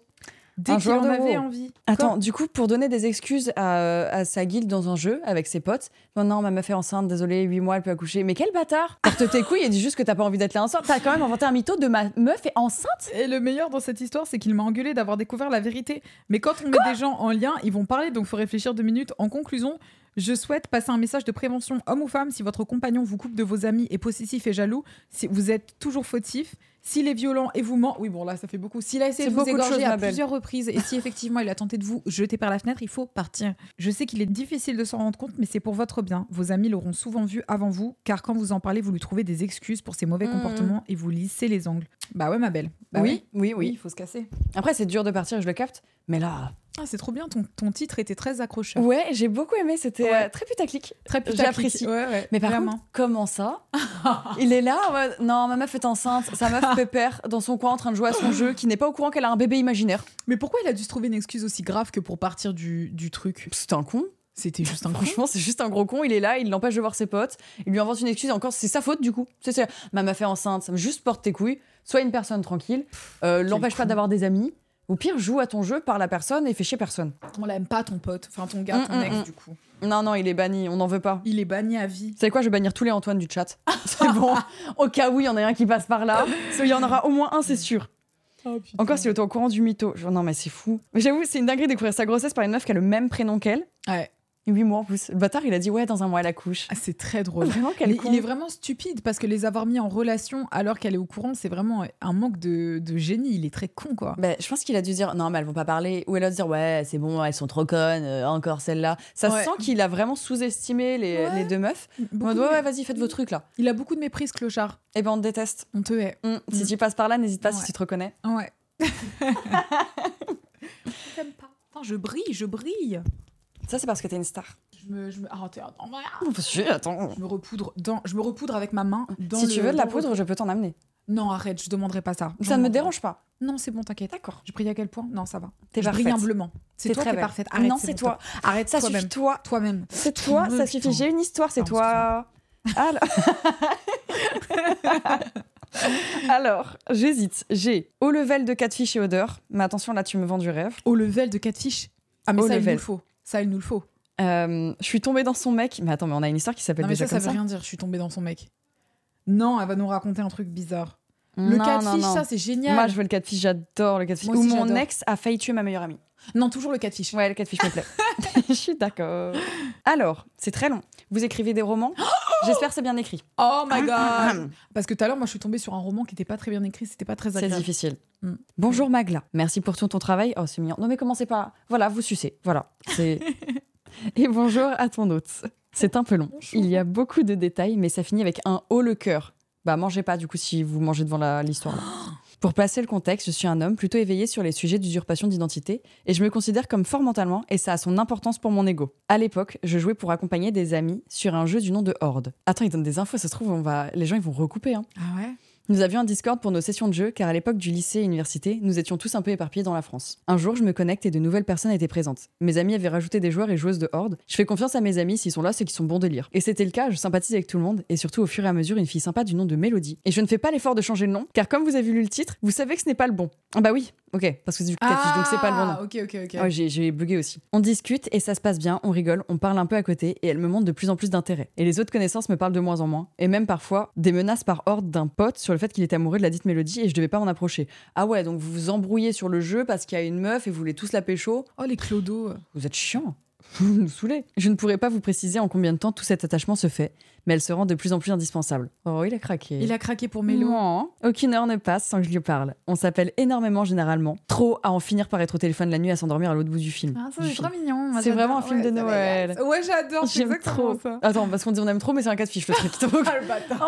dès
Un
qu'il
joueur
en
de
avait
WoW.
envie.
Attends,
Comme-
du coup, pour donner des excuses à, euh, à sa guilde dans un jeu avec ses potes, maintenant ma meuf est enceinte, désolée, 8 mois, elle peut accoucher. Mais quel bâtard Porte tes couilles et dis juste que t'as pas envie d'être là enceinte. T'as quand même inventé un mytho de ma meuf est enceinte
Et le meilleur dans cette histoire, c'est qu'il m'a engueulé d'avoir découvert la vérité. Mais quand on met des gens en lien, ils vont parler, donc faut réfléchir deux minutes. En conclusion, je souhaite passer un message de prévention, homme ou femme, si votre compagnon vous coupe de vos amis, est possessif et jaloux, si vous êtes toujours fautif. S'il est violent et vous ment, oui bon là ça fait beaucoup. S'il a essayé
C'est
de vous
beaucoup de
égorger
choses,
à
ma belle.
plusieurs reprises et si effectivement il a tenté de vous jeter par la fenêtre, il faut partir. Je sais qu'il est difficile de s'en rendre compte, mais c'est pour votre bien. Vos amis l'auront souvent vu avant vous, car quand vous en parlez, vous lui trouvez des excuses pour ses mauvais
Mhm.
comportements et vous lissez les angles. Bah ouais ma belle. Bah ouais.
oui,
Oui,
oui.
il faut se casser.
Après, c'est dur de partir, je le capte. Mais là.
Ah, c'est trop bien, ton, ton titre était très accrocheur.
Ouais, j'ai beaucoup aimé, c'était
Ouais.
euh, très putaclic.
Très
J'apprécie.
Ouais, ouais,
Mais par
vraiment.
contre, comment ça Il est là en mode, non, ma meuf est enceinte, sa meuf pépère dans son coin en train de jouer à son jeu, qui n'est pas au courant qu'elle a un bébé imaginaire.
Mais pourquoi il a dû se trouver une excuse aussi grave que pour partir du, du truc
C'est un con.
C'était juste un coup.
Franchement, c'est juste un gros con. Il est là, il l'empêche de voir ses potes. Il lui invente une excuse. et Encore, c'est sa faute du coup. C'est ça. Ma m'a fait enceinte. ça me Juste porte tes couilles. Sois une personne tranquille. Euh, l'empêche
con.
pas d'avoir des amis. Au pire, joue à ton jeu, parle à personne et fais chier personne.
On l'aime pas, ton pote. Enfin, ton gars,
Mm,
ton
mm,
ex,
mm.
du coup.
Non, non, il est banni. On n'en veut pas.
Il est banni à vie.
Vous savez quoi Je vais bannir tous les Antoine du chat. C'est bon. au cas où il y en a un qui passe par là. Il y en aura au moins un, c'est sûr. Encore s'il était au courant du mytho. Genre, non, mais c'est fou. Mais J'avoue, c'est une dinguerie de découvrir sa grossesse par une meuf qui a le même prénom qu'elle.
Ouais.
8 mois en plus. Le bâtard, il a dit ouais, dans un mois, elle accouche.
Ah, c'est très drôle.
Vraiment, quel
Mais
con.
il est vraiment stupide parce que les avoir mis en relation alors qu'elle est au courant, c'est vraiment un manque de, de génie. Il est très con, quoi.
Ben, je pense qu'il a dû se dire non, mais elles vont pas parler. Ou elle a dû se dire ouais, c'est bon, elles sont trop connes, euh, encore celle-là. Ça
Ouais.
sent qu'il a vraiment sous-estimé les,
Ouais.
les deux meufs. En
Beaucoup
mode,
de-
ouais, ouais, vas-y, faites vos trucs là.
Il a beaucoup de méprise, Clochard.
Et ben, on te déteste.
On te hait.
Hum, Si
Mm.
tu passes par là, n'hésite pas
Ouais.
si tu te reconnais.
Ouais. je t'aime pas. Putain, je brille, je brille.
Ça, c'est parce que t'es une star.
Je me, je me, ah, t'es- oh, merde.
Si, attends.
je me repoudre dans, je me repoudre avec ma main. Dans
si
le-
tu veux de la
dans le-
poudre, je peux t'en amener.
Non, arrête, je demanderai pas ça.
Ça
Non,
ne me
non.
dérange pas.
Non, c'est bon, t'inquiète. D'accord. Je brille à quel point Non, ça va.
T'es
je brille
parfaite.
humblement. C'est
T'es
toi
très
qui es
belle.
parfaite.
Ah
Arrête,
non, c'est toi. Arrête, ça
toi-même.
suffit, toi.
Toi-même.
C'est toi,
Putain.
ça suffit. J'ai une histoire, c'est
Pardon,
toi. Alors... Alors, j'hésite. J'ai au level de 4 fiches et odeur. Mais attention, là, tu me vends du rêve.
Au level Oh, de catfish. Ah, mais
Au
ça, il nous
level.
le faut. Ça, il nous le faut.
Euh, je suis tombée dans son mec. Mais attends, mais on a une histoire qui s'appelle
Non, mais
déjà
ça,
comme
ça veut
ça.
rien dire. Je suis tombée dans son mec. Non, elle va nous raconter un truc bizarre. le
Non,
catfish,
non, non.
ça, c'est génial.
Moi, je veux le catfish, j'adore le catfish.
Moi
Ou
aussi,
mon
j'adore.
ex a failli tuer ma meilleure amie.
Non, toujours le catfish.
Ouais, le catfish me plaît. je suis d'accord. Alors, c'est très long. Vous écrivez des romans J'espère que c'est bien écrit.
Oh my god. Parce que tout à l'heure, moi, je suis tombée sur un roman qui n'était pas très bien écrit. C'était pas très
C'est
agréable.
difficile.
Mm.
Bonjour Magla, merci pour tout ton travail. Oh, c'est mignon. Non, mais commencez pas. Voilà, vous sucez. Voilà. C'est... Et bonjour à ton hôte. C'est un peu long.
Bonjour.
Il y a beaucoup de détails, mais ça finit avec un haut le cœur. Bah, mangez pas du coup si vous mangez devant la- l'histoire. là. Pour placer le contexte, je suis un homme plutôt éveillé sur les sujets d'usurpation d'identité et je me considère comme fort mentalement et ça a son importance pour mon ego. À l'époque, je jouais pour accompagner des amis sur un jeu du nom de Horde. Attends, il donne des infos, ça se trouve, on va... les gens ils vont recouper. Hein.
Ah ouais.
Nous avions un Discord pour nos sessions de jeu, car à l'époque du lycée et université, nous étions tous un peu éparpillés dans la France. Un jour, je me connecte et de nouvelles personnes étaient présentes. Mes amis avaient rajouté des joueurs et joueuses de Horde. Je fais confiance à mes amis, s'ils sont là, c'est qu'ils sont bons délire. Et c'était le cas, je sympathise avec tout le monde, et surtout au fur et à mesure, une fille sympa du nom de Mélodie. Et je ne fais pas l'effort de changer le nom, car comme vous avez lu le titre, vous savez que ce n'est pas le bon. Ah bah oui, ok, parce que c'est du catfish, donc c'est pas le bon nom.
Ah, Ok, ok, ok.
Oh, j'ai, j'ai bugué aussi. On discute et ça se passe bien, on rigole, on parle un peu à côté et elle me montre de plus en plus d'intérêt. Et les autres connaissances me parlent de moins en moins. Et même parfois, des menaces par ordre d'un pote sur le fait qu'il était amoureux de la dite mélodie et je devais pas m'en approcher. Ah ouais, donc vous vous embrouillez sur le jeu parce qu'il y a une meuf et vous voulez tous la pécho.
Oh, les clodos.
Vous êtes chiant. Vous nous saoulez. Je ne pourrais pas vous préciser en combien de temps tout cet attachement se fait, mais elle se rend de plus en plus indispensable. Oh, il a craqué.
Il a craqué pour Mélo.
Non. Mm. Aucune heure ne passe sans que je lui parle. On s'appelle énormément généralement. Trop à en finir par être au téléphone la nuit à s'endormir à l'autre bout du film.
Ah, ça,
Du
c'est
film.
trop mignon. Moi,
C'est
j'adore.
vraiment un film de
ça
Noël.
m'égale. Ouais, j'adore. c'est
J'aime
exactement
trop.
ça.
Attends, parce qu'on dit on aime trop, mais c'est un cas de fiche le truc. Donc-
Ah, le bâtard.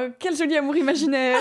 oh, quel joli amour imaginaire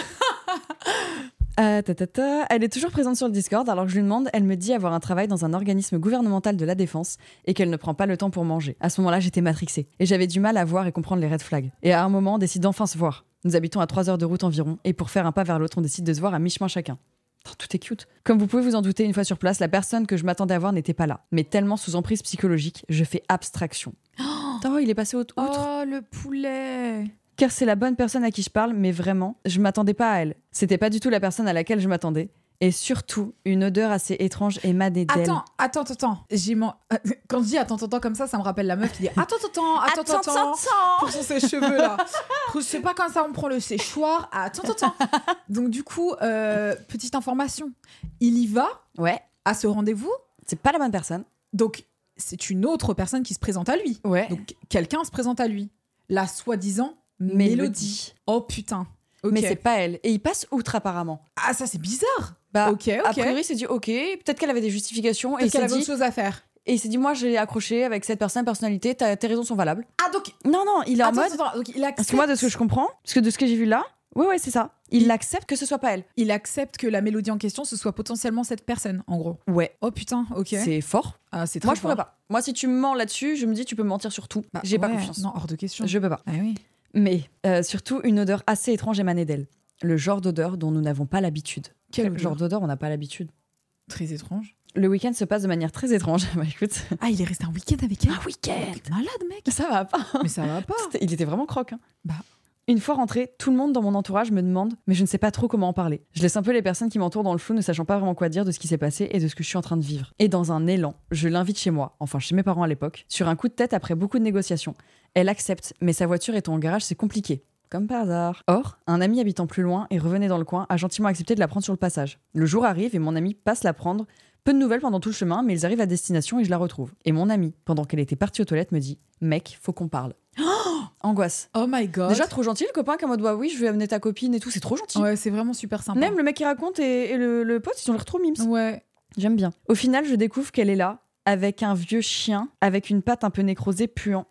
Ah, ta, ta, ta. Elle est toujours présente sur le Discord, alors que je lui demande, elle me dit avoir un travail dans un organisme gouvernemental de la défense et qu'elle ne prend pas le temps pour manger. À ce moment-là, j'étais matrixée et j'avais du mal à voir et comprendre les red flags. Et à un moment, on décide d'enfin se voir. Nous habitons à 3 heures de route environ et pour faire un pas vers l'autre, on décide de se voir à mi-chemin chacun. Putain, Tout est cute. Comme vous pouvez vous en douter, une fois sur place, la personne que je m'attendais à voir n'était pas là. Mais tellement sous emprise psychologique, je fais abstraction. Oh, il est passé au- outre.
Oh, le poulet
car c'est la bonne personne à qui je parle, mais vraiment, je m'attendais pas à elle. C'était pas du tout la personne à laquelle je m'attendais. Et surtout, une odeur assez étrange émanait d'elle.
Attends, attends, attends. J'ai man- Quand je dis attends, attends, comme ça, ça me rappelle la meuf qui dit attends, attends, attends, attends, attends. Pour son sèche-cheveux là. Je sais pas quand ça on prend le séchoir. Attends, attends, attends. Donc du coup, euh, petite information. Il y va
Ouais,
à ce rendez-vous.
c'est pas la bonne personne.
Donc c'est une autre personne qui se présente à lui.
Ouais.
Donc quelqu'un se présente à lui. La soi-disant
Mélodie.
Mélodie. Oh putain. Ok.
Mais c'est pas elle. Et il passe outre apparemment.
Ah ça c'est bizarre.
Bah,
ok, ok.
A priori, c'est dit ok, peut-être qu'elle avait des justifications. Et il
Peut-être qu'elle
s'est
avait autre
dit,
chose à faire.
et il s'est dit, moi j'ai accroché avec cette personne, personnalité, t'as- tes raisons sont valables.
Ah donc.
Non, non, il est en
attends,
mode.
attends, attends. Donc, il
Parce
accepte.
que moi, de ce que je comprends, parce que de ce que j'ai vu là, ouais, ouais, c'est ça. Il accepte que ce soit pas elle.
il accepte que la mélodie en question, ce soit potentiellement cette personne, en gros.
Ouais.
Oh putain, ok.
C'est fort.
Ah, c'est très
Moi, je pourrais
fort.
pas. Moi, si tu me mens là-dessus, je me dis, tu peux mentir sur tout.
Bah,
J'ai pas
ouais,
confiance.
Non, hors de question.
Je peux pas.
Ah oui.
Mais euh, surtout, une odeur assez étrange émanait d'elle. Le genre d'odeur dont nous n'avons pas l'habitude.
Quel
genre
genre
d'odeur on n'a pas l'habitude
Très étrange.
Le week-end se passe de manière très étrange. Bah écoute,
Ah, il est resté un week-end avec elle. Oh,
week-end
T'es malade, mec.
Ça va pas.
Ah, Mais ça va pas.
C'était- Il était vraiment croque. hein.
Bah.
Une fois rentré, tout le monde dans mon entourage me demande, mais je ne sais pas trop comment en parler. Je laisse un peu les personnes qui m'entourent dans le flou, ne sachant pas vraiment quoi dire de ce qui s'est passé et de ce que je suis en train de vivre. Et dans un élan, je l'invite chez moi, enfin chez mes parents à l'époque, sur un coup de tête après beaucoup de négociations. Elle accepte, mais sa voiture étant en garage, c'est compliqué. Comme par hasard. Or, un ami habitant plus loin et revenait dans le coin a gentiment accepté de la prendre sur le passage. Le jour arrive et mon ami passe la prendre. Peu de nouvelles pendant tout le chemin, mais ils arrivent à destination et je la retrouve. Et mon ami, pendant qu'elle était partie aux toilettes, me dit Mec, faut qu'on parle. Angoisse.
Oh my god.
Déjà trop gentil le copain qui est en mode bah oui je vais amener ta copine et tout c'est trop gentil.
ouais, c'est vraiment super sympa.
Même le mec qui raconte et, et le, le pote ils ont l'air trop mimes.
Ouais.
J'aime bien. Au final je découvre qu'elle est là avec un vieux chien avec une patte un peu nécrosée puant.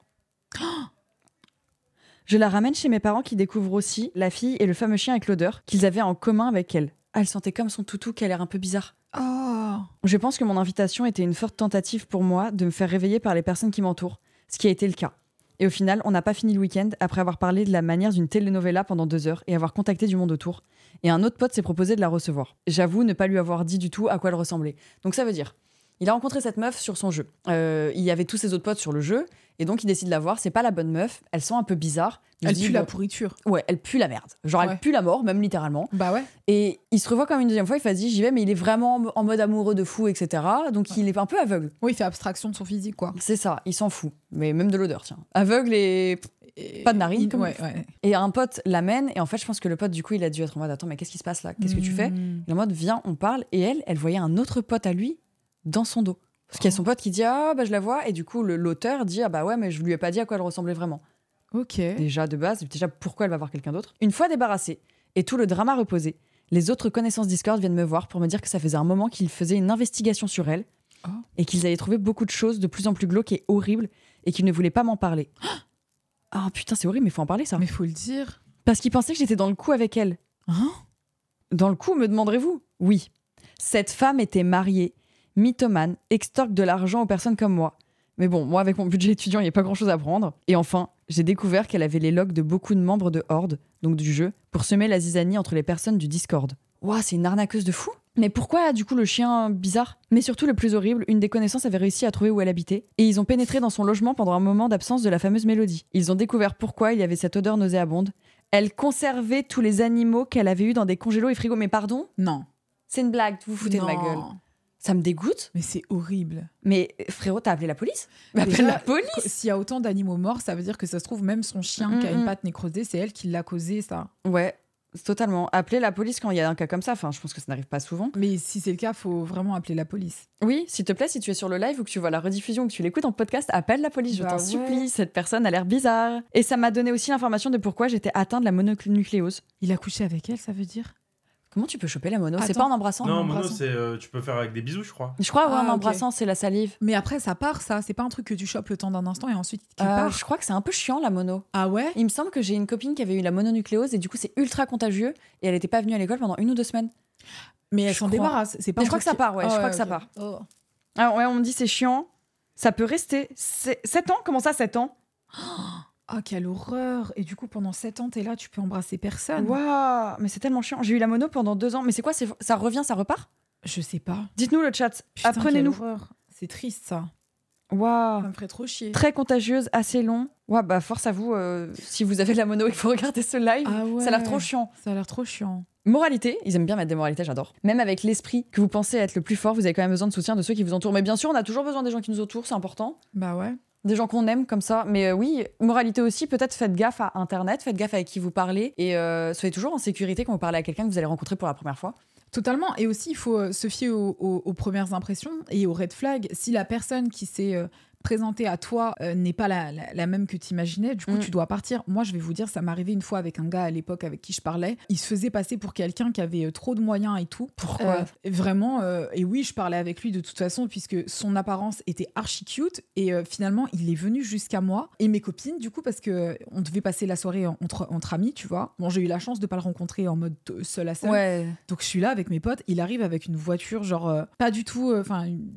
Je la ramène chez mes parents qui découvrent aussi la fille et le fameux chien avec l'odeur qu'ils avaient en commun avec elle. Ah, Elle sentait comme son toutou qui a l'air un peu bizarre.
Oh.
Je pense que mon invitation était une forte tentative pour moi de me faire réveiller par les personnes qui m'entourent, ce qui a été le cas. Et au final, on n'a pas fini le week-end après avoir parlé de la manière d'une telenovela pendant deux heures et avoir contacté du monde autour. Et un autre pote s'est proposé de la recevoir. J'avoue ne pas lui avoir dit du tout à quoi elle ressemblait. Donc ça veut dire, il a rencontré cette meuf sur son jeu. Euh, il y avait tous ses autres potes sur le jeu, et donc il décide de la voir. C'est pas la bonne meuf, elle sent un peu bizarre. Il
Elle
se dit,
pue la
bon,
pourriture.
Ouais, elle pue la merde. Genre
Ouais.
elle pue la mort, même littéralement.
Bah ouais.
Et il se revoit quand même une deuxième fois, il fait vas-y, j'y vais, mais il est vraiment en mode amoureux de fou, etc. Donc il est un peu aveugle.
Oui, il fait abstraction de son physique, quoi.
C'est ça, il s'en fout. Mais même de l'odeur, tiens. Aveugle et.
Et-
Pas de narine,
il-
comme-
Ouais, ouais.
Et un pote l'amène, et en fait, je pense que le pote, du coup, il a dû être en mode attends, mais qu'est-ce qui se passe là Qu'est-ce que tu fais
Mmh.
Il est en mode viens, on parle. Et elle, elle voyait un autre pote à lui dans son dos. Parce qu'il y a son pote qui dit ah, bah je la vois. Et du coup, le- l'auteur dit ah, bah ouais, mais je lui ai pas dit à quoi elle ressemblait vraiment.
Ok.
Déjà de base, déjà pourquoi elle va voir quelqu'un d'autre Une fois débarrassée et tout le drama reposé, les autres connaissances Discord viennent me voir pour me dire que ça faisait un moment qu'ils faisaient une investigation sur elle
Oh.
et qu'ils avaient trouvé beaucoup de choses de plus en plus glauques et horribles et qu'ils ne voulaient pas m'en parler. Ah putain, c'est horrible, mais faut en parler ça.
Mais faut le dire.
Parce qu'ils pensaient que j'étais dans le coup avec elle.
Hein
Dans le coup, me demanderez-vous Oui. Cette femme était mariée, mythomane, extorque de l'argent aux personnes comme moi. Mais bon, moi, avec mon budget étudiant, il n'y a pas grand-chose à prendre. Et enfin, j'ai découvert qu'elle avait les logs de beaucoup de membres de Horde, donc du jeu, pour semer la zizanie entre les personnes du Discord. Ouah, c'est une arnaqueuse de fou Mais pourquoi, du coup, le chien euh, bizarre Mais surtout, le plus horrible, une des connaissances avait réussi à trouver où elle habitait, et ils ont pénétré dans son logement pendant un moment d'absence de la fameuse mélodie. Ils ont découvert pourquoi il y avait cette odeur nauséabonde. Elle conservait tous les animaux qu'elle avait eus dans des congélos et frigos. Mais pardon
Non.
C'est une blague, vous vous foutez de ma
Non.
gueule. Ça me dégoûte.
Mais c'est horrible.
Mais euh, frérot, t'as appelé la police Mais
Déjà,
Bah, Appelle la police
Qu- S'il y a autant d'animaux morts, ça veut dire que ça se trouve, même son chien qui a
Mm, mm.
une patte nécrosée, c'est elle qui l'a causé, ça.
Ouais, totalement. Appeler la police quand il y a un cas comme ça, enfin, je pense que ça n'arrive pas souvent.
Mais si c'est le cas, faut vraiment appeler la police.
Oui, s'il te plaît, si tu es sur le live ou que tu vois la rediffusion ou que tu l'écoutes en podcast, appelle la police, je
Bah
t'en
ouais.
supplie. Cette personne a l'air bizarre. Et ça m'a donné aussi l'information de pourquoi j'étais atteinte de la mononucléose.
Il a couché avec elle, ça veut dire
Comment tu peux choper la mono C'est
Attends.
pas en embrassant
Non,
en
mono,
embrassant.
c'est euh, tu peux faire avec des bisous, je crois.
Je crois, ouais,
Ah,
en
ok.
embrassant, c'est la salive.
Mais après, ça part, ça. C'est pas un truc que tu chopes le temps d'un instant et ensuite qui
Euh,
part.
je crois que c'est un peu chiant la mono.
Ah ouais
Il me semble que j'ai une copine qui avait eu la mononucléose et du coup c'est ultra contagieux et elle n'était pas venue à l'école pendant une ou deux semaines.
Mais elle
je
s'en
crois.
débarrasse. C'est pas
Mais
un
je crois que
truc
ça
qui-
part, ouais, je
Ah
crois que ça
ok.
part.
Oh.
Ah ouais, on me dit c'est chiant, ça peut rester. C'est- 7 ans Comment ça 7 ans
Ah, quelle horreur Et du coup, pendant 7 ans, t'es là, tu peux embrasser personne
Waouh, mais c'est tellement chiant. J'ai eu la mono pendant deux ans, mais c'est quoi c'est- Ça revient, ça repart
Je sais pas.
Dites-nous le chat,
Putain, quelle
apprenez-nous.
horreur. C'est triste, ça.
Waouh
Ça me ferait trop chier.
Très contagieuse, assez long. Ouais, bah force à vous, euh, si vous avez de la mono et que vous regardez ce live,
Ah ouais.
ça a l'air trop chiant.
Ça a l'air trop chiant.
Moralité, ils aiment bien mettre des moralités, j'adore. Même avec l'esprit que vous pensez être le plus fort, vous avez quand même besoin de soutien de ceux qui vous entourent. Mais bien sûr, on a toujours besoin des gens qui nous entourent, c'est important.
Bah ouais.
Des gens qu'on aime comme ça. Mais euh, oui, moralité aussi, peut-être faites gaffe à Internet, faites gaffe avec qui vous parlez et euh, soyez toujours en sécurité quand vous parlez à quelqu'un que vous allez rencontrer pour la première fois.
Totalement. Et aussi, il faut euh, se fier aux, aux- aux premières impressions et aux red flags. Si la personne qui s'est euh, présentée à toi euh, n'est pas la, la- la même que tu imaginais, du coup,
Mm.
tu dois partir. Moi, je vais vous dire, ça m'est arrivé une fois avec un gars à l'époque avec qui je parlais. Il se faisait passer pour quelqu'un qui avait euh, trop de moyens et tout.
Pourquoi
Euh, et Vraiment, euh, et oui, je parlais avec lui de toute façon, puisque son apparence était archi cute. Et euh, finalement, il est venu jusqu'à moi et mes copines, du coup, parce que euh, on devait passer la soirée en- entre, entre amis, tu vois. Bon, j'ai eu la chance de pas le rencontrer en mode euh, seul à seul.
Ouais.
Donc je suis là avec mes potes, il arrive avec une voiture genre euh, pas du tout euh, enfin une-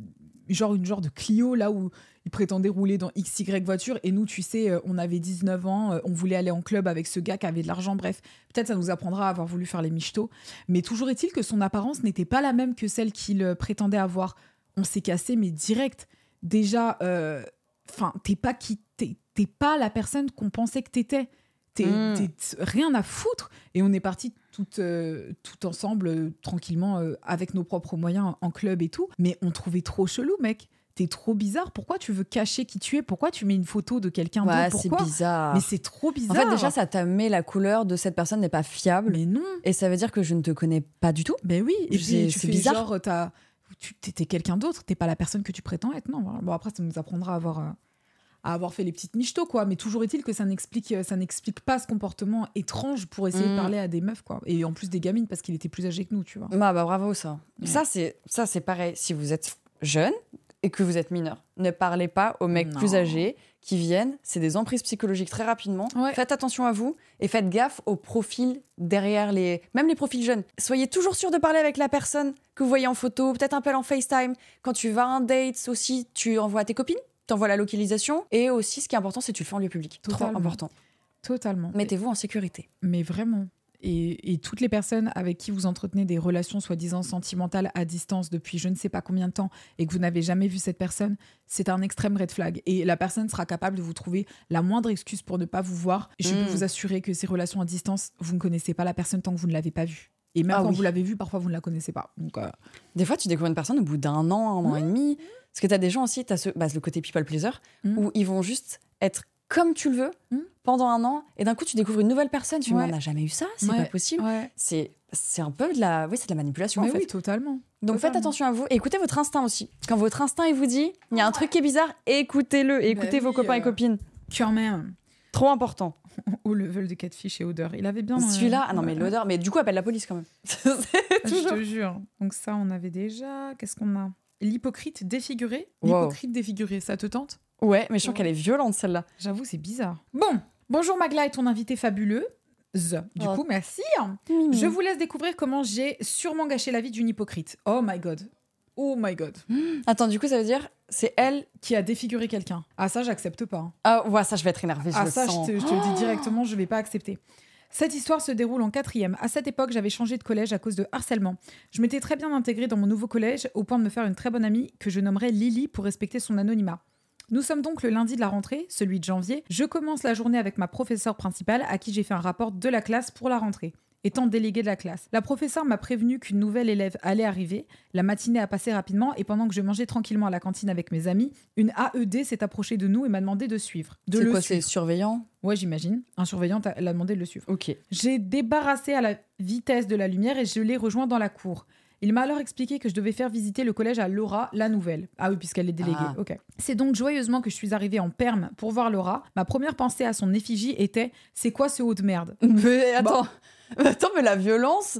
genre une genre de Clio là où il prétendait rouler dans XY voiture et nous tu sais euh, on avait 19 ans, euh, on voulait aller en club avec ce gars qui avait de l'argent bref, peut-être ça nous apprendra à avoir voulu faire les michetots, mais toujours est-il que son apparence n'était pas la même que celle qu'il euh, prétendait avoir. On s'est cassé mais direct. Déjà euh, enfin t'es pas qui t'es t'es pas la personne qu'on pensait que t'étais. T'es
Mm.
t'es- t'es rien à foutre et on est parti toutes, euh, tout ensemble, euh, tranquillement, euh, avec nos propres moyens, en club et tout. Mais on trouvait trop chelou, mec. T'es trop bizarre. Pourquoi tu veux cacher qui tu es Pourquoi tu mets une photo de quelqu'un
Ouais,
d'autre
c'est
Pourquoi
bizarre.
Mais c'est trop
En
bizarre.
fait, déjà, ça t'a mis la couleur de cette personne n'est pas fiable.
Mais non.
Et ça veut dire que je ne te connais pas du tout.
Mais oui. Et
C'est-
puis, tu
c'est
fais
bizarre.
genre, euh, t'as- tu t'étais quelqu'un d'autre. T'es pas la personne que tu prétends être. Non. voilà. Bon, après, ça nous apprendra à avoir. euh, à avoir fait les petites michetots, quoi. Mais toujours est-il que ça n'explique, ça n'explique pas ce comportement étrange pour essayer
Mm.
de parler à des meufs, quoi. Et en plus des gamines, parce qu'il était plus âgé que nous, tu vois.
Bah, bah bravo ça.
Ouais.
Ça c'est ça c'est pareil. Si vous êtes jeune et que vous êtes mineur, ne parlez pas aux mecs
Non.
plus âgés qui viennent. C'est des emprises psychologiques très rapidement.
Ouais.
Faites attention à vous et faites gaffe aux profils derrière les même les profils jeunes. Soyez toujours sûr de parler avec la personne que vous voyez en photo, peut-être un peu en FaceTime. Quand tu vas à un date aussi, tu envoies à tes copines. T'envoies la localisation et aussi ce qui est important c'est que tu le fais en lieu public. Trop
Totalement.
important.
Totalement.
Mettez-vous en sécurité.
Mais vraiment. Et, et toutes les personnes avec qui vous entretenez des relations soi-disant sentimentales à distance depuis je ne sais pas combien de temps et que vous n'avez jamais vu cette personne, c'est un extrême red flag. Et la personne sera capable de vous trouver la moindre excuse pour ne pas vous voir. Et je
Mm.
peux vous assurer que ces relations à distance, vous ne connaissez pas la personne tant que vous ne l'avez pas vue. Et même
Ah
quand
oui.
vous l'avez vue, parfois vous ne la connaissez pas. Donc, euh,
Des fois, tu découvres une personne au bout d'un an, un an et
Mmh.
demi. Parce que tu as des gens aussi, tu as ce, bah, le côté people pleaser,
Mm.
où ils vont juste être comme tu le veux
Mm.
pendant un an, et d'un coup, tu découvres une nouvelle personne. Tu te dis,
Ouais.
mais on n'a jamais eu ça, c'est
Ouais.
pas possible. C'est c'est un peu de la, oui, c'est de la manipulation
Mais
en fait.
oui, totalement.
Donc faites
totalement.
attention à vous, et écoutez votre instinct aussi. Quand votre instinct il vous dit, il y a un truc qui est bizarre, écoutez-le, et
Bah
écoutez vos
oui,
copains et
euh.
copines.
Quand même,
Trop important.
au level de catfish et odeur, il avait bien. euh,
Celui-là, ah non mais
ouais.
l'odeur, mais du coup appelle la police quand même.
Ah,
C'est
Je
toujours.
te jure. Donc ça, on avait déjà. Qu'est-ce qu'on a L'hypocrite défiguré.
Wow.
L'hypocrite défiguré, ça te tente
Ouais, mais je sens qu'elle est violente celle-là.
J'avoue, c'est bizarre. Bon, bonjour Magla et ton invité fabuleux. Z. Du
Oh.
coup, merci. Je vous laisse découvrir comment j'ai sûrement gâché la vie d'une hypocrite. Oh my god. Oh my god.
Attends, du coup ça veut dire, c'est elle.
Qui a défiguré quelqu'un. Ah ça, j'accepte pas. hein.
Ah ouais, ça je vais être énervée. Je
Ah
le
ça,
sens. Oh
je te, je te le dis directement, je vais pas accepter. Cette histoire se déroule en quatrième. À cette époque, j'avais changé de collège à cause de harcèlement. Je m'étais très bien intégrée dans mon nouveau collège, au point de me faire une très bonne amie que je nommerai Lily pour respecter son anonymat. Nous sommes donc le lundi de la rentrée, celui de janvier. Je commence la journée avec ma professeure principale, à qui j'ai fait un rapport de la classe pour la rentrée, étant déléguée de la classe. La professeure m'a prévenu qu'une nouvelle élève allait arriver. La matinée a passé rapidement et pendant que je mangeais tranquillement à la cantine avec mes amis, une AED s'est approchée de nous et m'a demandé de suivre. De
C'est
le
quoi,
suivre.
c'est surveillant
Ouais, j'imagine. Un surveillant t'a- l'a demandé de le suivre.
Ok.
J'ai débarrassé à la vitesse de la lumière et je l'ai rejoint dans la cour. Il m'a alors expliqué que je devais faire visiter le collège à Laura, la nouvelle. Ah oui, puisqu'elle est déléguée.
Ah.
Ok. C'est donc joyeusement que je suis arrivée en Perme pour voir Laura. Ma première pensée à son effigie était C'est quoi ce haut de merde
Mais attends, attends, mais la violence,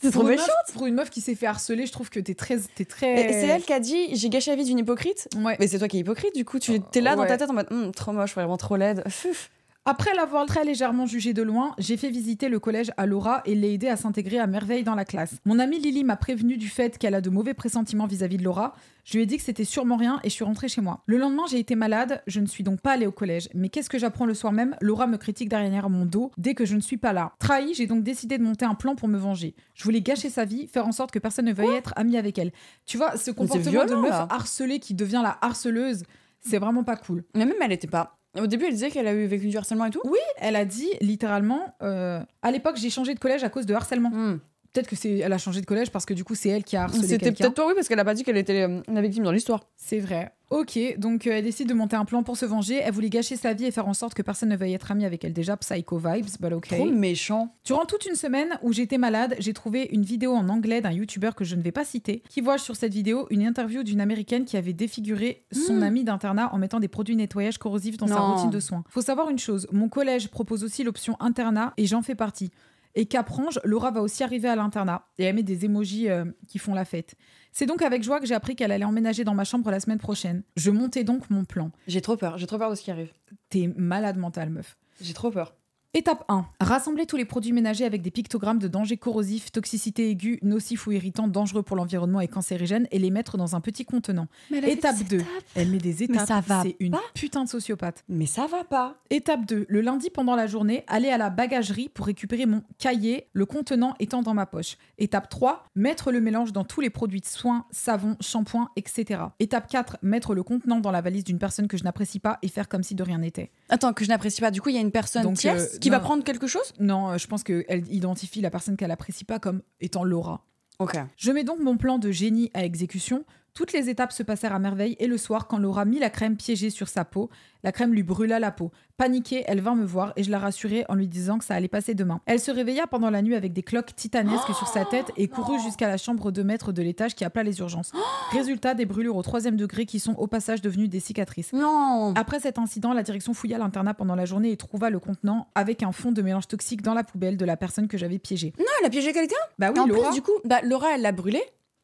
c'est trop
Pour une
méchant.
meuf- Pour une meuf qui s'est fait harceler, je trouve que t'es très. T'es
Et
très...
C'est elle qui a dit j'ai gâché la vie d'une hypocrite.
Ouais.
Mais c'est toi qui es hypocrite, du coup, tu t'es là dans ta tête en mode Hum, trop moche, vraiment trop laide. Pfff.
Après l'avoir très légèrement jugée de loin, j'ai fait visiter le collège à Laura et l'ai aidée à s'intégrer à merveille dans la classe. Mon amie Lily m'a prévenue du fait qu'elle a de mauvais pressentiments vis-à-vis de Laura. Je lui ai dit que c'était sûrement rien et je suis rentrée chez moi. Le lendemain, j'ai été malade, je ne suis donc pas allée au collège. Mais qu'est-ce que j'apprends le soir même Laura me critique derrière mon dos dès que je ne suis pas là. Trahi, j'ai donc décidé de monter un plan pour me venger. Je voulais gâcher sa vie, faire en sorte que personne ne veuille être ami avec elle. Tu vois, ce comportement
violent,
de meuf
là.
harcelée qui devient la harceleuse, C'est vraiment pas cool.
Mais même elle était pas. Au début, elle disait qu'elle a eu vécu du harcèlement et tout.
Elle a dit littéralement euh, à l'époque j'ai changé de collège à cause de harcèlement.
Hmm.
Peut-être que c'est elle a changé de collège parce que du coup c'est elle qui a harcelé
C'était
quelqu'un.
peut-être toi, oui, parce qu'elle a pas dit qu'elle était euh, la victime dans l'histoire.
C'est vrai. Ok, donc euh, elle décide de monter un plan pour se venger. Elle voulait gâcher sa vie et faire en sorte que personne ne veuille être ami avec elle. Déjà, psycho vibes, bah ok.
Trop méchant.
Durant toute une semaine où j'étais malade, j'ai trouvé une vidéo en anglais d'un youtubeur que je ne vais pas citer, qui voit sur cette vidéo une interview d'une américaine qui avait défiguré son
Mm.
ami d'internat en mettant des produits nettoyage corrosifs dans sa
Non.
routine de soins. Faut savoir une chose, mon collège propose aussi l'option internat et j'en fais partie. Et Caprange, Laura va aussi arriver à l'internat et elle met des émojis euh, qui font la fête. C'est donc avec joie que j'ai appris qu'elle allait emménager dans ma chambre la semaine prochaine. Je montais donc mon plan.
J'ai trop peur, j'ai trop peur de ce qui arrive.
T'es malade mentale, meuf.
J'ai trop peur.
Étape 1. Rassembler tous les produits ménagers avec des pictogrammes de danger corrosif, toxicité aiguë, nocif ou irritant, dangereux pour l'environnement et cancérigène et les mettre dans un petit contenant. Étape 2. Elle met des étapes.
ça va
C'est une
pas
putain de sociopathe.
Mais ça va pas.
Étape 2. Le lundi pendant la journée, aller à la bagagerie pour récupérer mon cahier, le contenant étant dans ma poche. Étape 3. Mettre le mélange dans tous les produits de soins, savon, shampoing, etc. Étape 4. Mettre le contenant dans la valise d'une personne que je n'apprécie pas et faire comme si de rien n'était.
Attends, que je n'apprécie pas. Du coup, il y a une personne
Donc,
tierce
euh,
qui
non.
va prendre quelque chose
Non, euh, je pense qu'elle identifie la personne qu'elle apprécie pas comme étant Laura.
Ok.
Je mets donc mon plan de génie à exécution. Toutes les étapes se passèrent à merveille et le soir, quand Laura mit la crème piégée sur sa peau, la crème lui brûla la peau. Paniquée, elle vint me voir et je la rassurai en lui disant que ça allait passer demain. Elle se réveilla pendant la nuit avec des cloques titanesques sur sa tête et courut jusqu'à la chambre de maître de l'étage qui appela les urgences. Résultat, des brûlures au troisième degré qui sont au passage devenues des cicatrices.
Non
Après cet incident, la direction fouilla l'internat pendant la journée et trouva le contenant avec un fond de mélange toxique dans la poubelle de la personne que j'avais piégée.
Non, elle a piégé quelqu'un
Bah oui,
En
Laura.
plus, du coup, bah, Laura, elle l'a brûlé.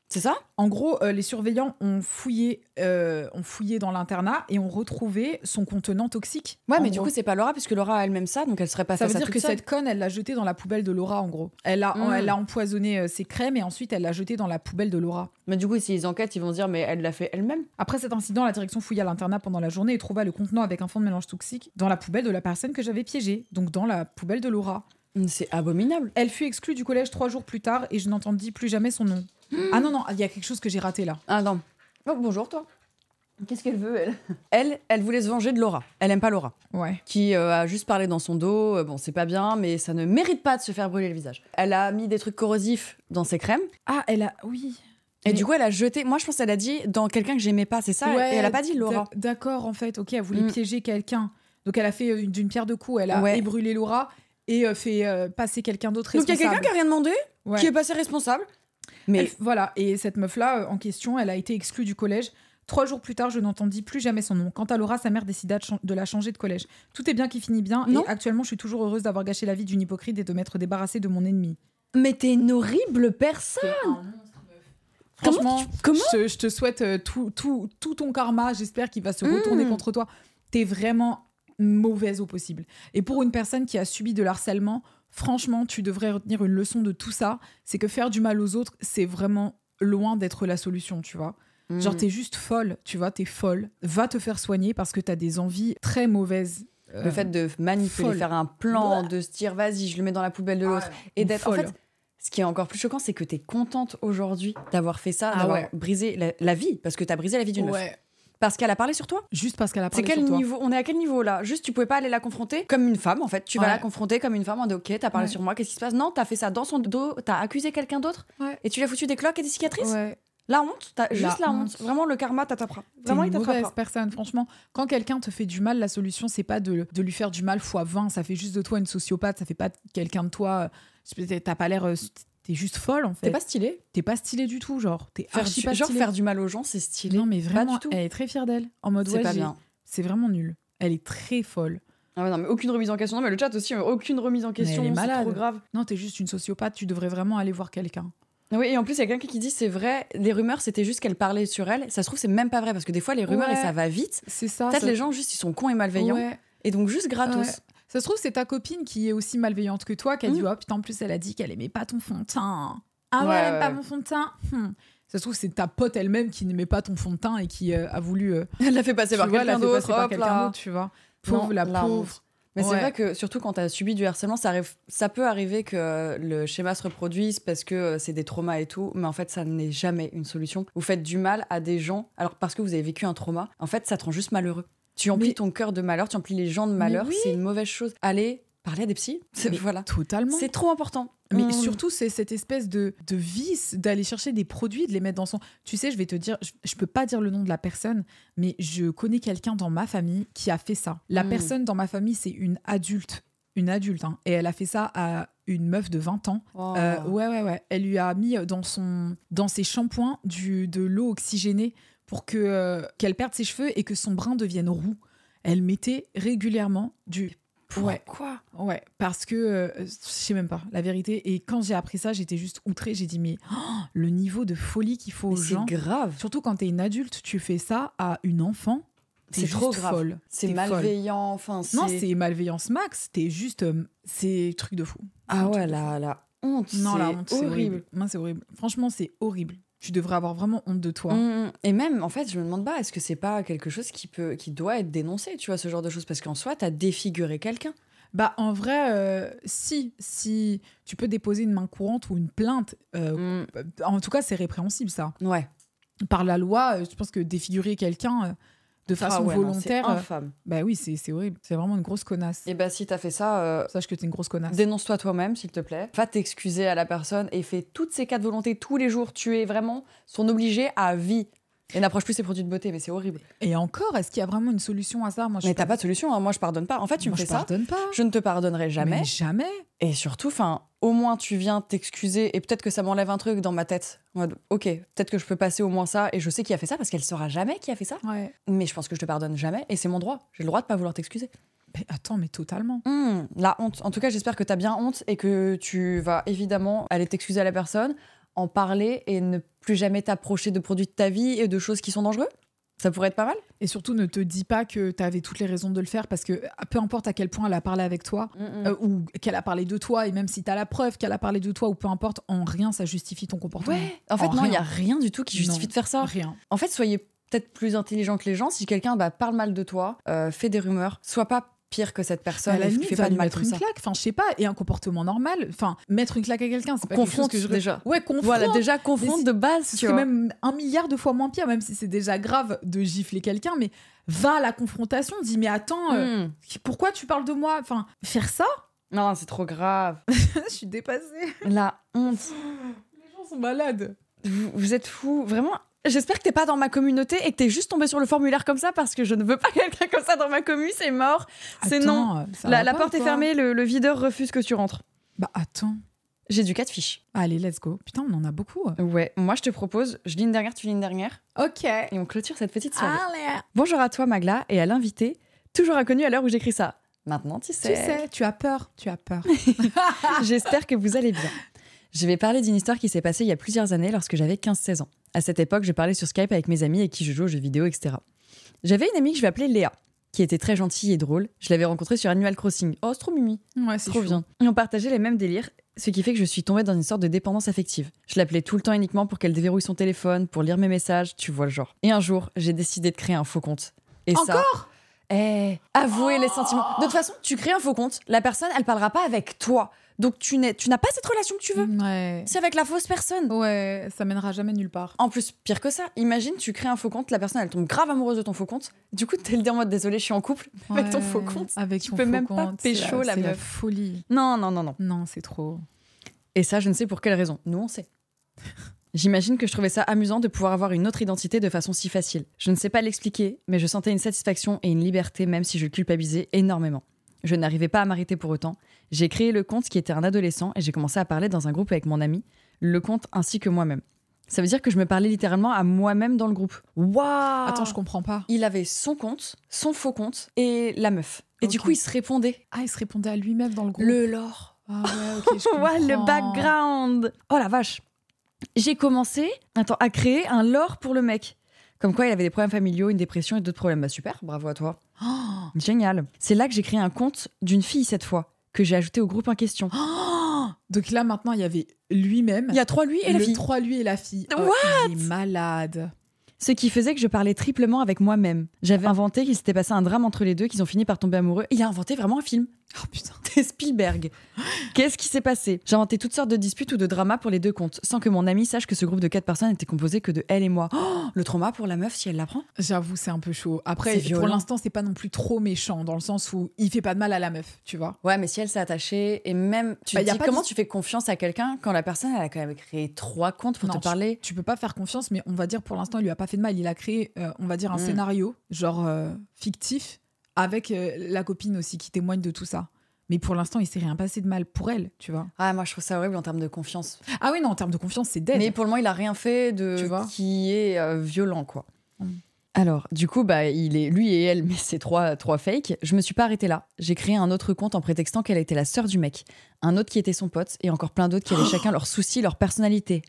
C'est ça
En gros, euh, les surveillants ont fouillé, euh, ont fouillé dans l'internat et ont retrouvé son contenant toxique.
Ouais,
En
mais du
gros.
coup, c'est pas Laura, puisque Laura a elle-même ça, donc elle serait pas
ça
fait
veut dire
toute
que
seule.
cette conne, elle l'a jeté dans la poubelle de Laura, en gros. Elle a,
Mm.
elle a empoisonné euh, ses crèmes et ensuite elle l'a jeté dans la poubelle de Laura.
Mais du coup, s'ils enquêtent, ils vont se dire, mais elle l'a fait elle-même.
Après cet incident, la direction fouilla l'internat pendant la journée et trouva le contenant avec un fond de mélange toxique dans la poubelle de la personne que j'avais piégée, donc dans la poubelle de Laura.
Mais C'est abominable.
Elle fut exclue du collège trois jours plus tard et je n'entendis plus jamais son nom. Ah non, non, il y a quelque chose que j'ai raté là.
Ah non. Oh, bonjour, toi. Qu'est-ce qu'elle veut, elle Elle, elle voulait se venger de Laura. Elle aime pas Laura.
Ouais.
qui euh, a juste parlé dans son dos. Euh, Bon, c'est pas bien, mais ça ne mérite pas de se faire brûler le visage. Elle a mis des trucs corrosifs dans ses crèmes.
Ah, elle a. Oui.
Et
Mais-
du coup, elle a jeté. Moi, je pense qu'elle a dit dans quelqu'un que j'aimais pas, c'est ça
Ouais,
Et elle a pas dit Laura.
d'ac- D'accord, en fait, ok, elle voulait
Mm.
piéger quelqu'un. Donc elle a fait euh, d'une pierre deux coups, elle a
Ouais.
et brûlé Laura et euh, fait euh, passer quelqu'un d'autre
Donc, il y a
responsable.
quelqu'un qui a rien demandé,
Ouais.
qui est passé responsable. Mais
Elle- Voilà, et cette meuf-là, euh, en question, elle a été exclue du collège. Trois jours plus tard, je n'entendis plus jamais son nom. Quant à Laura, sa mère décida de, chan- de la changer de collège. Tout est bien qui finit bien,
Non.
et actuellement, je suis toujours heureuse d'avoir gâché la vie d'une hypocrite et de m'être débarrassée de mon ennemi.
mais t'es une horrible personne.
Franchement,
Comment tu- comment
je, te- je te souhaite euh, tout, tout, tout ton karma. J'espère qu'il va se retourner
Mm.
contre toi. T'es vraiment mauvaise au possible. Et pour une personne qui a subi de l'harcèlement, franchement, tu devrais retenir une leçon de tout ça. C'est que faire du mal aux autres, c'est vraiment loin d'être la solution, tu vois.
Hmm. Mmh.
Genre, t'es juste folle, tu vois, t'es folle. Va te faire soigner parce que t'as des envies très mauvaises.
Le fait de manipuler,
folle.
faire un plan, de se dire vas-y, je le mets dans la poubelle de l'autre. et d'être. En
folle.
fait, ce qui est encore plus choquant, c'est que t'es contente aujourd'hui d'avoir fait ça,
Ah
d'avoir
ouais.
brisé la, la vie, parce que t'as brisé la vie d'une meuf.
ouais.
Parce qu'elle a parlé sur toi.
Juste parce qu'elle a
C'est
parlé
quel
sur toi.
niveau On est à quel niveau là Juste, tu pouvais pas aller la confronter comme une femme en fait. Tu vas
Ouais.
la confronter comme une femme en disant Ok, t'as parlé
Ouais.
sur moi, qu'est-ce qui se passe Non, t'as fait ça dans son dos, t'as accusé quelqu'un d'autre
Ouais.
et tu lui as foutu des cloques et des cicatrices
Ouais.
La honte T'as
La
juste la honte.
honte.
Vraiment, le karma t'attrapera.
T'es
Vraiment, il
une mauvaise
t'attrapera.
personne. Franchement, quand quelqu'un te fait du mal, la solution, c'est pas de, de lui faire du mal fois 20. Ça fait juste de toi une sociopathe. Ça fait pas de quelqu'un de toi. euh, je sais pas, T'as pas l'air. euh, T'es juste folle, en fait.
T'es pas stylé.
T'es pas stylé du tout, genre. T'es
Faire
archi
du,
Ah, pas
genre,
stylé.
faire du mal aux gens, c'est stylé.
Non, mais
du
vraiment,
tout.
elle est très fière d'elle. En mode,
c'est
ouais,
pas
j'ai-
bien.
c'est vraiment nul. Elle est très folle.
Ah ouais, non, mais aucune remise en question. Non, mais le chat aussi, euh, aucune remise en
elle
question.
est
C'est
malade.
trop grave. Ah
Non, t'es juste une sociopathe. Tu devrais vraiment aller voir quelqu'un.
Oui, et en plus, il y a quelqu'un qui dit C'est vrai, les rumeurs, c'était juste qu'elle parlait sur elle. Ça se trouve, c'est même pas vrai parce que des fois, les rumeurs,
Ouais.
et ça va vite.
C'est ça.
Peut-être
ça-
les gens, juste, ils sont cons et malveillants.
Ouais.
Et donc, juste gratos.
Ouais. Ça se trouve, c'est ta copine qui est aussi malveillante que toi, qui a dit
Mm.
Oh putain, en plus, elle a dit qu'elle aimait pas ton fond de teint. Ah ouais,
Ouais,
elle aime
ouais,
pas
ouais.
mon fond de teint. Hmm. Ça se trouve, c'est ta pote elle-même qui n'aimait pas ton fond de teint et qui euh, a voulu. euh,
Elle l'a fait passer
tu
par
vois, la
quelqu'un
faire passer
d'autre.
par
hop
quelqu'un
là.
d'autre, tu vois. Pauvre,
Non,
la,
la
pauvre.
Mais c'est
Ouais.
vrai que surtout quand tu as subi du harcèlement, ça, arrive, ça peut arriver que euh, le schéma se reproduise parce que euh, c'est des traumas et tout, mais en fait, ça n'est jamais une solution. Vous faites du mal à des gens, alors parce que vous avez vécu un trauma, en fait, ça te rend juste malheureux. Tu emplis
Mais-
ton cœur de malheur, tu emplis les gens de malheur,
oui.
c'est une mauvaise chose. Allez, parler à des psys, c'est-
Mais- Oh.
voilà.
Totalement.
C'est trop important.
Mais
On-
surtout, c'est cette espèce de, de vice d'aller chercher des produits, de les mettre dans son. Tu sais, je vais te dire, je, je peux pas dire le nom de la personne, mais je connais quelqu'un dans ma famille qui a fait ça. La
Mm.
personne dans ma famille, c'est une adulte. Une adulte, hein, et elle a fait ça à une meuf de 20 ans.
Oh.
Euh, ouais, ouais, ouais. Elle lui a mis dans, son, dans ses shampoings du, de l'eau oxygénée pour que euh, qu'elle perde ses cheveux et que son brin devienne roux. Elle mettait régulièrement du
Pourquoi
Ouais, parce que euh, je sais même pas la vérité. Et quand j'ai appris ça, j'étais juste outrée. J'ai dit mais oh, le niveau de folie qu'il faut
Mais
aux
C'est
gens.
grave.
Surtout quand t'es une adulte, tu fais ça à une enfant. t'es
C'est
juste
trop grave.
Folle.
C'est
T'es folle.
malveillant, enfin,
Non, c'est malveillance max. T'es juste, euh, c'est truc de fou.
Ah ouais, la, la honte,
Non, la
c'est
honte, c'est horrible. Moi, c'est horrible. Franchement, c'est horrible. Tu devrais avoir vraiment honte de toi.
Mm, Et même, en fait, je me demande pas, est-ce que c'est pas quelque chose qui peut, qui doit être dénoncé, tu vois, ce genre de choses, parce qu'en soi, t'as défiguré quelqu'un.
Bah en vrai, euh, si si tu peux déposer une main courante ou une plainte, euh,
Mm.
en tout cas, c'est répréhensible ça. hein.
Ouais.
par la loi, euh, je pense que défigurer quelqu'un euh, de façon
Ah ouais, non, c'est
volontaire, euh,
infâme.
bah oui, c'est c'est horrible. C'est vraiment une grosse connasse.
Et bah, si t'as fait ça, euh,
Sache que t'es une grosse connasse.
dénonce-toi toi-même, s'il te plaît. Va t'excuser à la personne et fais toutes ces cas de volonté tous les jours. Tu es vraiment son obligé à vie. Et n'approche plus ses produits de beauté, mais c'est horrible.
Et encore, est-ce qu'il y a vraiment une solution à ça Moi, je
Mais t'as pas de solution, hein. moi je pardonne pas. En fait, tu
moi,
me
je
fais ça,
pardonne pas.
je ne te pardonnerai jamais.
Mais jamais.
Et surtout, enfin, au moins tu viens t'excuser et peut-être que ça m'enlève un truc dans ma tête. En mode, ok, peut-être que je peux passer au moins ça et je sais qui a fait ça parce qu'elle saura jamais qui a fait ça.
Ouais.
Mais je pense que je te pardonne jamais et c'est mon droit. J'ai le droit de pas vouloir t'excuser.
Mais attends, mais totalement.
Hum, la honte. En tout cas, j'espère que t'as bien honte et que tu vas évidemment aller t'excuser à la personne, en parler et ne plus jamais t'approcher de produits de ta vie et de choses qui sont dangereux. Ça pourrait être pas mal.
Et surtout, ne te dis pas que t'avais toutes les raisons de le faire parce que euh, peu importe à quel point elle a parlé avec toi.
Mm,
euh, ou qu'elle a parlé de toi, et même si t'as la preuve qu'elle a parlé de toi, ou peu importe, en rien ça justifie ton comportement.
Ouais. En fait,
En
non, il
rien.
y a rien du tout qui justifie
Non.
de faire ça.
Rien.
En fait, soyez peut-être plus intelligent que les gens. Si quelqu'un bah, parle mal de toi, euh, fait des rumeurs, sois pas pire que cette
à
personne.
Bah, la
et
limite,
fais
va
pas de
lui
mal
mettre
comme
une
ça.
claque. Enfin, je sais pas, et un comportement normal. Enfin, mettre une claque à quelqu'un, c'est pas quelque chose
Confronte
que je
déjà.
Ouais, confronte.
Voilà, déjà
Mais
confronte
c'est-
de base.
ce
Tu
serait
vois.
même un milliard de fois moins pire, même si c'est déjà grave de gifler quelqu'un, mais va à la confrontation, dis mais attends, euh,
Hmm.
pourquoi tu parles de moi Enfin, faire ça,
Non, c'est trop grave.
je suis dépassée.
La honte.
Les gens sont malades.
Vous, vous êtes fous. Vraiment, j'espère que t'es pas dans ma communauté et que t'es juste tombé sur le formulaire comme ça parce que je ne veux pas quelqu'un comme ça dans ma commune. C'est mort. C'est non.
Attends, euh, ça
La,
va
la
pas,
porte est
quoi
fermée. Le, le videur refuse que tu rentres.
Bah attends.
J'ai du cas de fiche.
Allez, let's go. Putain, on en a beaucoup. euh.
Ouais, moi je te propose, je lis une dernière, tu lis une dernière,
Ok.
et on clôture cette petite soirée.
Allez.
Bonjour à toi Magla et à l'invité, toujours inconnu à l'heure où j'écris ça. Maintenant tu
Tu
sais.
sais, tu as peur, tu as peur.
J'espère que vous allez bien. Je vais parler d'une histoire qui s'est passée il y a plusieurs années lorsque j'avais 15-16 ans. À cette époque, je parlais sur Skype avec mes amis avec qui je jouais aux jeux vidéo, etc. J'avais une amie que je vais appeler Léa, qui était très gentille et drôle. Je l'avais rencontrée sur Animal Crossing. Oh, c'est trop mimi.
ouais, c'est
Trop
chou.
bien. Et on partageait les mêmes délires, ce qui fait que je suis tombée dans une sorte de dépendance affective. Je l'appelais tout le temps uniquement pour qu'elle déverrouille son téléphone, pour lire mes messages, tu vois le genre. Et un jour, j'ai décidé de créer un faux compte. Et ça.
Encore
Eh, avouez les sentiments. De toute façon, tu crées un faux compte, la personne, elle parlera pas avec toi. Donc tu n'es, tu n'as pas cette relation que tu
Mm.
veux.
Ouais.
C'est avec la fausse personne.
Ouais, ça mènera jamais nulle part.
En plus, pire que ça, imagine, tu crées un faux compte, la personne, elle tombe grave amoureuse de ton faux compte. Du coup, t'es le dire en mode désolé, je suis en couple avec ton
Ouais,
faux compte.
Avec
tu
ton
peux
faux
même pas
compte, c'est
pécho, la
c'est
meuf.
folie.
Non, non, non, non.
Non, c'est trop.
Et ça, je ne sais pour quelle raison. Nous, on sait. J'imagine que je trouvais ça amusant de pouvoir avoir une autre identité de façon si facile. Je ne sais pas l'expliquer, mais je sentais une satisfaction et une liberté même si je culpabilisais énormément. Je n'arrivais pas à m'arrêter pour autant. J'ai créé le compte qui était un adolescent et j'ai commencé à parler dans un groupe avec mon ami, le compte ainsi que moi-même. Ça veut dire que je me parlais littéralement à moi-même dans le groupe. Waouh
Attends, je comprends pas.
Il avait son compte, son faux compte et la meuf. Et du
Ok.
coup, il se répondait.
Ah, il se répondait à lui-même dans le groupe.
Le lore.
Ah ouais, ok, je
Ouais, le
comprends.
background. Oh la vache. J'ai commencé attends, à créer un lore pour le mec. Comme quoi, il avait des problèmes familiaux, une dépression et d'autres problèmes. Bah super, bravo à toi.
Oh,
Génial. C'est là que j'ai créé un compte d'une fille cette fois, que j'ai ajouté au groupe en question.
oh. Donc là, maintenant, il y avait lui-même.
Il y a trois lui et
le
la fille.
trois, lui et la fille. Oh,
What
il est malade.
ce qui faisait que je parlais triplement avec moi-même. J'avais inventé qu'il s'était passé un drame entre les deux, qu'ils ont fini par tomber amoureux, et il a inventé vraiment un film.
Oh putain.
T'es Spielberg. Qu'est-ce qui s'est passé J'ai inventé toutes sortes de disputes ou de dramas pour les deux comptes, sans que mon ami sache que ce groupe de quatre personnes était composé que de elle et moi. Oh, le trauma pour la meuf si elle l'apprend
J'avoue, c'est un peu chaud.
C'est
Après,
violent.
pour l'instant, c'est pas non plus trop méchant, dans le sens où il fait pas de mal à la meuf, tu vois.
Ouais, mais si elle s'est attachée, et même, tu
Bah,
te
y a
dis,
pas
comment
d'his-
tu fais confiance à quelqu'un quand la personne, elle a quand même créé trois comptes pour
Non,
te parler
Tu peux pas faire confiance, mais on va dire pour l'instant, il lui a pas fait de mal. Il a créé, euh, on va dire, un
Mm.
scénario, genre euh, fictif, avec euh, la copine aussi qui témoigne de tout ça. Mais pour l'instant, il s'est rien passé de mal pour elle, tu vois.
Ah, moi je trouve ça horrible en termes de confiance.
Ah oui, non, en termes de confiance, c'est dead.
Mais pour le moment, il a rien fait de
Tu vois
qui est euh, violent, quoi.
Mm.
Alors, du coup, bah, il est lui et elle, mais c'est trois, trois fakes. Je me suis pas arrêtée là. J'ai créé un autre compte en prétextant qu'elle était la sœur du mec, un autre qui était son pote, et encore plein d'autres qui avaient chacun leurs soucis, leur personnalité.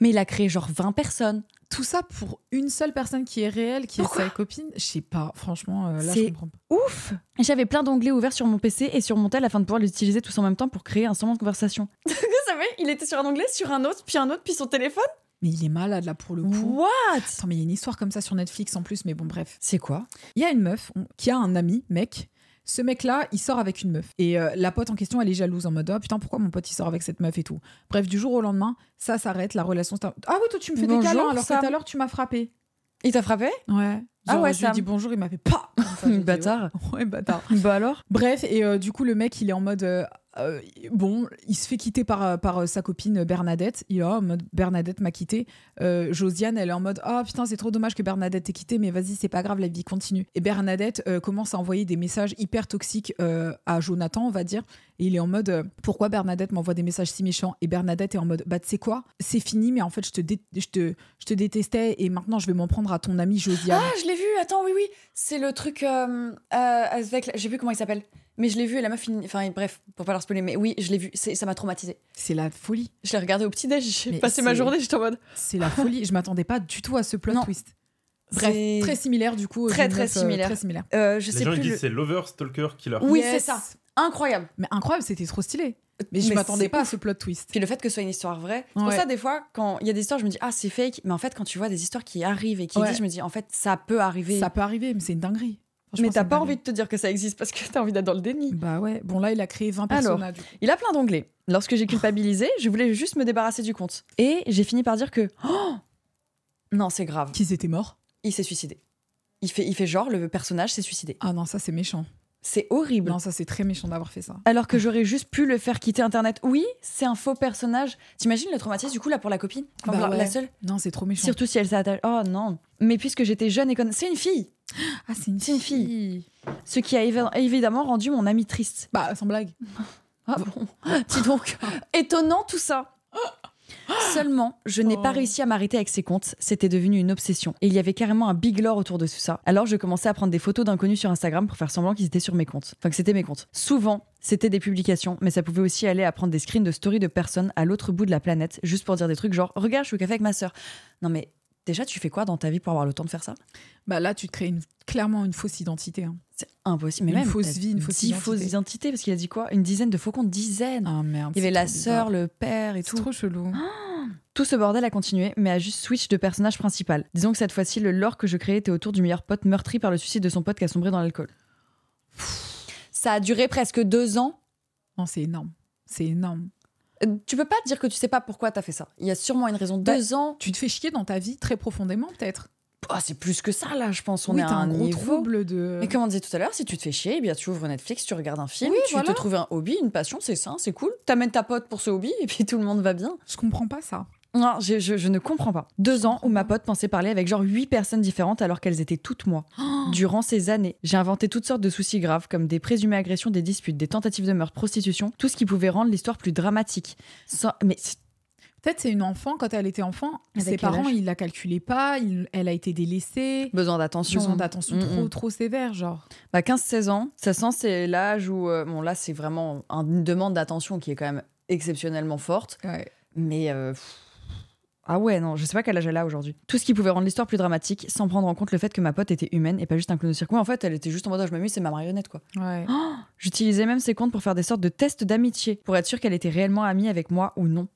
Mais il a créé genre 20 personnes.
Tout ça pour une seule personne qui est réelle, qui
Pourquoi
est sa copine. Je sais pas, franchement, euh, là,
C'est-
je comprends pas.
Ouf Et J'avais plein d'onglets ouverts sur mon PC et sur mon tel afin de pouvoir les utiliser tous en même temps pour créer un moment de conversation. Ça va, il était sur un onglet, sur un autre, puis un autre, puis son téléphone
Mais il est malade, là, pour le coup.
What
Attends, mais il y a une histoire comme ça sur Netflix en plus, mais bon, bref.
C'est quoi
Il y a une meuf on- qui a un ami, mec. Ce mec-là, il sort avec une meuf. Et euh, la pote en question, elle est jalouse en mode Ah putain, pourquoi mon pote il sort avec cette meuf et tout. Bref, du jour au lendemain, ça s'arrête, la relation s'arrête. Ah oui, toi tu me fais
Bonjour,
des câlins alors
Sam.
que tout à l'heure tu m'as frappé.
Il t'a frappé
Ouais.
Ah ouais,
je lui ai
Sam.
dit bonjour, il m'a fait pas.
Bâtard.
Ouais, bâtard.
Bah alors
Bref, et euh, du coup, le mec, il est en mode. euh, euh, bon, il se fait quitter par, euh, par euh, sa copine Bernadette. Il est en mode Bernadette m'a quitté. Euh, Josiane, elle est en mode Ah putain, c'est trop dommage que Bernadette t'ait quitté, mais vas-y, c'est pas grave, la vie continue. Et Bernadette euh, commence à envoyer des messages hyper toxiques euh, à Jonathan, on va dire. Et il est en mode euh, Pourquoi Bernadette m'envoie des messages si méchants Et Bernadette est en mode Bah, tu sais quoi C'est fini, mais en fait, je te, dé- je, te, je te détestais et maintenant, je vais m'en prendre à ton amie Josiane.
Ah, je l'ai vu, attends, oui, oui. C'est le truc euh, euh, avec. la- Je sais plus comment il s'appelle. Mais je l'ai vu et la meuf, il- enfin bref, pour pas leur spoiler, mais oui, je l'ai vu, c'est- ça m'a traumatisé.
c'est la folie.
Je l'ai regardé au petit-déj, j'ai
Mais
passé ma
c'est-
journée, j'étais en mode.
C'est la folie. Je m'attendais pas du tout à ce plot
Non.
twist. Bref,
C'est-
très similaire du coup.
Très,
d'une
très
meuf, euh,
similaire.
très similaire.
Euh, je
Les
sais
gens
plus.
ils disent
le-
c'est l'over stalker killer.
Oui,
Yes.
c'est ça. Incroyable.
Mais incroyable, c'était trop stylé. Mais je m'attendais
c'est
pas à
ouf.
ce plot twist.
Puis le fait que ce soit une histoire vraie. C'est pour
Ouais.
ça, des fois, quand il y a des histoires, je me dis, ah, c'est fake. Mais en fait, quand tu vois des histoires qui arrivent et qui
Ouais.
disent, je me dis, en fait, ça peut arriver.
Ça peut arriver, mais c'est une dinguerie. Franchement,
mais t'as
c'est une
pas envie
dinguerie.
de te dire que ça existe parce que t'as envie d'être dans le déni.
Bah ouais, bon là il a créé 20
Alors.
personnages. du coup.
Il a plein d'onglets. Lorsque j'ai culpabilisé, je voulais juste me débarrasser du compte. Et j'ai fini par dire que. Oh non, c'est grave.
Qu'ils étaient morts
Il s'est suicidé. Il fait, il fait genre, le personnage s'est suicidé.
Ah non, ça c'est méchant.
C'est horrible.
Non, ça c'est très méchant d'avoir fait ça.
Alors que j'aurais juste pu le faire quitter Internet. Oui, c'est un faux personnage. T'imagines le traumatisme du coup là pour la copine Enfin,
Bah
pour la- la
ouais.
seule
Non, c'est trop méchant.
Surtout si elle s'attache. Oh non. Mais puisque j'étais jeune et conne. C'est une fille
Ah, c'est une
C'est une fille. Ce qui a évi- évidemment rendu mon ami triste.
Bah, sans blague.
Ah bon Dis donc. Étonnant tout ça. Seulement, je n'ai pas
Oh.
réussi à m'arrêter avec ces comptes, c'était devenu une obsession. Et il y avait carrément un big lore autour de tout ça. Alors je commençais à prendre des photos d'inconnus sur Instagram pour faire semblant qu'ils étaient sur mes comptes. Enfin que c'était mes comptes. Souvent, c'était des publications, mais ça pouvait aussi aller à prendre des screens de stories de personnes à l'autre bout de la planète, juste pour dire des trucs genre Regarde, je suis au café avec ma sœur. Non mais déjà, tu fais quoi dans ta vie pour avoir le temps de faire ça
Bah là, tu te crées une- clairement une fausse identité. hein.
C'est impossible. Mais
Une
même,
fausse
t'as
vie, une fausse
dix
identité.
fausses identités, parce qu'il a dit quoi Une dizaine de faux comptes, dizaines.
Ah merde.
Il y avait
c'est
la
trop bizarre.
sœur, le père et
C'est
tout. Ah.
trop chelou.
Tout ce bordel a continué, mais a juste switch de personnage principal. Disons que cette fois-ci, le lore que je créais était autour du meilleur pote meurtri par le suicide de son pote qui a sombré dans l'alcool. Ça a duré presque deux ans.
Non, c'est énorme. C'est énorme.
Euh, Tu peux pas dire que tu sais pas pourquoi t'as fait ça. Il y a sûrement une raison.
Bah,
Deux ans,
Tu te fais chier dans ta vie très profondément, peut-être.
Ah, c'est plus que ça là, je pense. On
oui,
est à
t'as
un,
un gros
niveau.
trouble de.
Mais comme on disait tout à l'heure, si tu te fais chier, eh bien tu ouvres Netflix, tu regardes un film,
Oui,
tu
voilà.
te trouves un hobby, une passion, c'est sain, c'est cool. T'amènes ta pote pour ce hobby et puis tout le monde va bien.
Je comprends pas ça.
Non, je, je- je ne comprends pas. Deux ans où ma pote pensait parler avec genre huit personnes différentes alors qu'elles étaient toutes moi. Durant ces années, j'ai inventé toutes sortes de soucis graves comme des présumées agressions, des disputes, des tentatives de meurtre, prostitution, tout ce qui pouvait rendre l'histoire plus dramatique. Sans- Mais c'est-
Peut-être c'est une enfant quand elle était enfant,
Avec
ses
quel
parents
âge
ils la calculaient pas, il- elle a été délaissée,
besoin d'attention.
besoin d'attention
Mm,
trop
mm.
trop sévère genre.
Bah 15-16 ans, ça sent c'est l'âge où euh, bon là c'est vraiment un- une demande d'attention qui est quand même exceptionnellement forte. Mais. euh, pff, Ah ouais, non, je sais pas quel âge elle a aujourd'hui. Tout ce qui pouvait rendre l'histoire plus dramatique, sans prendre en compte le fait que ma pote était humaine et pas juste un clown de cirque. Moi, en fait, elle était juste en mode, Ah, je m'amuse, c'est ma marionnette, quoi.
Ouais.
Oh J'utilisais même ses comptes pour faire des sortes de tests d'amitié, pour être sûre qu'elle était réellement amie avec moi ou non.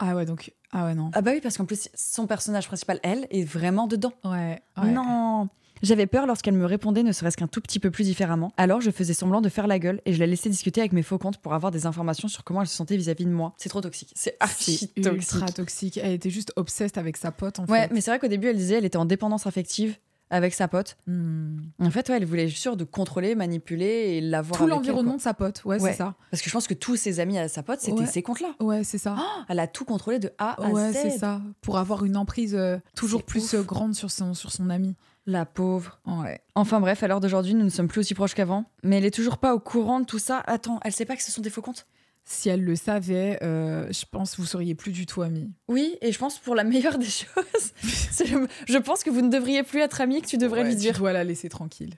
Ah ouais donc Ah ouais, non.
Ah bah oui, parce qu'en plus, son personnage principal, elle, est vraiment dedans.
Ouais. ouais.
Non J'avais peur lorsqu'elle me répondait ne serait-ce qu'un tout petit peu plus différemment. Alors je faisais semblant de faire la gueule et je la laissais discuter avec mes faux comptes pour avoir des informations sur comment elle se sentait vis-à-vis de moi. C'est trop toxique. C'est archi
Ah, C'est
toxique.
ultra toxique. Elle était juste obsesse avec sa pote, en
Ouais,
fait.
mais c'est vrai qu'au début, elle disait elle était en dépendance affective avec sa pote.
Hmm.
En fait, ouais, elle voulait être sûre de contrôler, manipuler et l'avoir
Tout
avec elle,
l'environnement de sa pote. Ouais,
Ouais.
c'est ça.
quoi. Parce que je pense que tous ses amis à sa pote, c'était
Ouais.
ces comptes-là.
Ouais, c'est ça.
Elle a tout contrôlé de A Ah, à
ouais,
Z.
c'est ça. Pour avoir une emprise euh, toujours
C'est
plus
ouf.
euh, grande sur son, sur son ami.
La pauvre.
Ouais.
Enfin bref, à l'heure d'aujourd'hui, nous ne sommes plus aussi proches qu'avant. Mais elle est toujours pas au courant de tout ça. Attends, elle sait pas que ce sont des faux comptes
Si elle le savait, euh, je pense que vous seriez plus du tout amis.
Oui, et je pense pour la meilleure des choses. C'est le- Je pense que vous ne devriez plus être amis, que tu devrais
Ouais,
lui dire.
Tu dois la laisser tranquille.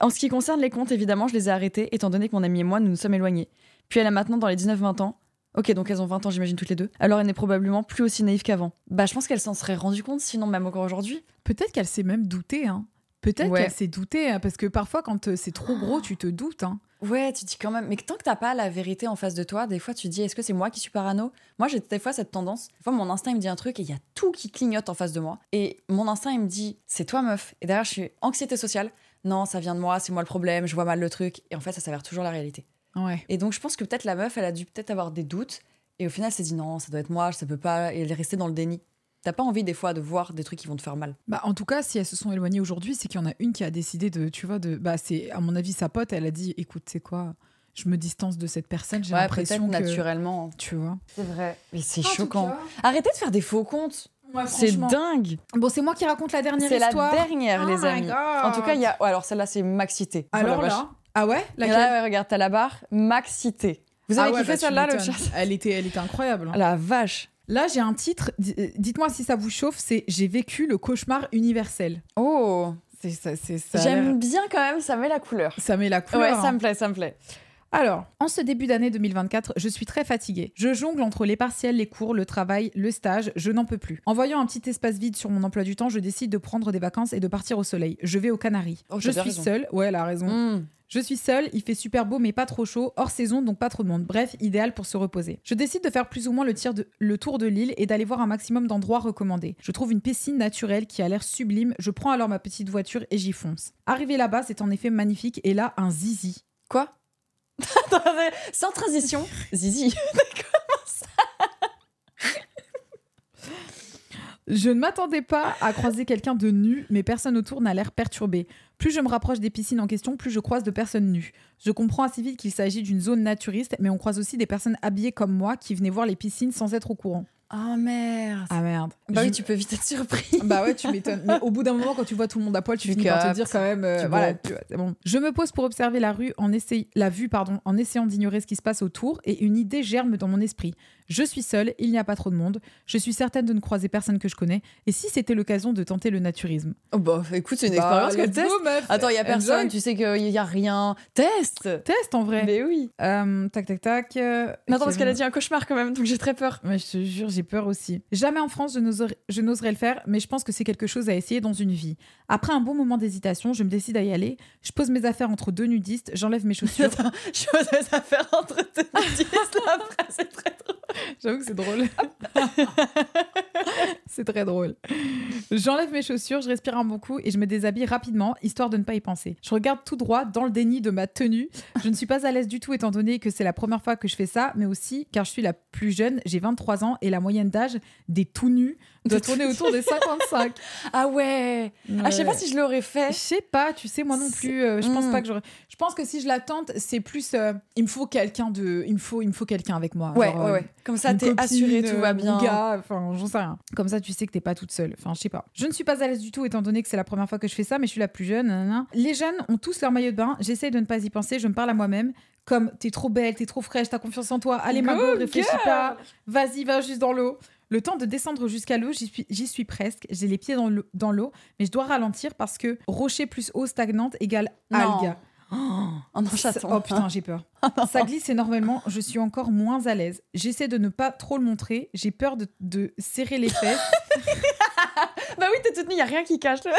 En ce qui concerne les comptes, évidemment, je les ai arrêtés, étant donné que mon ami et moi, nous nous sommes éloignés. Puis elle a maintenant dans les 19-20 ans. Ok, donc elles ont 20 ans, j'imagine, toutes les deux. Alors elle n'est probablement plus aussi naïve qu'avant. Bah, je pense qu'elle s'en serait rendue compte, sinon même encore aujourd'hui.
Peut-être qu'elle s'est même doutée. Hein. Peut-être
Ouais.
qu'elle s'est doutée. hein, parce que parfois, quand euh, c'est trop gros, tu te doutes. Hein.
Ouais, tu dis quand même. Mais tant que t'as pas la vérité en face de toi, des fois tu dis est-ce que c'est moi qui suis parano Moi j'ai des fois cette tendance. Des fois mon instinct il me dit un truc et il y a tout qui clignote en face de moi. Et mon instinct il me dit c'est toi meuf. Et derrière je suis anxiété sociale. Non, ça vient de moi, c'est moi le problème, je vois mal le truc. Et en fait ça s'avère toujours la réalité.
Ouais.
Et donc je pense que peut-être la meuf elle a dû peut-être avoir des doutes. Et au final elle s'est dit non, ça doit être moi, ça peut pas. Et elle est restée dans le déni. T'as pas envie des fois de voir des trucs qui vont te faire mal.
Bah, en tout cas, si elles se sont éloignées aujourd'hui, c'est qu'il y en a une qui a décidé de, tu vois, de, bah, c'est à mon avis sa pote. Elle a dit, écoute, c'est quoi, je me distance de cette personne. J'ai
Ouais, peut-être
l'impression que,
naturellement. Ah,
tu vois.
C'est vrai. Mais c'est
En tout
choquant.
cas,
Arrêtez de faire des faux comptes.
ouais,
C'est
franchement.
dingue.
Bon, c'est moi qui raconte la dernière
C'est la
histoire.
dernière,
Oh
les
my
amis.
God.
En tout cas, il y a. ouais, alors celle-là, c'est Maxité. Oh la
Alors
vache.
là, ah ouais,
Et
laquelle
là, ouais, regarde, t'as la barre Maxité. Vous avez
Ah ouais,
kiffé
bah, tu
celle-là, le
m'étonnes.
chat
Elle était, elle était incroyable. hein.
La vache.
Là, j'ai un titre. di- euh, Dites-moi si ça vous chauffe. C'est J'ai vécu le cauchemar universel.
Oh.
C'est ça, c'est ça. a l'air-
J'aime bien quand même. Ça met la couleur.
Ça met la couleur.
ouais, ça
hein.
me plaît, ça me plaît.
Alors, en ce début d'année 2024, je suis très fatiguée. Je jongle entre les partiels, les cours, le travail, le stage, je n'en peux plus. En voyant un petit espace vide sur mon emploi du temps, je décide de prendre des vacances et de partir au soleil. Je vais aux Canaries.
Oh,
je
t'as
suis
raison.
seule, ouais, elle a raison.
Mm.
Je suis seule, il fait super beau mais pas trop chaud, hors saison donc pas trop de monde. Bref, idéal pour se reposer. Je décide de faire plus ou moins le, tir de- le tour de l'île et d'aller voir un maximum d'endroits recommandés. Je trouve une piscine naturelle qui a l'air sublime, je prends alors ma petite voiture et j'y fonce. Arrivé là-bas, c'est en effet magnifique et là, un zizi.
Quoi Attendez, Sans transition, Zizi.
Je ne m'attendais pas à croiser quelqu'un de nu, mais personne autour n'a l'air perturbé. Plus je me rapproche des piscines en question, plus je croise de personnes nues. Je comprends assez vite qu'il s'agit d'une zone naturiste, mais on croise aussi des personnes habillées comme moi qui venaient voir les piscines sans être au courant.
Oh merde.
Ah merde.
Bah
Je-
oui, tu peux vite être surpris.
Bah ouais, tu m'étonnes. Mais au bout d'un moment, quand tu vois tout le monde à poil, tu
Tu
finis par te
captes.
dire quand même. euh,
Tu
voilà,
vois.
tu vois, c'est bon. Je me pose pour observer la rue en essay... la vue, pardon, en essayant d'ignorer ce qui se passe autour, et une idée germe dans mon esprit. Je suis seule, il n'y a pas trop de monde. Je suis certaine de ne croiser personne que je connais. Et si c'était l'occasion de tenter le naturisme
Oh, bah écoute, c'est une
Bah,
expérience qu'elle
let's
teste.
go, meuf.
Attends, il y a
Enjoy.
personne, tu sais qu'il y a rien. Teste
Teste en vrai.
Mais oui.
Euh, tac, tac, tac. euh,
Mais attends, parce
ok,
qu'elle a
bon.
dit un cauchemar quand même, donc j'ai très peur.
Ouais, je te jure, j'ai peur aussi. Jamais en France, je n'oserais je n'oserais le faire, mais je pense que c'est quelque chose à essayer dans une vie. Après un bon moment d'hésitation, je me décide à y aller. Je pose mes affaires entre deux nudistes, j'enlève mes chaussures.
Attends, je faisais ça faire entre tes là après, c'est très drôle.
J'avoue que c'est drôle. c'est très drôle. J'enlève mes chaussures, je respire un bon coup et je me déshabille rapidement, histoire de ne pas y penser. Je regarde tout droit, dans le déni de ma tenue. Je ne suis pas à l'aise du tout, étant donné que c'est la première fois que je fais ça, mais aussi car je suis la plus jeune, j'ai 23 ans et la moyenne d'âge des tout nus doit tourner autour des 55.
Ah ouais Ah, je sais pas si je l'aurais
Je
fait.
sais pas, tu sais, moi non plus, euh, je pense
Mm.
pas que j'aurais. Je pense que si je la tente, c'est plus. euh, il me faut quelqu'un de. Il me faut, il me faut quelqu'un avec moi.
Ouais,
Genre,
ouais,
euh,
ouais. Comme ça,
une
t'es
copine,
assuré, tout
euh,
va
un
bien.
gars, enfin, j'en sais rien. Comme ça, tu sais que t'es pas toute seule. Enfin, je sais pas. Je ne suis pas à l'aise du tout, étant donné que c'est la première fois que je fais ça, mais je suis la plus jeune. nanana. Les jeunes ont tous leur maillot de bain. J'essaye de ne pas y penser. Je me parle à moi-même. Comme t'es trop belle, t'es trop fraîche, t'as confiance en toi. Allez, ma
Go
gueule, réfléchis pas. Vas-y, va juste dans l'eau. Le temps de descendre jusqu'à l'eau, j'y suis, j'y suis presque. J'ai les pieds dans l'eau- dans l'eau, mais je dois ralentir parce que rocher plus eau stagnante égale
Non.
algue.
En en
Ça-
chaton. hein. Ah,
Oh putain, j'ai peur. Ça glisse énormément, je suis encore moins à l'aise. J'essaie de ne pas trop le montrer, j'ai peur de, de serrer les fesses.
Bah oui, t'es toute nue, y a rien qui cache. là.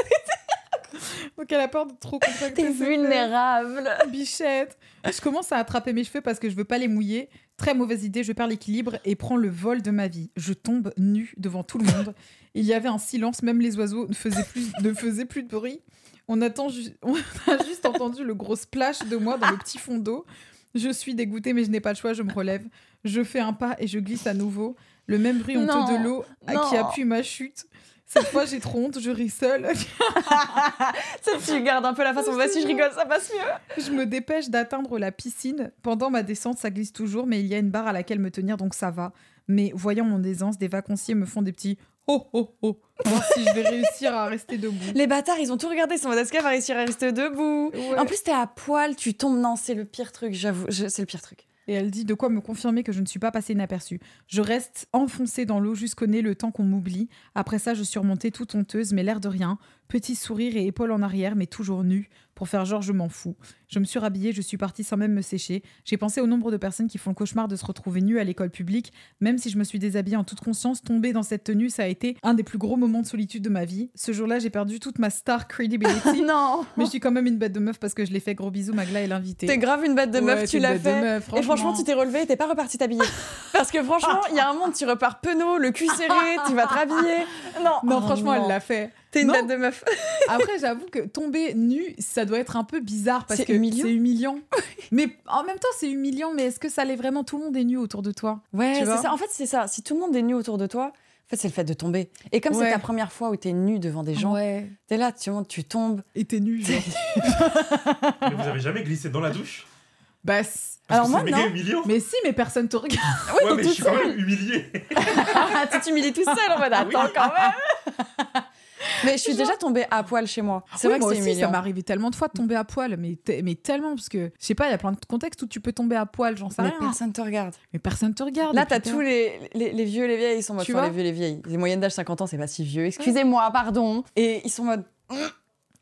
Donc elle a peur de trop contracter
T'es
ses
vulnérable.
fesses. Bichette. Je commence à attraper mes cheveux parce que je veux pas les mouiller. Très mauvaise idée, je perds l'équilibre et prends le vol de ma vie. Je tombe nue devant tout le monde. Il y avait un silence, même les oiseaux ne faisaient plus, ne faisaient plus de bruit. On, attend ju- on a juste entendu le gros splash de moi dans le petit fond d'eau. Je suis dégoûtée, mais je n'ai pas le choix, je me relève. Je fais un pas et je glisse à nouveau. Le même bruit honteux
Non,
de l'eau à
non.
qui appuie ma chute. Cette fois, j'ai trop honte, je ris seule.
Ça, tu gardes un peu la façon. Vas-y, je rigole, ça passe mieux.
Je me dépêche d'atteindre la piscine. Pendant ma descente, ça glisse toujours, mais il y a une barre à laquelle me tenir, donc ça va. Mais voyant mon aisance, des vacanciers me font des petits oh oh oh, voir si je vais réussir à rester debout.
Les bâtards, ils ont tout regardé. Son modeste va réussir à rester debout.
Ouais.
En plus, t'es à poil, tu tombes. Non, c'est le pire truc, j'avoue. Je- C'est le pire truc.
Et elle dit de quoi me confirmer que je ne suis pas passée inaperçue. Je reste enfoncée dans l'eau jusqu'au nez le temps qu'on m'oublie. Après ça, je suis remontée toute honteuse, mais l'air de rien. Petit sourire et épaules en arrière, mais toujours nue, pour faire genre je m'en fous. Je me suis rhabillée, je suis partie sans même me sécher. J'ai pensé au nombre de personnes qui font le cauchemar de se retrouver nue à l'école publique. Même si je me suis déshabillée en toute conscience, tomber dans cette tenue, ça a été un des plus gros moments de solitude de ma vie. Ce jour-là, j'ai perdu toute ma star credibility.
Ah Non.
mais je suis quand même une bête de meuf parce que je l'ai fait gros bisous, Magla est l'invitée.
T'es grave une bête de
Ouais,
meuf,
t'es
tu
une
l'as
bête de
fait.
meuf,
Et franchement, tu t'es relevé et t'es pas reparti t'habiller. Parce que franchement, il y a un monde, tu repars penaud, le cul serré, tu vas te rhabiller. Non,
Non,
Oh,
franchement,
non.
elle l'a fait.
T'es une
Non.
bête de meuf.
Après, j'avoue que tomber nu, ça doit être un peu bizarre parce
C'est
que
humiliant.
c'est humiliant. mais en même temps, c'est humiliant, mais est-ce que ça l'est vraiment Tout le monde est nu autour de toi.
Ouais,
Tu
c'est
vois
ça. En fait, c'est ça. Si tout le monde est nu autour de toi, en fait, c'est le fait de tomber. Et comme c'est
Ouais.
ta première fois où t'es nu devant des gens,
Ouais.
t'es là, tu montes, tu tombes.
Et t'es nu, genre.
Mais vous avez jamais glissé dans la douche
bah, c-
Parce
Alors
que
moi,
c'est méga
non.
humiliant.
mais si, mais personne te regarde.
Ouais,
ouais,
t'es
mais
toute
je suis quand
seule.
même humilié.
Ah, tu t'humilies tout seul en mode attends
Oui.
quand même. Ah Mais je suis déjà tombée à poil chez moi. C'est
Oui,
vrai que
moi
c'est
aussi, ça
humiliant. Mm.
m'est arrivé tellement de fois de tomber à poil, mais, t- mais tellement, parce que, je sais pas, il y a plein de contextes où tu peux tomber à poil, j'en sais
Mais
rien.
personne te regarde.
mais personne te regarde.
Là,
et puis
t'as tous les, les, les vieux et les vieilles, ils sont en mode.
Tu
enfin,
vois
les vieux et les vieilles. Les moyennes d'âge 50 ans, c'est pas si vieux. Excusez-moi, pardon. Et ils sont en mode. Mm.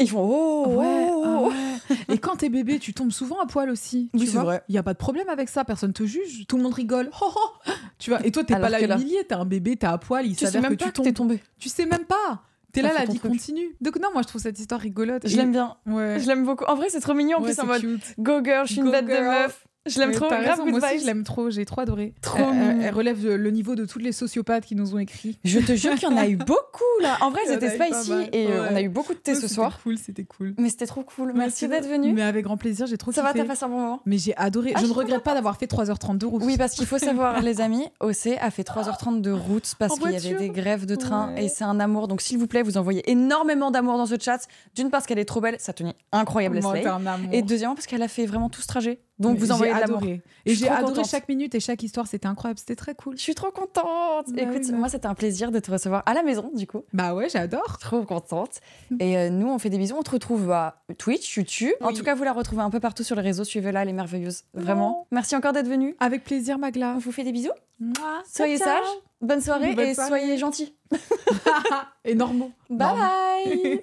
Ils font oh,
Ouais,
oh, oh, oh.
ah ouais. Et quand t'es bébé, tu tombes souvent à poil aussi.
Oui,
tu
c'est
vois.
vrai.
Il y a pas de problème avec ça, personne te juge, tout le monde rigole. Oh, oh. Tu vois. Et toi, t'es
Alors
pas là
que là-
humilié, t'es un bébé, t'es à poil, il
Tu sais
s'avère
même
que
pas
tu
que t'es
tombes.
tombée.
Tu sais même pas. T'es
T'as
là,
fait
la
ton
vie
truc.
continue. Donc non, moi je trouve cette histoire rigolote.
Je
Et-
l'aime bien.
Ouais.
Je l'aime beaucoup. En vrai, c'est trop mignon. En
Ouais,
plus, en
c'est
mode
cute.
go girl, je suis une
Go
bête de
girl.
meuf. Je l'aime
Ouais,
trop.
t'as
Grave
raison,
good
moi aussi,
vibes.
je l'aime trop, j'ai trop adoré.
Trop
Euh,
mignon.
elle relève le- le niveau de toutes les sociopathes qui nous ont écrit.
Je te jure qu'il y en a eu beaucoup là. En vrai,
Ah bah, Il y en
c'était
a eu pas
spicy
mal.
et euh,
Ouais.
on a eu beaucoup de thé ce
Oh, C'était
soir.
cool, c'était cool.
Mais c'était trop cool. Merci d'être venu.
Mais avec grand plaisir, j'ai trop
Ça va,
kiffé.
t'as passé un bon moment
Mais j'ai adoré.
Ah,
je
je
ne
suis
regrette pas d'avoir fait 3h32 route.
Oui, parce qu'il faut savoir, les amis, OC a fait 3h30 de route parce
En
qu'il y avait
voiture.
des grèves de train
Ouais.
et c'est un amour. Donc, s'il vous plaît, vous envoyez énormément d'amour dans ce chat. D'une parce qu'elle est trop belle, sa tenue incroyable,
Moi,
Slay.
t'es un amour.
Et deuxièmement parce qu'elle a fait vraiment tout ce trajet. Donc, vous
J'ai
envoyez de l'amour.
adoré.
Je
Et
suis
j'ai
trop
adoré
contente.
chaque minute et chaque histoire, c'était incroyable, c'était très cool.
Je suis trop contente.
Bah
Écoute,
oui, bah.
moi, c'était un plaisir de te recevoir à la maison, du coup.
Bah ouais, j'adore.
Trop contente. Et euh, nous, on fait des bisous. On te retrouve à Twitch, YouTube. En
Oui.
tout cas, vous la retrouvez un peu partout sur les réseaux. Suivez-la, elle est merveilleuse. Vraiment.
Oh.
Merci encore d'être venue.
Avec plaisir,
On
Magla.
vous fait des bisous.
Mouah.
Soyez
Ciao,
sages. Bonne soirée
Bonne
et
soirée.
soyez gentils.
ciao. Et normaux.
Bye bye